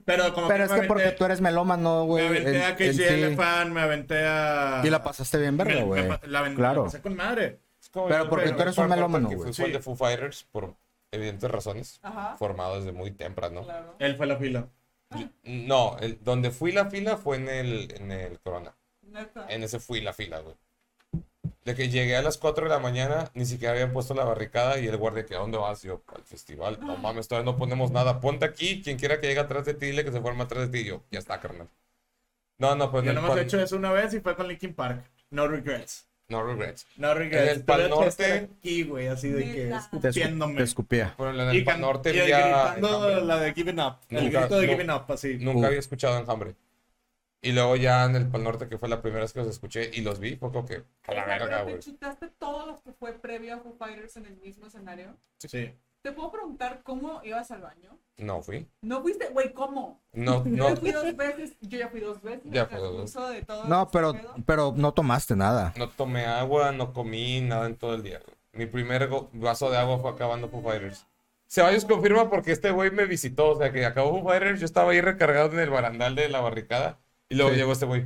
Speaker 2: Pero como
Speaker 3: Pero
Speaker 2: que
Speaker 3: es
Speaker 2: me
Speaker 3: que porque
Speaker 2: aventé-
Speaker 3: tú eres melómano,
Speaker 2: me
Speaker 3: güey.
Speaker 2: aventé
Speaker 3: en-
Speaker 2: a
Speaker 3: en sí.
Speaker 2: KJ Fan, me aventé a...
Speaker 3: Y la pasaste bien
Speaker 2: Me-
Speaker 3: verga,
Speaker 2: me
Speaker 3: güey.
Speaker 2: pa- La aventé,
Speaker 3: Claro.
Speaker 2: la pasé con madre.
Speaker 1: Es como
Speaker 3: Pero
Speaker 1: yo,
Speaker 3: porque
Speaker 1: pero
Speaker 3: tú eres un
Speaker 1: Juan Corta,
Speaker 3: melómano,
Speaker 1: que
Speaker 3: güey.
Speaker 1: fui fan
Speaker 2: Sí.
Speaker 1: de Foo Fighters por evidentes razones,
Speaker 4: Ajá.
Speaker 1: formado desde muy temprano.
Speaker 4: Claro.
Speaker 2: Él fue la fila.
Speaker 1: No, el- donde fui la fila fue en el, en el Corona.
Speaker 4: Neta.
Speaker 1: En ese fui la fila, güey. De que llegué a las 4 de la mañana, ni siquiera habían puesto la barricada y el guardia que, ¿a dónde vas? Yo, al festival. No mames, todavía no ponemos nada. Ponte aquí, quien quiera que llegue atrás de ti, dile que se forma atrás de ti. Yo, ya está, carnal. No, no, pues
Speaker 2: Yo
Speaker 1: en el
Speaker 2: nomás he
Speaker 1: Pal-
Speaker 2: hecho eso una vez y fue con Linkin Park. No regrets.
Speaker 1: No regrets.
Speaker 2: No regrets.
Speaker 1: En el Pal
Speaker 2: Tuve que estar
Speaker 1: Norte-
Speaker 2: Aquí, güey, así de que
Speaker 4: Neta.
Speaker 3: Te, escu-
Speaker 2: escupiéndome.
Speaker 3: te escupía.
Speaker 1: Pero en el
Speaker 2: Y
Speaker 1: Pal
Speaker 2: can-
Speaker 1: Norte
Speaker 2: y el
Speaker 1: había
Speaker 2: gritando
Speaker 1: Enjambre.
Speaker 2: la de Giving Up. El
Speaker 1: Nunca-
Speaker 2: grito de
Speaker 1: no.
Speaker 2: Giving Up, así.
Speaker 1: Nunca había escuchado Enjambre. Y luego ya en el Pal Norte, que fue la primera vez que los escuché y los vi, poco que a
Speaker 4: O
Speaker 1: la
Speaker 4: sea,
Speaker 1: verga,
Speaker 4: pero
Speaker 1: güey.
Speaker 4: te chutaste todo lo que fue previo a Foo Fighters en el mismo escenario.
Speaker 2: Sí.
Speaker 4: Te puedo preguntar cómo ibas al baño.
Speaker 1: No fui.
Speaker 4: No fuiste, güey, ¿cómo?
Speaker 1: No, no,
Speaker 4: Yo fui dos veces, yo ya fui dos veces.
Speaker 1: Ya
Speaker 4: en el
Speaker 1: fue dos
Speaker 4: transcurso de todo
Speaker 3: No,
Speaker 4: ese
Speaker 3: pero,
Speaker 4: pedo.
Speaker 3: pero no tomaste nada.
Speaker 1: no tomé agua, no comí nada en todo el día. güey. Mi primer go- vaso de agua fue acabando Foo Fighters. Ceballos confirma porque este güey me visitó. O sea, que acabó Foo Fighters, yo estaba ahí recargado en el barandal de la barricada. Y luego llegó este güey.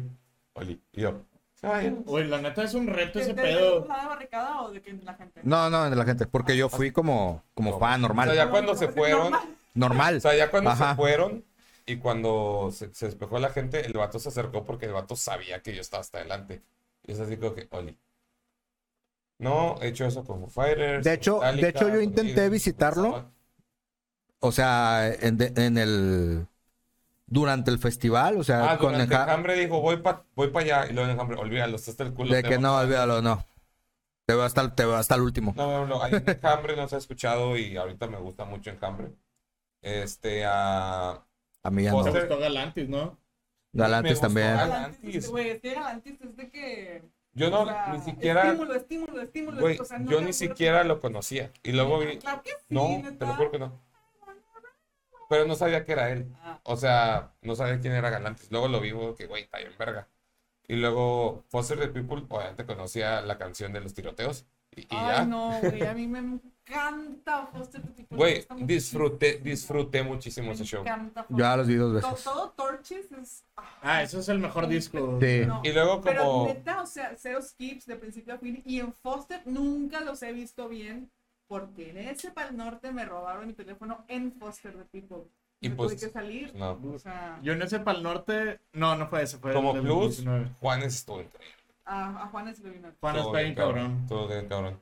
Speaker 1: Oli. Y yo, Ceballos.
Speaker 2: Uy, la neta es un reto
Speaker 4: ¿De-
Speaker 2: ese
Speaker 4: de-
Speaker 2: pedo.
Speaker 4: de la barricada o de que la gente?
Speaker 3: No, no, de la gente. Porque yo fui como, como fan
Speaker 1: O sea,
Speaker 3: normal.
Speaker 1: ya cuando se fueron,
Speaker 3: Normal.
Speaker 1: o sea, ya cuando
Speaker 3: Ajá.
Speaker 1: se fueron y cuando se, se despejó la gente, el vato se acercó porque el vato sabía que yo estaba hasta adelante. Y es así como que, Oli. No, he hecho eso con Foo Fighters.
Speaker 3: De hecho- de
Speaker 1: Metallica,
Speaker 3: hecho, yo
Speaker 1: con
Speaker 3: intenté
Speaker 1: Maiden, con
Speaker 3: visitarlo.
Speaker 1: Sabbath.
Speaker 3: O sea, en, de- en el. Durante el festival, o sea,
Speaker 1: Ah,
Speaker 3: con
Speaker 1: durante
Speaker 3: enja-
Speaker 1: enjambre dijo, voy para voy pa allá. Y luego enjambre, olvídalo, está hasta el culo.
Speaker 3: De
Speaker 1: te
Speaker 3: que
Speaker 1: va-
Speaker 3: no, olvídalo, no. Te veo hasta, el- te veo hasta el último.
Speaker 1: No, no, no, ahí en enjambre no se ha escuchado y ahorita me gusta mucho enjambre. Este, a...
Speaker 3: A mí ya no.
Speaker 2: Se
Speaker 1: Pues,
Speaker 2: gustó Galantis, ¿no?
Speaker 3: Galantes
Speaker 1: me gustó
Speaker 3: también.
Speaker 1: algo.
Speaker 4: Galantis, güey, es que Galantis es de que...
Speaker 1: Yo
Speaker 4: o
Speaker 1: no,
Speaker 4: sea,
Speaker 1: ni siquiera,
Speaker 4: Estímulo, estímulo, estímulo.
Speaker 1: güey,
Speaker 4: o sea, no
Speaker 1: yo
Speaker 4: me
Speaker 1: ni
Speaker 4: acuerdo-
Speaker 1: siquiera lo conocía. Y luego vi,
Speaker 4: Claro que sí,
Speaker 1: no,
Speaker 4: neta.
Speaker 1: te lo juro que no. Pero no sabía que era él.
Speaker 4: Ah.
Speaker 1: O sea, no sabía quién era Galantis. Luego lo vi, güey, que güey, está bien verga. Y luego, Foster the People, obviamente conocía la canción de los tiroteos. Y, y ya.
Speaker 4: Ay, no, güey, a mí me encanta Foster the People. me
Speaker 1: Güey,
Speaker 4: gusta muchísimo.
Speaker 1: disfruté, disfruté muchísimo
Speaker 4: Me
Speaker 1: ese show.
Speaker 4: encanta Foster.
Speaker 3: Ya los vi dos
Speaker 4: Todo,
Speaker 3: veces.
Speaker 4: todo Torches es...
Speaker 2: Ah, ese es el mejor disco.
Speaker 3: Sí.
Speaker 4: No.
Speaker 1: Y luego
Speaker 4: Pero
Speaker 1: como...
Speaker 4: neta, o sea, cero skips de principio a fin. Y en Foster nunca los he visto bien. Porque en ese pal norte me robaron mi teléfono en Foster de People.
Speaker 1: Y
Speaker 4: Y
Speaker 1: pues-
Speaker 4: tuve que salir.
Speaker 1: No.
Speaker 4: O sea,
Speaker 2: Yo en ese Pal Norte. No, no fue ese, fue
Speaker 1: Como
Speaker 2: el del
Speaker 1: plus,
Speaker 2: 2019.
Speaker 1: Juanes estuvo increíble.
Speaker 4: a, a Juanes lo vino.
Speaker 2: Juan
Speaker 1: Estuvo
Speaker 2: está bien cabrón.
Speaker 1: Estuvo bien cabrón.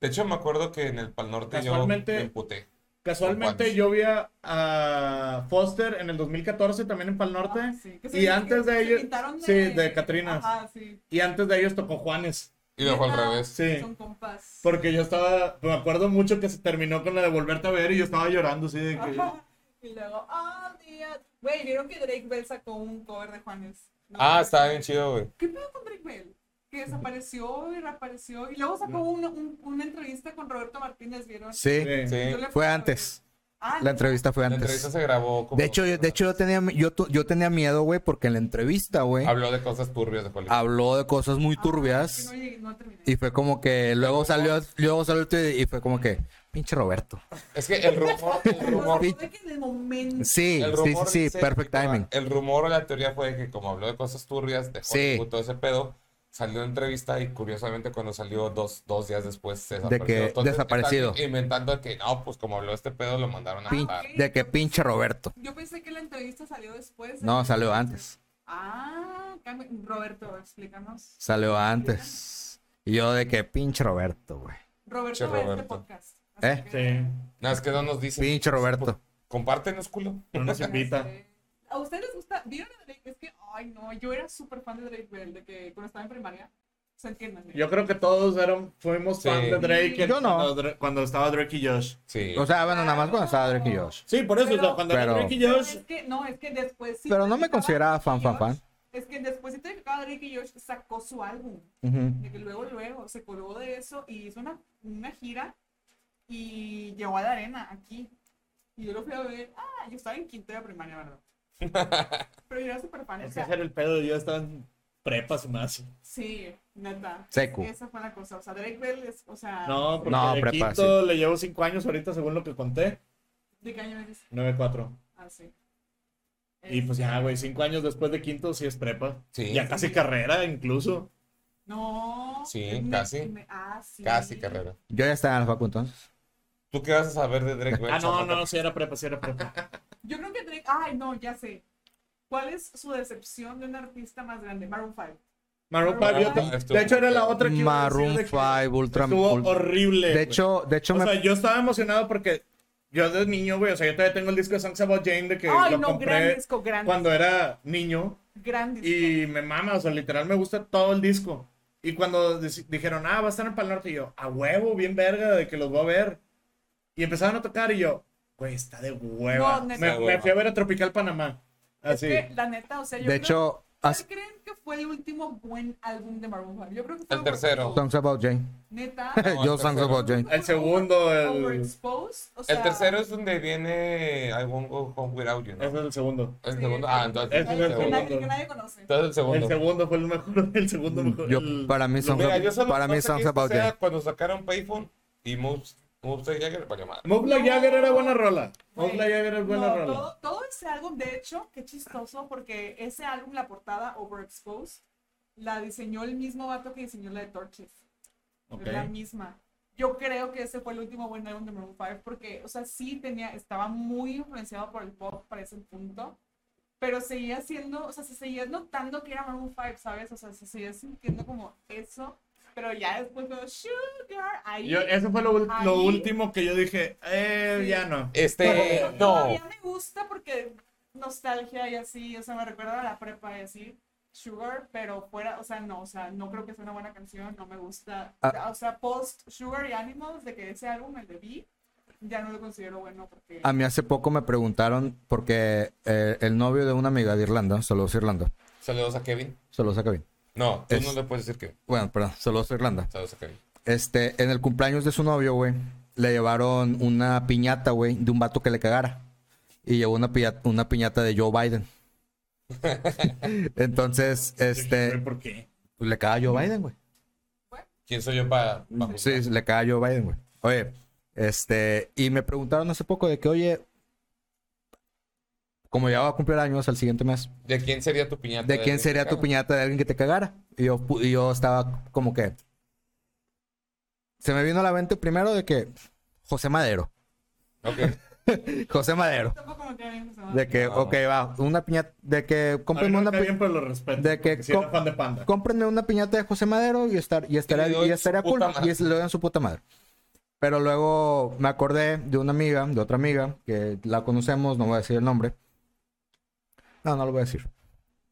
Speaker 1: De hecho, me acuerdo que en el Pal Norte yo me
Speaker 2: Casualmente-
Speaker 1: emputé.
Speaker 2: Casualmente
Speaker 1: Juanes.
Speaker 2: yo vi a, a Foster en el 2014 también en Pal Norte.
Speaker 4: Ah, sí, que se-
Speaker 2: y antes
Speaker 4: que
Speaker 2: de
Speaker 4: se
Speaker 2: ellos.
Speaker 4: pintaron
Speaker 2: Sí, de Catrinas.
Speaker 4: Ajá, sí.
Speaker 2: Y antes de ellos tocó Juanes.
Speaker 1: Y luego al
Speaker 4: Neta,
Speaker 1: revés.
Speaker 2: Sí.
Speaker 4: Son compas.
Speaker 2: Porque yo estaba. Me acuerdo mucho que se terminó con la de volverte a ver y yo estaba llorando así de que.
Speaker 4: Ajá. (laughs) Y luego, ah, día. Güey, vieron que Drake Bell sacó un cover de Juanes. ¿No?
Speaker 1: Ah, estaba bien chido, güey.
Speaker 4: ¿Qué pedo con Drake Bell? Que desapareció y reapareció. Y luego sacó una, un- una entrevista con Roberto Martínez, ¿vieron?
Speaker 3: Sí,
Speaker 2: Sí.
Speaker 1: Sí.
Speaker 4: Yo le-
Speaker 3: fue antes.
Speaker 4: Ah,
Speaker 3: La entrevista fue
Speaker 1: La entrevista
Speaker 3: antes.
Speaker 1: se grabó como...
Speaker 3: De hecho, yo, de hecho, yo tenía, yo, tu- yo tenía miedo, güey, porque en la entrevista, güey,
Speaker 1: Habló de cosas turbias de Hollywood.
Speaker 3: habló de cosas muy
Speaker 4: ah, es
Speaker 3: turbias.
Speaker 4: que no llegué, no terminé.
Speaker 3: Y fue como que luego salió, luego salió el tweet y fue como que, pinche Roberto.
Speaker 1: Es que el rumor... El
Speaker 3: (laughs)
Speaker 4: Pero
Speaker 1: rumor,
Speaker 4: se supone que en el momento.
Speaker 3: Sí,
Speaker 1: el
Speaker 3: sí,
Speaker 1: rumor
Speaker 3: sí, sí,
Speaker 1: dice-
Speaker 3: perfect timing.
Speaker 1: El rumor o la teoría fue que como habló de cosas turbias, de
Speaker 3: Sí.
Speaker 1: Hollywood, todo ese pedo, salió la entrevista y curiosamente cuando salió dos, dos días después se desapareció.
Speaker 3: que desaparecido.
Speaker 1: están Inventando que no, pues como habló de este pedo lo mandaron a
Speaker 3: Pin-
Speaker 1: matar.
Speaker 3: de que pinche Roberto.
Speaker 4: Yo pensé que la entrevista salió después. de-
Speaker 3: No, salió antes.
Speaker 4: Ah, cambio- Roberto, explícanos.
Speaker 3: Salió antes. Y yo de que pinche Roberto, güey.
Speaker 4: Roberto,
Speaker 1: Che,
Speaker 4: ve este
Speaker 1: Roberto.
Speaker 4: podcast. Así
Speaker 3: ¿Eh?
Speaker 4: que-
Speaker 2: Sí.
Speaker 1: No, es que no nos dicen. Pues,
Speaker 3: Pinche Roberto.
Speaker 1: Compártenos, culo.
Speaker 2: No nos
Speaker 4: Ya
Speaker 2: invita.
Speaker 4: sé. ¿A ustedes les gusta? ¿Vieron a Drake? Es que, ay, no, yo era súper fan de Drake Bell, de que cuando estaba en primaria, se entiendan.
Speaker 2: Yo creo que todos eran, fuimos
Speaker 1: Sí.
Speaker 2: fan de Drake.
Speaker 3: Yo no.
Speaker 2: Cuando, Dra- cuando estaba Drake y Josh.
Speaker 1: Sí.
Speaker 3: O sea, bueno, nada más cuando estaba Drake y Josh.
Speaker 2: Sí, por eso,
Speaker 4: Pero-
Speaker 2: o sea, cuando era
Speaker 3: Pero-
Speaker 2: Drake y
Speaker 4: Pero
Speaker 2: Josh.
Speaker 4: es que, no, es que después sí.
Speaker 3: Pero no me
Speaker 4: identificaba
Speaker 3: consideraba fan,
Speaker 4: Drake
Speaker 3: fan,
Speaker 4: y
Speaker 3: fan.
Speaker 4: Josh. Es que después sí te identificaba Drake y Josh sacó su álbum.
Speaker 3: Ujú.
Speaker 4: De que luego, luego se colgó de eso y hizo una, una gira y llegó a la arena aquí. Y yo lo fui a ver. Ah, yo estaba en quinto de primaria,
Speaker 3: (laughs)
Speaker 4: ¿verdad? Pero yo era súper fan. o
Speaker 2: Es que
Speaker 4: sea,
Speaker 2: ese era el pedo, yo estaba en prepas y más.
Speaker 4: sí, neta.
Speaker 3: Seco.
Speaker 4: Esa fue la cosa. O sea, Drake Bell es, o sea,
Speaker 2: No, porque
Speaker 3: No,
Speaker 2: de
Speaker 3: prepa,
Speaker 2: quinto le llevo cinco años ahorita, según lo que conté.
Speaker 4: ¿de qué año eres?
Speaker 2: 9-4.
Speaker 4: Ah, sí. Eh,
Speaker 2: Y
Speaker 4: Es-
Speaker 2: pues ya, güey, cinco años después de quinto sí es prepa.
Speaker 1: Sí.
Speaker 2: Ya casi carrera incluso.
Speaker 4: No.
Speaker 1: Sí, casi.
Speaker 4: ah, sí.
Speaker 1: Casi carrera.
Speaker 3: Yo ya estaba en la facu entonces.
Speaker 1: ¿Tú qué vas a saber de Drake Bell?
Speaker 2: Ah, no,
Speaker 1: Zapata?
Speaker 2: no, sí era prepa, sí era prepa.
Speaker 4: Yo creo que Drake. Ay, no, ya sé. ¿Cuál es su decepción de un artista más grande? Maroon 5.
Speaker 2: Maroon
Speaker 4: Maroon
Speaker 2: 5,
Speaker 1: five
Speaker 2: yo-
Speaker 1: estuvo-
Speaker 2: de hecho era la otra que iba a decir
Speaker 3: Ah, Maroon
Speaker 2: de que
Speaker 3: 5, Ultra-
Speaker 2: Estuvo
Speaker 3: Ul-
Speaker 2: horrible.
Speaker 3: De
Speaker 2: güey.
Speaker 3: hecho, de hecho
Speaker 2: o
Speaker 3: me...
Speaker 2: sea, yo estaba emocionado porque yo de niño, güey, o sea, yo todavía tengo el disco de Songs About Jane de que
Speaker 4: Ay,
Speaker 2: lo
Speaker 4: no, gran
Speaker 2: compré
Speaker 4: disco, gran
Speaker 2: cuando era niño
Speaker 4: Gran disco.
Speaker 2: y me mama, o sea, literal me gusta todo el disco. Y cuando dec- dijeron, ah, va a estar en Pal Norte, y yo, a huevo, bien verga, de que los voy a ver. Y empezaron a tocar y yo, güey, está de hueva.
Speaker 4: No,
Speaker 2: me,
Speaker 4: neta.
Speaker 2: me
Speaker 1: Hueva.
Speaker 2: fui a ver a Tropical Panamá. Así.
Speaker 4: Es que, la neta, o sea, yo
Speaker 3: De
Speaker 4: creo-
Speaker 3: hecho,
Speaker 4: ¿cuál
Speaker 3: as-
Speaker 4: creen que fue el último buen álbum de Maroon 5? Yo creo que fue
Speaker 1: El tercero.
Speaker 3: Songs About Jane.
Speaker 2: (laughs)
Speaker 4: Neta.
Speaker 1: No,
Speaker 3: yo
Speaker 1: el
Speaker 3: Songs
Speaker 1: tercero.
Speaker 3: About Jane.
Speaker 2: El segundo, el-
Speaker 4: Overexposed, o sea,
Speaker 1: El tercero es donde viene I won't go home without you. ¿no?
Speaker 2: Ese es el segundo.
Speaker 1: El
Speaker 4: sí,
Speaker 1: segundo. Ah, entonces.
Speaker 2: Ese
Speaker 4: que
Speaker 2: es
Speaker 1: el
Speaker 2: el
Speaker 4: nadie- que,
Speaker 1: segundo.
Speaker 4: nadie,
Speaker 2: segundo.
Speaker 4: que nadie conoce.
Speaker 1: Entonces el
Speaker 2: El
Speaker 1: segundo.
Speaker 2: segundo fue el mejor. (laughs) El segundo mejor.
Speaker 3: Yo,
Speaker 2: el-
Speaker 3: para mí Songs
Speaker 1: Mira, yo
Speaker 3: About
Speaker 1: solo
Speaker 3: Para mí
Speaker 1: cosa que
Speaker 3: Songs
Speaker 1: hice
Speaker 3: About
Speaker 1: sea
Speaker 3: Jane.
Speaker 1: Cuando sacaron Payphone y Moves, Moves de Jagger, valió madre.
Speaker 2: Move Like Jagger era buena rola. Move
Speaker 4: Güey,
Speaker 2: Like Jagger era buena
Speaker 4: no,
Speaker 2: rola.
Speaker 4: Todo, todo ese álbum, de hecho, qué chistoso, porque ese álbum, la portada Overexposed, la diseñó el mismo vato que diseñó la de Torches.
Speaker 2: Ok.
Speaker 4: Es la misma. Yo creo que ese fue el último buen álbum de Maroon 5 porque, o sea, sí tenía, estaba muy influenciado por el pop para ese punto, pero seguía siendo, o sea, se seguía notando que era Maroon 5, ¿sabes? O sea, se seguía sintiendo como eso, pero ya después fue Sugar, ahí.
Speaker 2: Yo, eso fue lo, ul- lo
Speaker 4: Ahí.
Speaker 2: último que yo dije, eh,
Speaker 4: Sí.
Speaker 2: ya no.
Speaker 1: Este,
Speaker 4: Pero
Speaker 1: no.
Speaker 4: Todavía me gusta porque nostalgia y así, o sea, me recuerda a la prepa y así. Sugar, pero fuera, o sea, no, o sea, no creo que sea una buena canción, no me gusta.
Speaker 3: Ah.
Speaker 4: O sea, post Sugar y Animals, de que ese álbum, el de B, ya no lo considero bueno porque.
Speaker 3: A mí hace poco me preguntaron porque eh, el novio de una amiga de Irlanda, saludos Irlanda,
Speaker 1: Saludos a Kevin.
Speaker 3: saludos a Kevin.
Speaker 1: No, tú
Speaker 3: Es-
Speaker 1: no le puedes decir que.
Speaker 3: Bueno, perdón, saludos a Irlanda.
Speaker 1: Saludos a Kevin.
Speaker 3: Este, en el cumpleaños de su novio, güey, le llevaron una piñata, güey, de un vato que le cagara. Y llevó una, pia- una piñata de Joe Biden. Entonces,
Speaker 2: Güey,
Speaker 3: este,
Speaker 2: ¿Por qué?
Speaker 3: pues, le caga Joe Biden, güey.
Speaker 1: ¿Quién soy yo para.? para
Speaker 3: Sí, le caga Joe Biden, güey. Oye, este, y me preguntaron hace poco de que, oye, como ya va a cumplir años al siguiente mes,
Speaker 1: ¿De quién sería tu piñata?
Speaker 3: ¿de quién sería tu piñata de alguien que te cagara? Y yo, pu- y yo estaba como que... Se me vino a la mente primero de que José Madero.
Speaker 1: Ok.
Speaker 3: José Madero.
Speaker 4: Tampoco me queda bien esa
Speaker 3: De que,
Speaker 1: Ah.
Speaker 3: ok, va, una piñata, de que
Speaker 2: A
Speaker 3: cómprenme
Speaker 2: mí no
Speaker 3: una
Speaker 2: me cae bien,
Speaker 3: piñata.
Speaker 2: pero lo respeto.
Speaker 3: de que
Speaker 2: porque sí era
Speaker 3: com-
Speaker 2: fan de Panda.
Speaker 3: Cómprenme una piñata de José Madero y, estar, y estaría,
Speaker 1: le doy
Speaker 3: y estaría
Speaker 1: su
Speaker 3: cool.
Speaker 1: puta madre.
Speaker 3: Y se le doy en su puta madre. Pero luego me acordé de una amiga, de otra amiga, que la conocemos, no voy a decir el nombre. No, no lo voy a decir.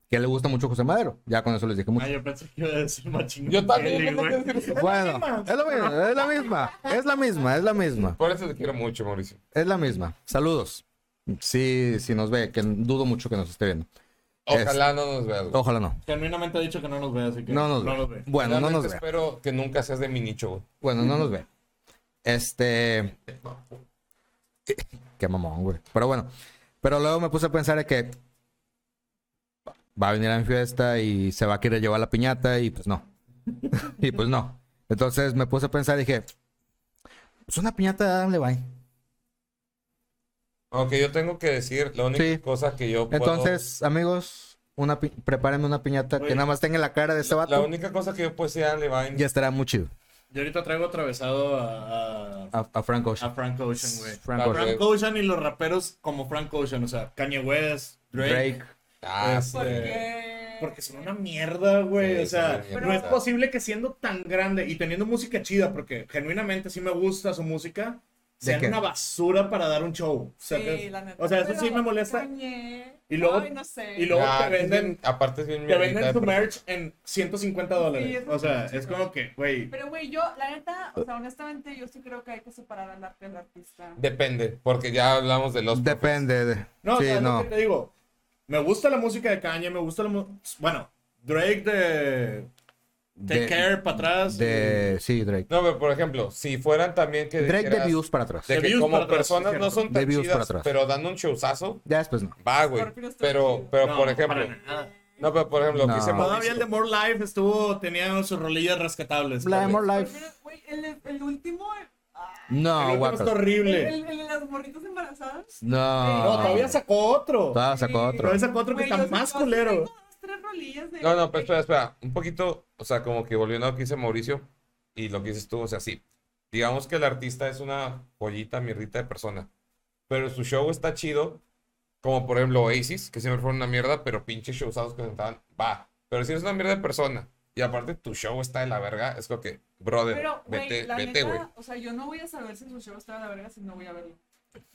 Speaker 3: Que le gusta mucho José Madero. Ya con eso les dije mucho.
Speaker 2: Ah, yo pensé que iba a decir más chingón.
Speaker 1: Yo también.
Speaker 2: que él,
Speaker 1: yo pensé
Speaker 2: güey.
Speaker 1: que decir-
Speaker 3: bueno, es lo mismo, es la misma, es la misma, es la misma,
Speaker 1: Por eso te quiero mucho, Mauricio.
Speaker 3: es la misma. Saludos. Sí, sí nos ve, que dudo mucho que nos esté viendo.
Speaker 1: Ojalá no nos veas. güey.
Speaker 3: Ojalá no.
Speaker 2: Genuinamente ha dicho que no nos ve, así que
Speaker 3: No nos ve.
Speaker 2: ve.
Speaker 3: Bueno, no nos
Speaker 1: Realmente
Speaker 3: ve.
Speaker 1: Espero que nunca seas de mi nicho, güey.
Speaker 3: Bueno, no nos ve. Este. Qué mamón, güey. Pero bueno. Pero luego me puse a pensar de que. Va a venir a mi fiesta y se va a querer llevar la piñata y pues no. (laughs) y pues no. Entonces me puse a pensar y dije. Pues una piñata de Adam Levine.
Speaker 1: Aunque yo tengo que decir, la única
Speaker 3: Sí.
Speaker 1: cosa que yo puedo.
Speaker 3: Entonces, amigos, una pi- prepárenme una piñata que
Speaker 2: Güey.
Speaker 3: nada más tenga la cara de este
Speaker 1: La, la
Speaker 3: vato.
Speaker 1: única cosa que yo puedo decir a Dan Levine.
Speaker 3: Ya estará muy chido.
Speaker 2: Yo ahorita traigo atravesado a, a,
Speaker 3: A, a Frank
Speaker 2: a
Speaker 3: Ocean.
Speaker 2: Frank Ocean, güey.
Speaker 3: Frank
Speaker 1: a
Speaker 3: Ocean.
Speaker 2: Frank Ocean y los raperos como Frank Ocean, o sea, Kanye West, Drake.
Speaker 3: Drake.
Speaker 1: Ah,
Speaker 2: Este,
Speaker 1: sí.
Speaker 4: Porque.
Speaker 2: Porque son una mierda, güey.
Speaker 1: Sí,
Speaker 2: o
Speaker 1: son
Speaker 2: sea,
Speaker 1: una
Speaker 2: no es
Speaker 1: mierda.
Speaker 2: posible que siendo tan grande y teniendo música chida, porque genuinamente sí me gusta su música, sean
Speaker 3: qué?
Speaker 2: una basura para dar un show. O sea,
Speaker 4: Sí,
Speaker 2: que-
Speaker 4: la neta.
Speaker 2: o sea, eso sí
Speaker 4: Pero
Speaker 2: me molesta.
Speaker 4: extrañé.
Speaker 2: Y luego-
Speaker 4: Ay, no sé.
Speaker 2: y luego te
Speaker 1: es
Speaker 2: venden-
Speaker 1: bien- aparte es bien
Speaker 2: Te
Speaker 1: mierdita,
Speaker 2: venden tu
Speaker 1: pero-
Speaker 2: merch en 150
Speaker 4: Sí,
Speaker 2: dólares.
Speaker 4: eso
Speaker 2: O sea,
Speaker 4: sí,
Speaker 2: es
Speaker 4: sí.
Speaker 2: como que, güey.
Speaker 4: Pero, güey, yo, la neta, o sea, honestamente, yo sí creo que hay que separar al arte del artista.
Speaker 1: Depende, porque ya hablamos de los.
Speaker 3: Depende. de-
Speaker 2: No, o
Speaker 3: sí,
Speaker 2: sea, es lo
Speaker 3: no.
Speaker 2: que te digo. Me gusta la música de Kanye, me gusta la mu- Bueno, Drake de Take
Speaker 3: De-
Speaker 2: Care para atrás.
Speaker 3: De, sí, Drake.
Speaker 1: No, pero por ejemplo, si fueran también que.
Speaker 3: Drake de
Speaker 1: dijeras
Speaker 3: views para atrás.
Speaker 1: de
Speaker 2: De
Speaker 1: que
Speaker 2: views
Speaker 1: como
Speaker 2: para atrás,
Speaker 1: personas
Speaker 2: sí,
Speaker 1: no
Speaker 2: cierto.
Speaker 1: son
Speaker 3: De
Speaker 1: tan
Speaker 3: views para
Speaker 1: chidas,
Speaker 3: atrás.
Speaker 1: pero dando un showzazo,
Speaker 3: Ya después no.
Speaker 1: va, güey.
Speaker 4: Scorpio está
Speaker 1: Pero,
Speaker 4: chido.
Speaker 1: pero
Speaker 2: No,
Speaker 1: por
Speaker 2: para
Speaker 1: ejemplo.
Speaker 2: nada.
Speaker 1: No, pero por ejemplo,
Speaker 3: No.
Speaker 1: quise
Speaker 2: Todavía el de More Life estuvo, tenía sus rolillas rescatables.
Speaker 3: La de More
Speaker 4: Pero,
Speaker 3: Life.
Speaker 4: Güey, el, el último,
Speaker 2: El
Speaker 3: No,
Speaker 2: último está
Speaker 3: guacas.
Speaker 4: el,
Speaker 2: horrible.
Speaker 4: el, el de las morritas embarazadas.
Speaker 3: No.
Speaker 2: No, todavía sacó otro.
Speaker 3: Todavía sacó otro.
Speaker 2: Todavía sacó otro que
Speaker 4: Güey,
Speaker 2: está
Speaker 4: yo sí-
Speaker 2: más
Speaker 4: yo sí
Speaker 2: culero.
Speaker 4: tengo dos, tres rolillas de-
Speaker 1: No, no, pero espera, espera. Un poquito, o sea, como que volviendo a lo que dice Mauricio y lo que dices tú, o sea, sí. Digamos que el artista es una joyita, mirrita de persona. Pero su show está chido. Como por ejemplo Oasis, que siempre fueron una mierda, pero pinches showzazos que sentaban, va. Pero si eres una mierda de persona y aparte tu show está de la verga, es como que, brother,
Speaker 4: Pero, güey,
Speaker 1: vete,
Speaker 4: la
Speaker 1: vete, güey.
Speaker 4: neta, o sea, yo no voy a saber si su show está de la verga si no voy a verlo.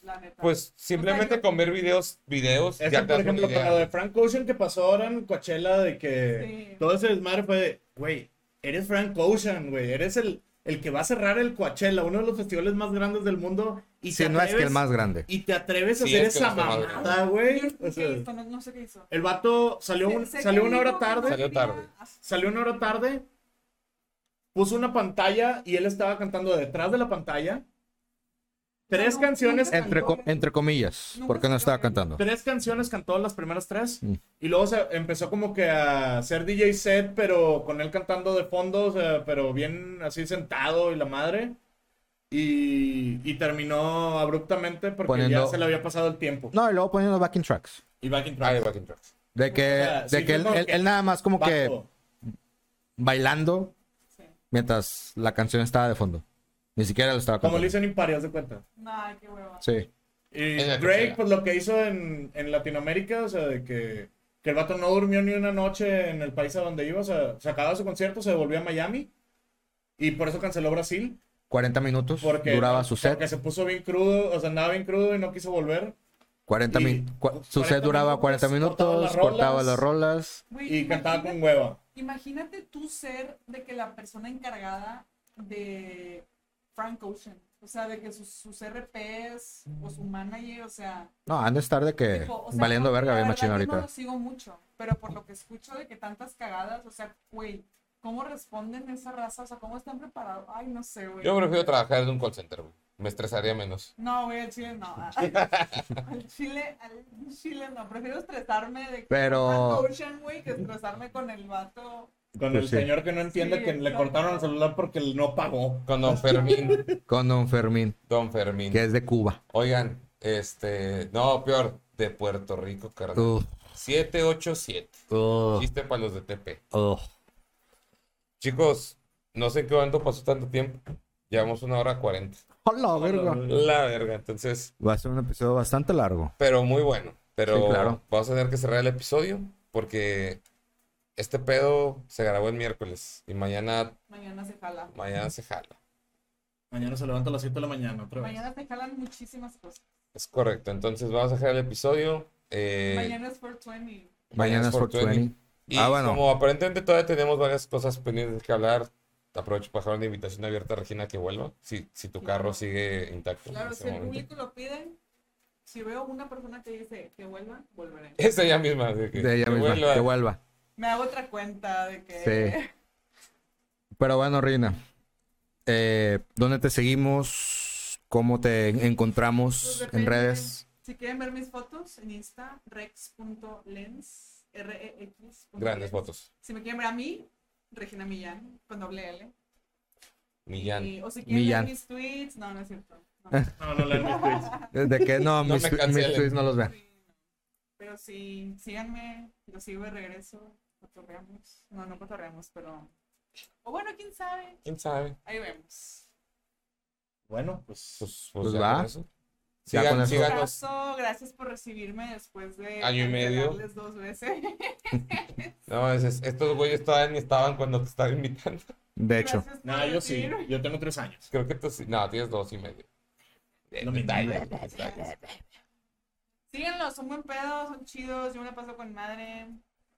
Speaker 4: La neta.
Speaker 1: Pues simplemente
Speaker 4: yo-
Speaker 1: con ver videos, videos,
Speaker 2: Es que,
Speaker 1: ya te
Speaker 2: por
Speaker 1: das una
Speaker 2: ejemplo, con
Speaker 1: idea.
Speaker 2: lo de Frank Ocean que pasó ahora en Coachella, de que
Speaker 4: Sí.
Speaker 2: todo ese desmadre fue de, güey, eres Frank Ocean, güey, eres el, el que va a cerrar el Coachella, uno de los festivales más grandes del mundo. Y
Speaker 3: Si
Speaker 2: te
Speaker 3: no es que el
Speaker 2: atreves-
Speaker 3: más grande.
Speaker 2: Y te atreves a
Speaker 1: Sí,
Speaker 2: hacer
Speaker 1: es que
Speaker 2: esa
Speaker 1: no está mal,
Speaker 2: mamada, güey.
Speaker 4: yo
Speaker 2: O
Speaker 4: no sé
Speaker 2: sea,
Speaker 4: qué hizo, no, no sé qué hizo. Eh,
Speaker 2: el vato salió, un-
Speaker 4: Sé que
Speaker 2: salió una
Speaker 4: dijo
Speaker 2: hora
Speaker 4: que "Ah, no
Speaker 2: tarde,
Speaker 1: Salió
Speaker 4: quería
Speaker 1: tarde.
Speaker 4: hacer-
Speaker 2: salió una hora tarde, puso una pantalla y él estaba cantando detrás de la pantalla. Tres
Speaker 4: No, no,
Speaker 2: canciones
Speaker 4: nunca
Speaker 3: Entre, co- entre comillas, porque no estaba cantando.
Speaker 2: tres canciones cantó las primeras tres
Speaker 3: Mm.
Speaker 2: y luego se empezó como que a hacer DJ set pero con él cantando de fondo o sea, pero bien así sentado y la madre y, y terminó abruptamente porque ya
Speaker 3: Poniendo-
Speaker 2: se le había pasado el tiempo
Speaker 3: No, y luego poniendo backing tracks.
Speaker 2: y backing
Speaker 1: Ah,
Speaker 2: track
Speaker 1: de Backing Tracks.
Speaker 3: De que,
Speaker 2: sea,
Speaker 3: de
Speaker 2: sí
Speaker 3: que
Speaker 2: fue
Speaker 3: él,
Speaker 2: como
Speaker 3: él-
Speaker 2: que-
Speaker 3: él nada más como que
Speaker 2: Vato.
Speaker 3: bailando
Speaker 4: Sí.
Speaker 3: mientras la canción estaba de fondo. Ni siquiera lo estaba
Speaker 2: como
Speaker 3: cantando.
Speaker 2: le dicen imparias de cuenta
Speaker 4: Ay, qué hueva.
Speaker 3: Sí.
Speaker 2: y
Speaker 1: En la
Speaker 2: Drake
Speaker 1: tercera.
Speaker 2: pues lo que hizo en, en Latinoamérica o sea de que que el vato no durmió ni una noche en el país a donde iba o sea se acababa su concierto se devolvió a Miami y por eso canceló Brasil
Speaker 3: 40 minutos
Speaker 2: Porque,
Speaker 3: duraba su set.
Speaker 2: porque se puso bien crudo, o sea, andaba bien crudo y no quiso volver.
Speaker 3: 40
Speaker 2: y-
Speaker 3: min- cua- su
Speaker 2: 40
Speaker 3: set duraba
Speaker 2: minutos,
Speaker 3: 40
Speaker 2: cortaba las
Speaker 3: minutos, cortaba
Speaker 2: rolas.
Speaker 3: las rolas.
Speaker 4: Güey,
Speaker 2: Y cantaba
Speaker 4: imagínate-
Speaker 2: con hueva.
Speaker 4: Imagínate tú ser de que la persona encargada de Frank Ocean, o sea, de que sus, sus RPs o su manager, o sea,
Speaker 3: No, han de estar de que
Speaker 4: tipo, o sea,
Speaker 3: valiendo
Speaker 4: no,
Speaker 3: verga
Speaker 4: la
Speaker 3: bien
Speaker 4: verdad,
Speaker 3: machino
Speaker 4: yo No
Speaker 3: ahorita.
Speaker 4: lo sigo mucho, pero por lo que escucho de que tantas cagadas, o sea, güey, ¿cómo responden esa raza? O sea, ¿cómo están preparados? Ay, no sé, güey.
Speaker 1: Yo prefiero trabajar en un call center, güey. Me estresaría menos.
Speaker 4: No, güey, al
Speaker 3: (laughs)
Speaker 4: chile no. Al chile, al chile no. Prefiero estresarme de
Speaker 3: Pero-
Speaker 4: Frank Ocean, güey, que estresarme con el vato.
Speaker 2: Con
Speaker 3: Pues
Speaker 2: el
Speaker 3: sí.
Speaker 2: señor que no entiende
Speaker 4: Sí,
Speaker 2: que le
Speaker 4: exacto.
Speaker 2: cortaron el celular porque él no pagó.
Speaker 1: Con Don Fermín.
Speaker 3: Con Don Fermín,
Speaker 1: Don Fermín.
Speaker 3: que es de Cuba.
Speaker 1: Oigan, este, no, peor, de Puerto Rico, carnal.
Speaker 3: Uf,
Speaker 1: 787.
Speaker 3: uf,
Speaker 1: Chiste para los de TP.
Speaker 3: uf.
Speaker 1: Chicos, no sé en qué momento pasó tanto tiempo. Llevamos una hora cuarenta.
Speaker 3: Hola, verga.
Speaker 1: La verga, entonces,
Speaker 3: Va a ser un episodio bastante largo.
Speaker 1: pero muy bueno. Pero
Speaker 3: Sí, claro.
Speaker 1: vamos a tener que cerrar el episodio porque este pedo se grabó el miércoles y mañana,
Speaker 4: Mañana se jala.
Speaker 1: mañana se jala.
Speaker 2: Mañana se levanta a las 7 de la mañana otra vez.
Speaker 4: Mañana se jalan muchísimas cosas.
Speaker 1: Es correcto, entonces vamos a cerrar el episodio. eh,
Speaker 4: Mañana es 420.
Speaker 3: Mañana es 420.
Speaker 1: Y
Speaker 3: Ah, bueno.
Speaker 1: como aparentemente todavía tenemos varias cosas pendientes que hablar, aprovecho para dejar una invitación abierta a Regina que vuelva, si, si tu carro sigue intacto. en
Speaker 4: Claro,
Speaker 1: ese
Speaker 4: si el
Speaker 1: momento.
Speaker 4: público lo pide, si veo una persona que dice que vuelva, volveré.
Speaker 1: (laughs) Es ella misma. de que-
Speaker 3: De ella
Speaker 1: que
Speaker 3: misma,
Speaker 1: vuelva.
Speaker 3: que vuelva.
Speaker 4: Me hago otra cuenta de que.
Speaker 3: Sí. Pero bueno, Reina, eh, ¿dónde te seguimos? ¿Cómo te
Speaker 4: Pues
Speaker 3: encontramos en
Speaker 4: depende.
Speaker 3: redes?
Speaker 4: Si quieren ver mis fotos en Insta, rex.lens. R-E-X.
Speaker 1: Grandes fotos.
Speaker 4: Si me quieren ver a mí, Regina Millán, con doble L.
Speaker 1: Millán.
Speaker 4: Y- o si quieren
Speaker 3: Millán.
Speaker 4: ver mis tweets, no, no es cierto.
Speaker 3: (laughs)
Speaker 4: No.
Speaker 2: No, no lean mis tweets.
Speaker 3: Eh, De que
Speaker 1: (laughs)
Speaker 3: no,
Speaker 1: No
Speaker 3: mis,
Speaker 1: me
Speaker 3: mis
Speaker 1: cancelen.
Speaker 3: tweets no los vean.
Speaker 4: Sí, no. Pero sí, síganme, lo sigo de regreso, cotorreamos. No, no cotorreamos, pero... O bueno, quién sabe,
Speaker 1: ¿Quién sabe?
Speaker 4: ahí vemos.
Speaker 2: Bueno, pues
Speaker 1: Pues,
Speaker 3: Pues
Speaker 1: ya
Speaker 3: va.
Speaker 1: con eso.
Speaker 3: Ya
Speaker 1: Sigan-
Speaker 3: con eso.
Speaker 1: síganos.
Speaker 4: Abrazo, gracias por recibirme después de...
Speaker 1: Año y medio.
Speaker 4: cancelarles dos veces.
Speaker 1: No, es- es- estos güeyes todavía ni estaban cuando te estaban (laughs) invitando.
Speaker 3: De hecho,
Speaker 4: Gracias por
Speaker 2: nada, yo sí.
Speaker 4: recibirme.
Speaker 2: Yo tengo 3 años.
Speaker 1: Creo que tú sí. No, tienes dos y medio.
Speaker 2: Lo mismo.
Speaker 4: Síganlos, son buen pedo, son chidos, yo me la paso con madre.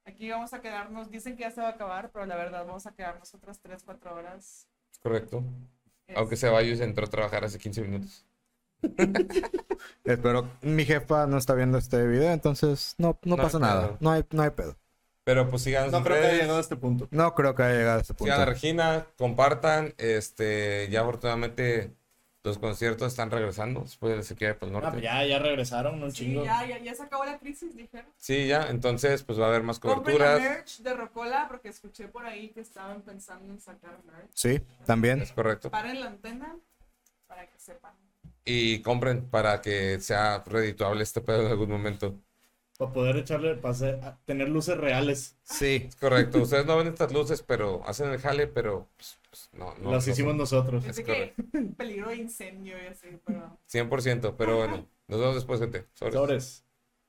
Speaker 4: Aquí vamos a quedarnos, dicen que ya se va a acabar, pero la verdad vamos a quedarnos otras 3, 4 horas.
Speaker 1: Correcto.
Speaker 4: Es-
Speaker 1: Aunque Ceballos entró a trabajar hace 15 minutos.
Speaker 3: Espero mi jefa no está viendo este video, entonces no, no,
Speaker 1: No
Speaker 3: pasa
Speaker 1: hay
Speaker 3: nada.
Speaker 1: pedo.
Speaker 3: No hay, no hay pedo.
Speaker 1: Pero pues síganos
Speaker 2: No
Speaker 1: en
Speaker 2: creo que haya
Speaker 1: redes,
Speaker 2: llegado a este punto.
Speaker 3: No creo que haya llegado a este punto.
Speaker 1: sigan a Regina, compartan. Este, ya afortunadamente los conciertos están regresando después de la sequía de Pal
Speaker 2: Ah, pues
Speaker 1: Norte.
Speaker 2: ya, ya regresaron un
Speaker 4: Sí,
Speaker 2: chingo.
Speaker 4: ya, ya, ya se acabó la crisis, dijeron.
Speaker 1: Sí, ya, entonces pues va a haber más
Speaker 4: Compren la
Speaker 1: coberturas.
Speaker 4: merch de Rocola porque escuché por ahí que estaban pensando en sacar merch.
Speaker 3: Sí, también.
Speaker 1: Es correcto.
Speaker 4: Paren la antena para que sepan.
Speaker 1: Y compren para que sea redituable este pedo en algún momento.
Speaker 2: Para poder echarle, para hacer- a tener luces reales.
Speaker 3: Sí.
Speaker 1: Es correcto. Ustedes no ven estas luces, pero hacen el jale, pero pues, pues, no, no.
Speaker 2: Las
Speaker 1: no
Speaker 2: hicimos
Speaker 1: son
Speaker 2: nosotros.
Speaker 4: Pensé que (laughs) peligro de incendio y así, pero...
Speaker 1: 100%, pero bueno. Nos vemos después, gente. Sobres.
Speaker 2: Sobres.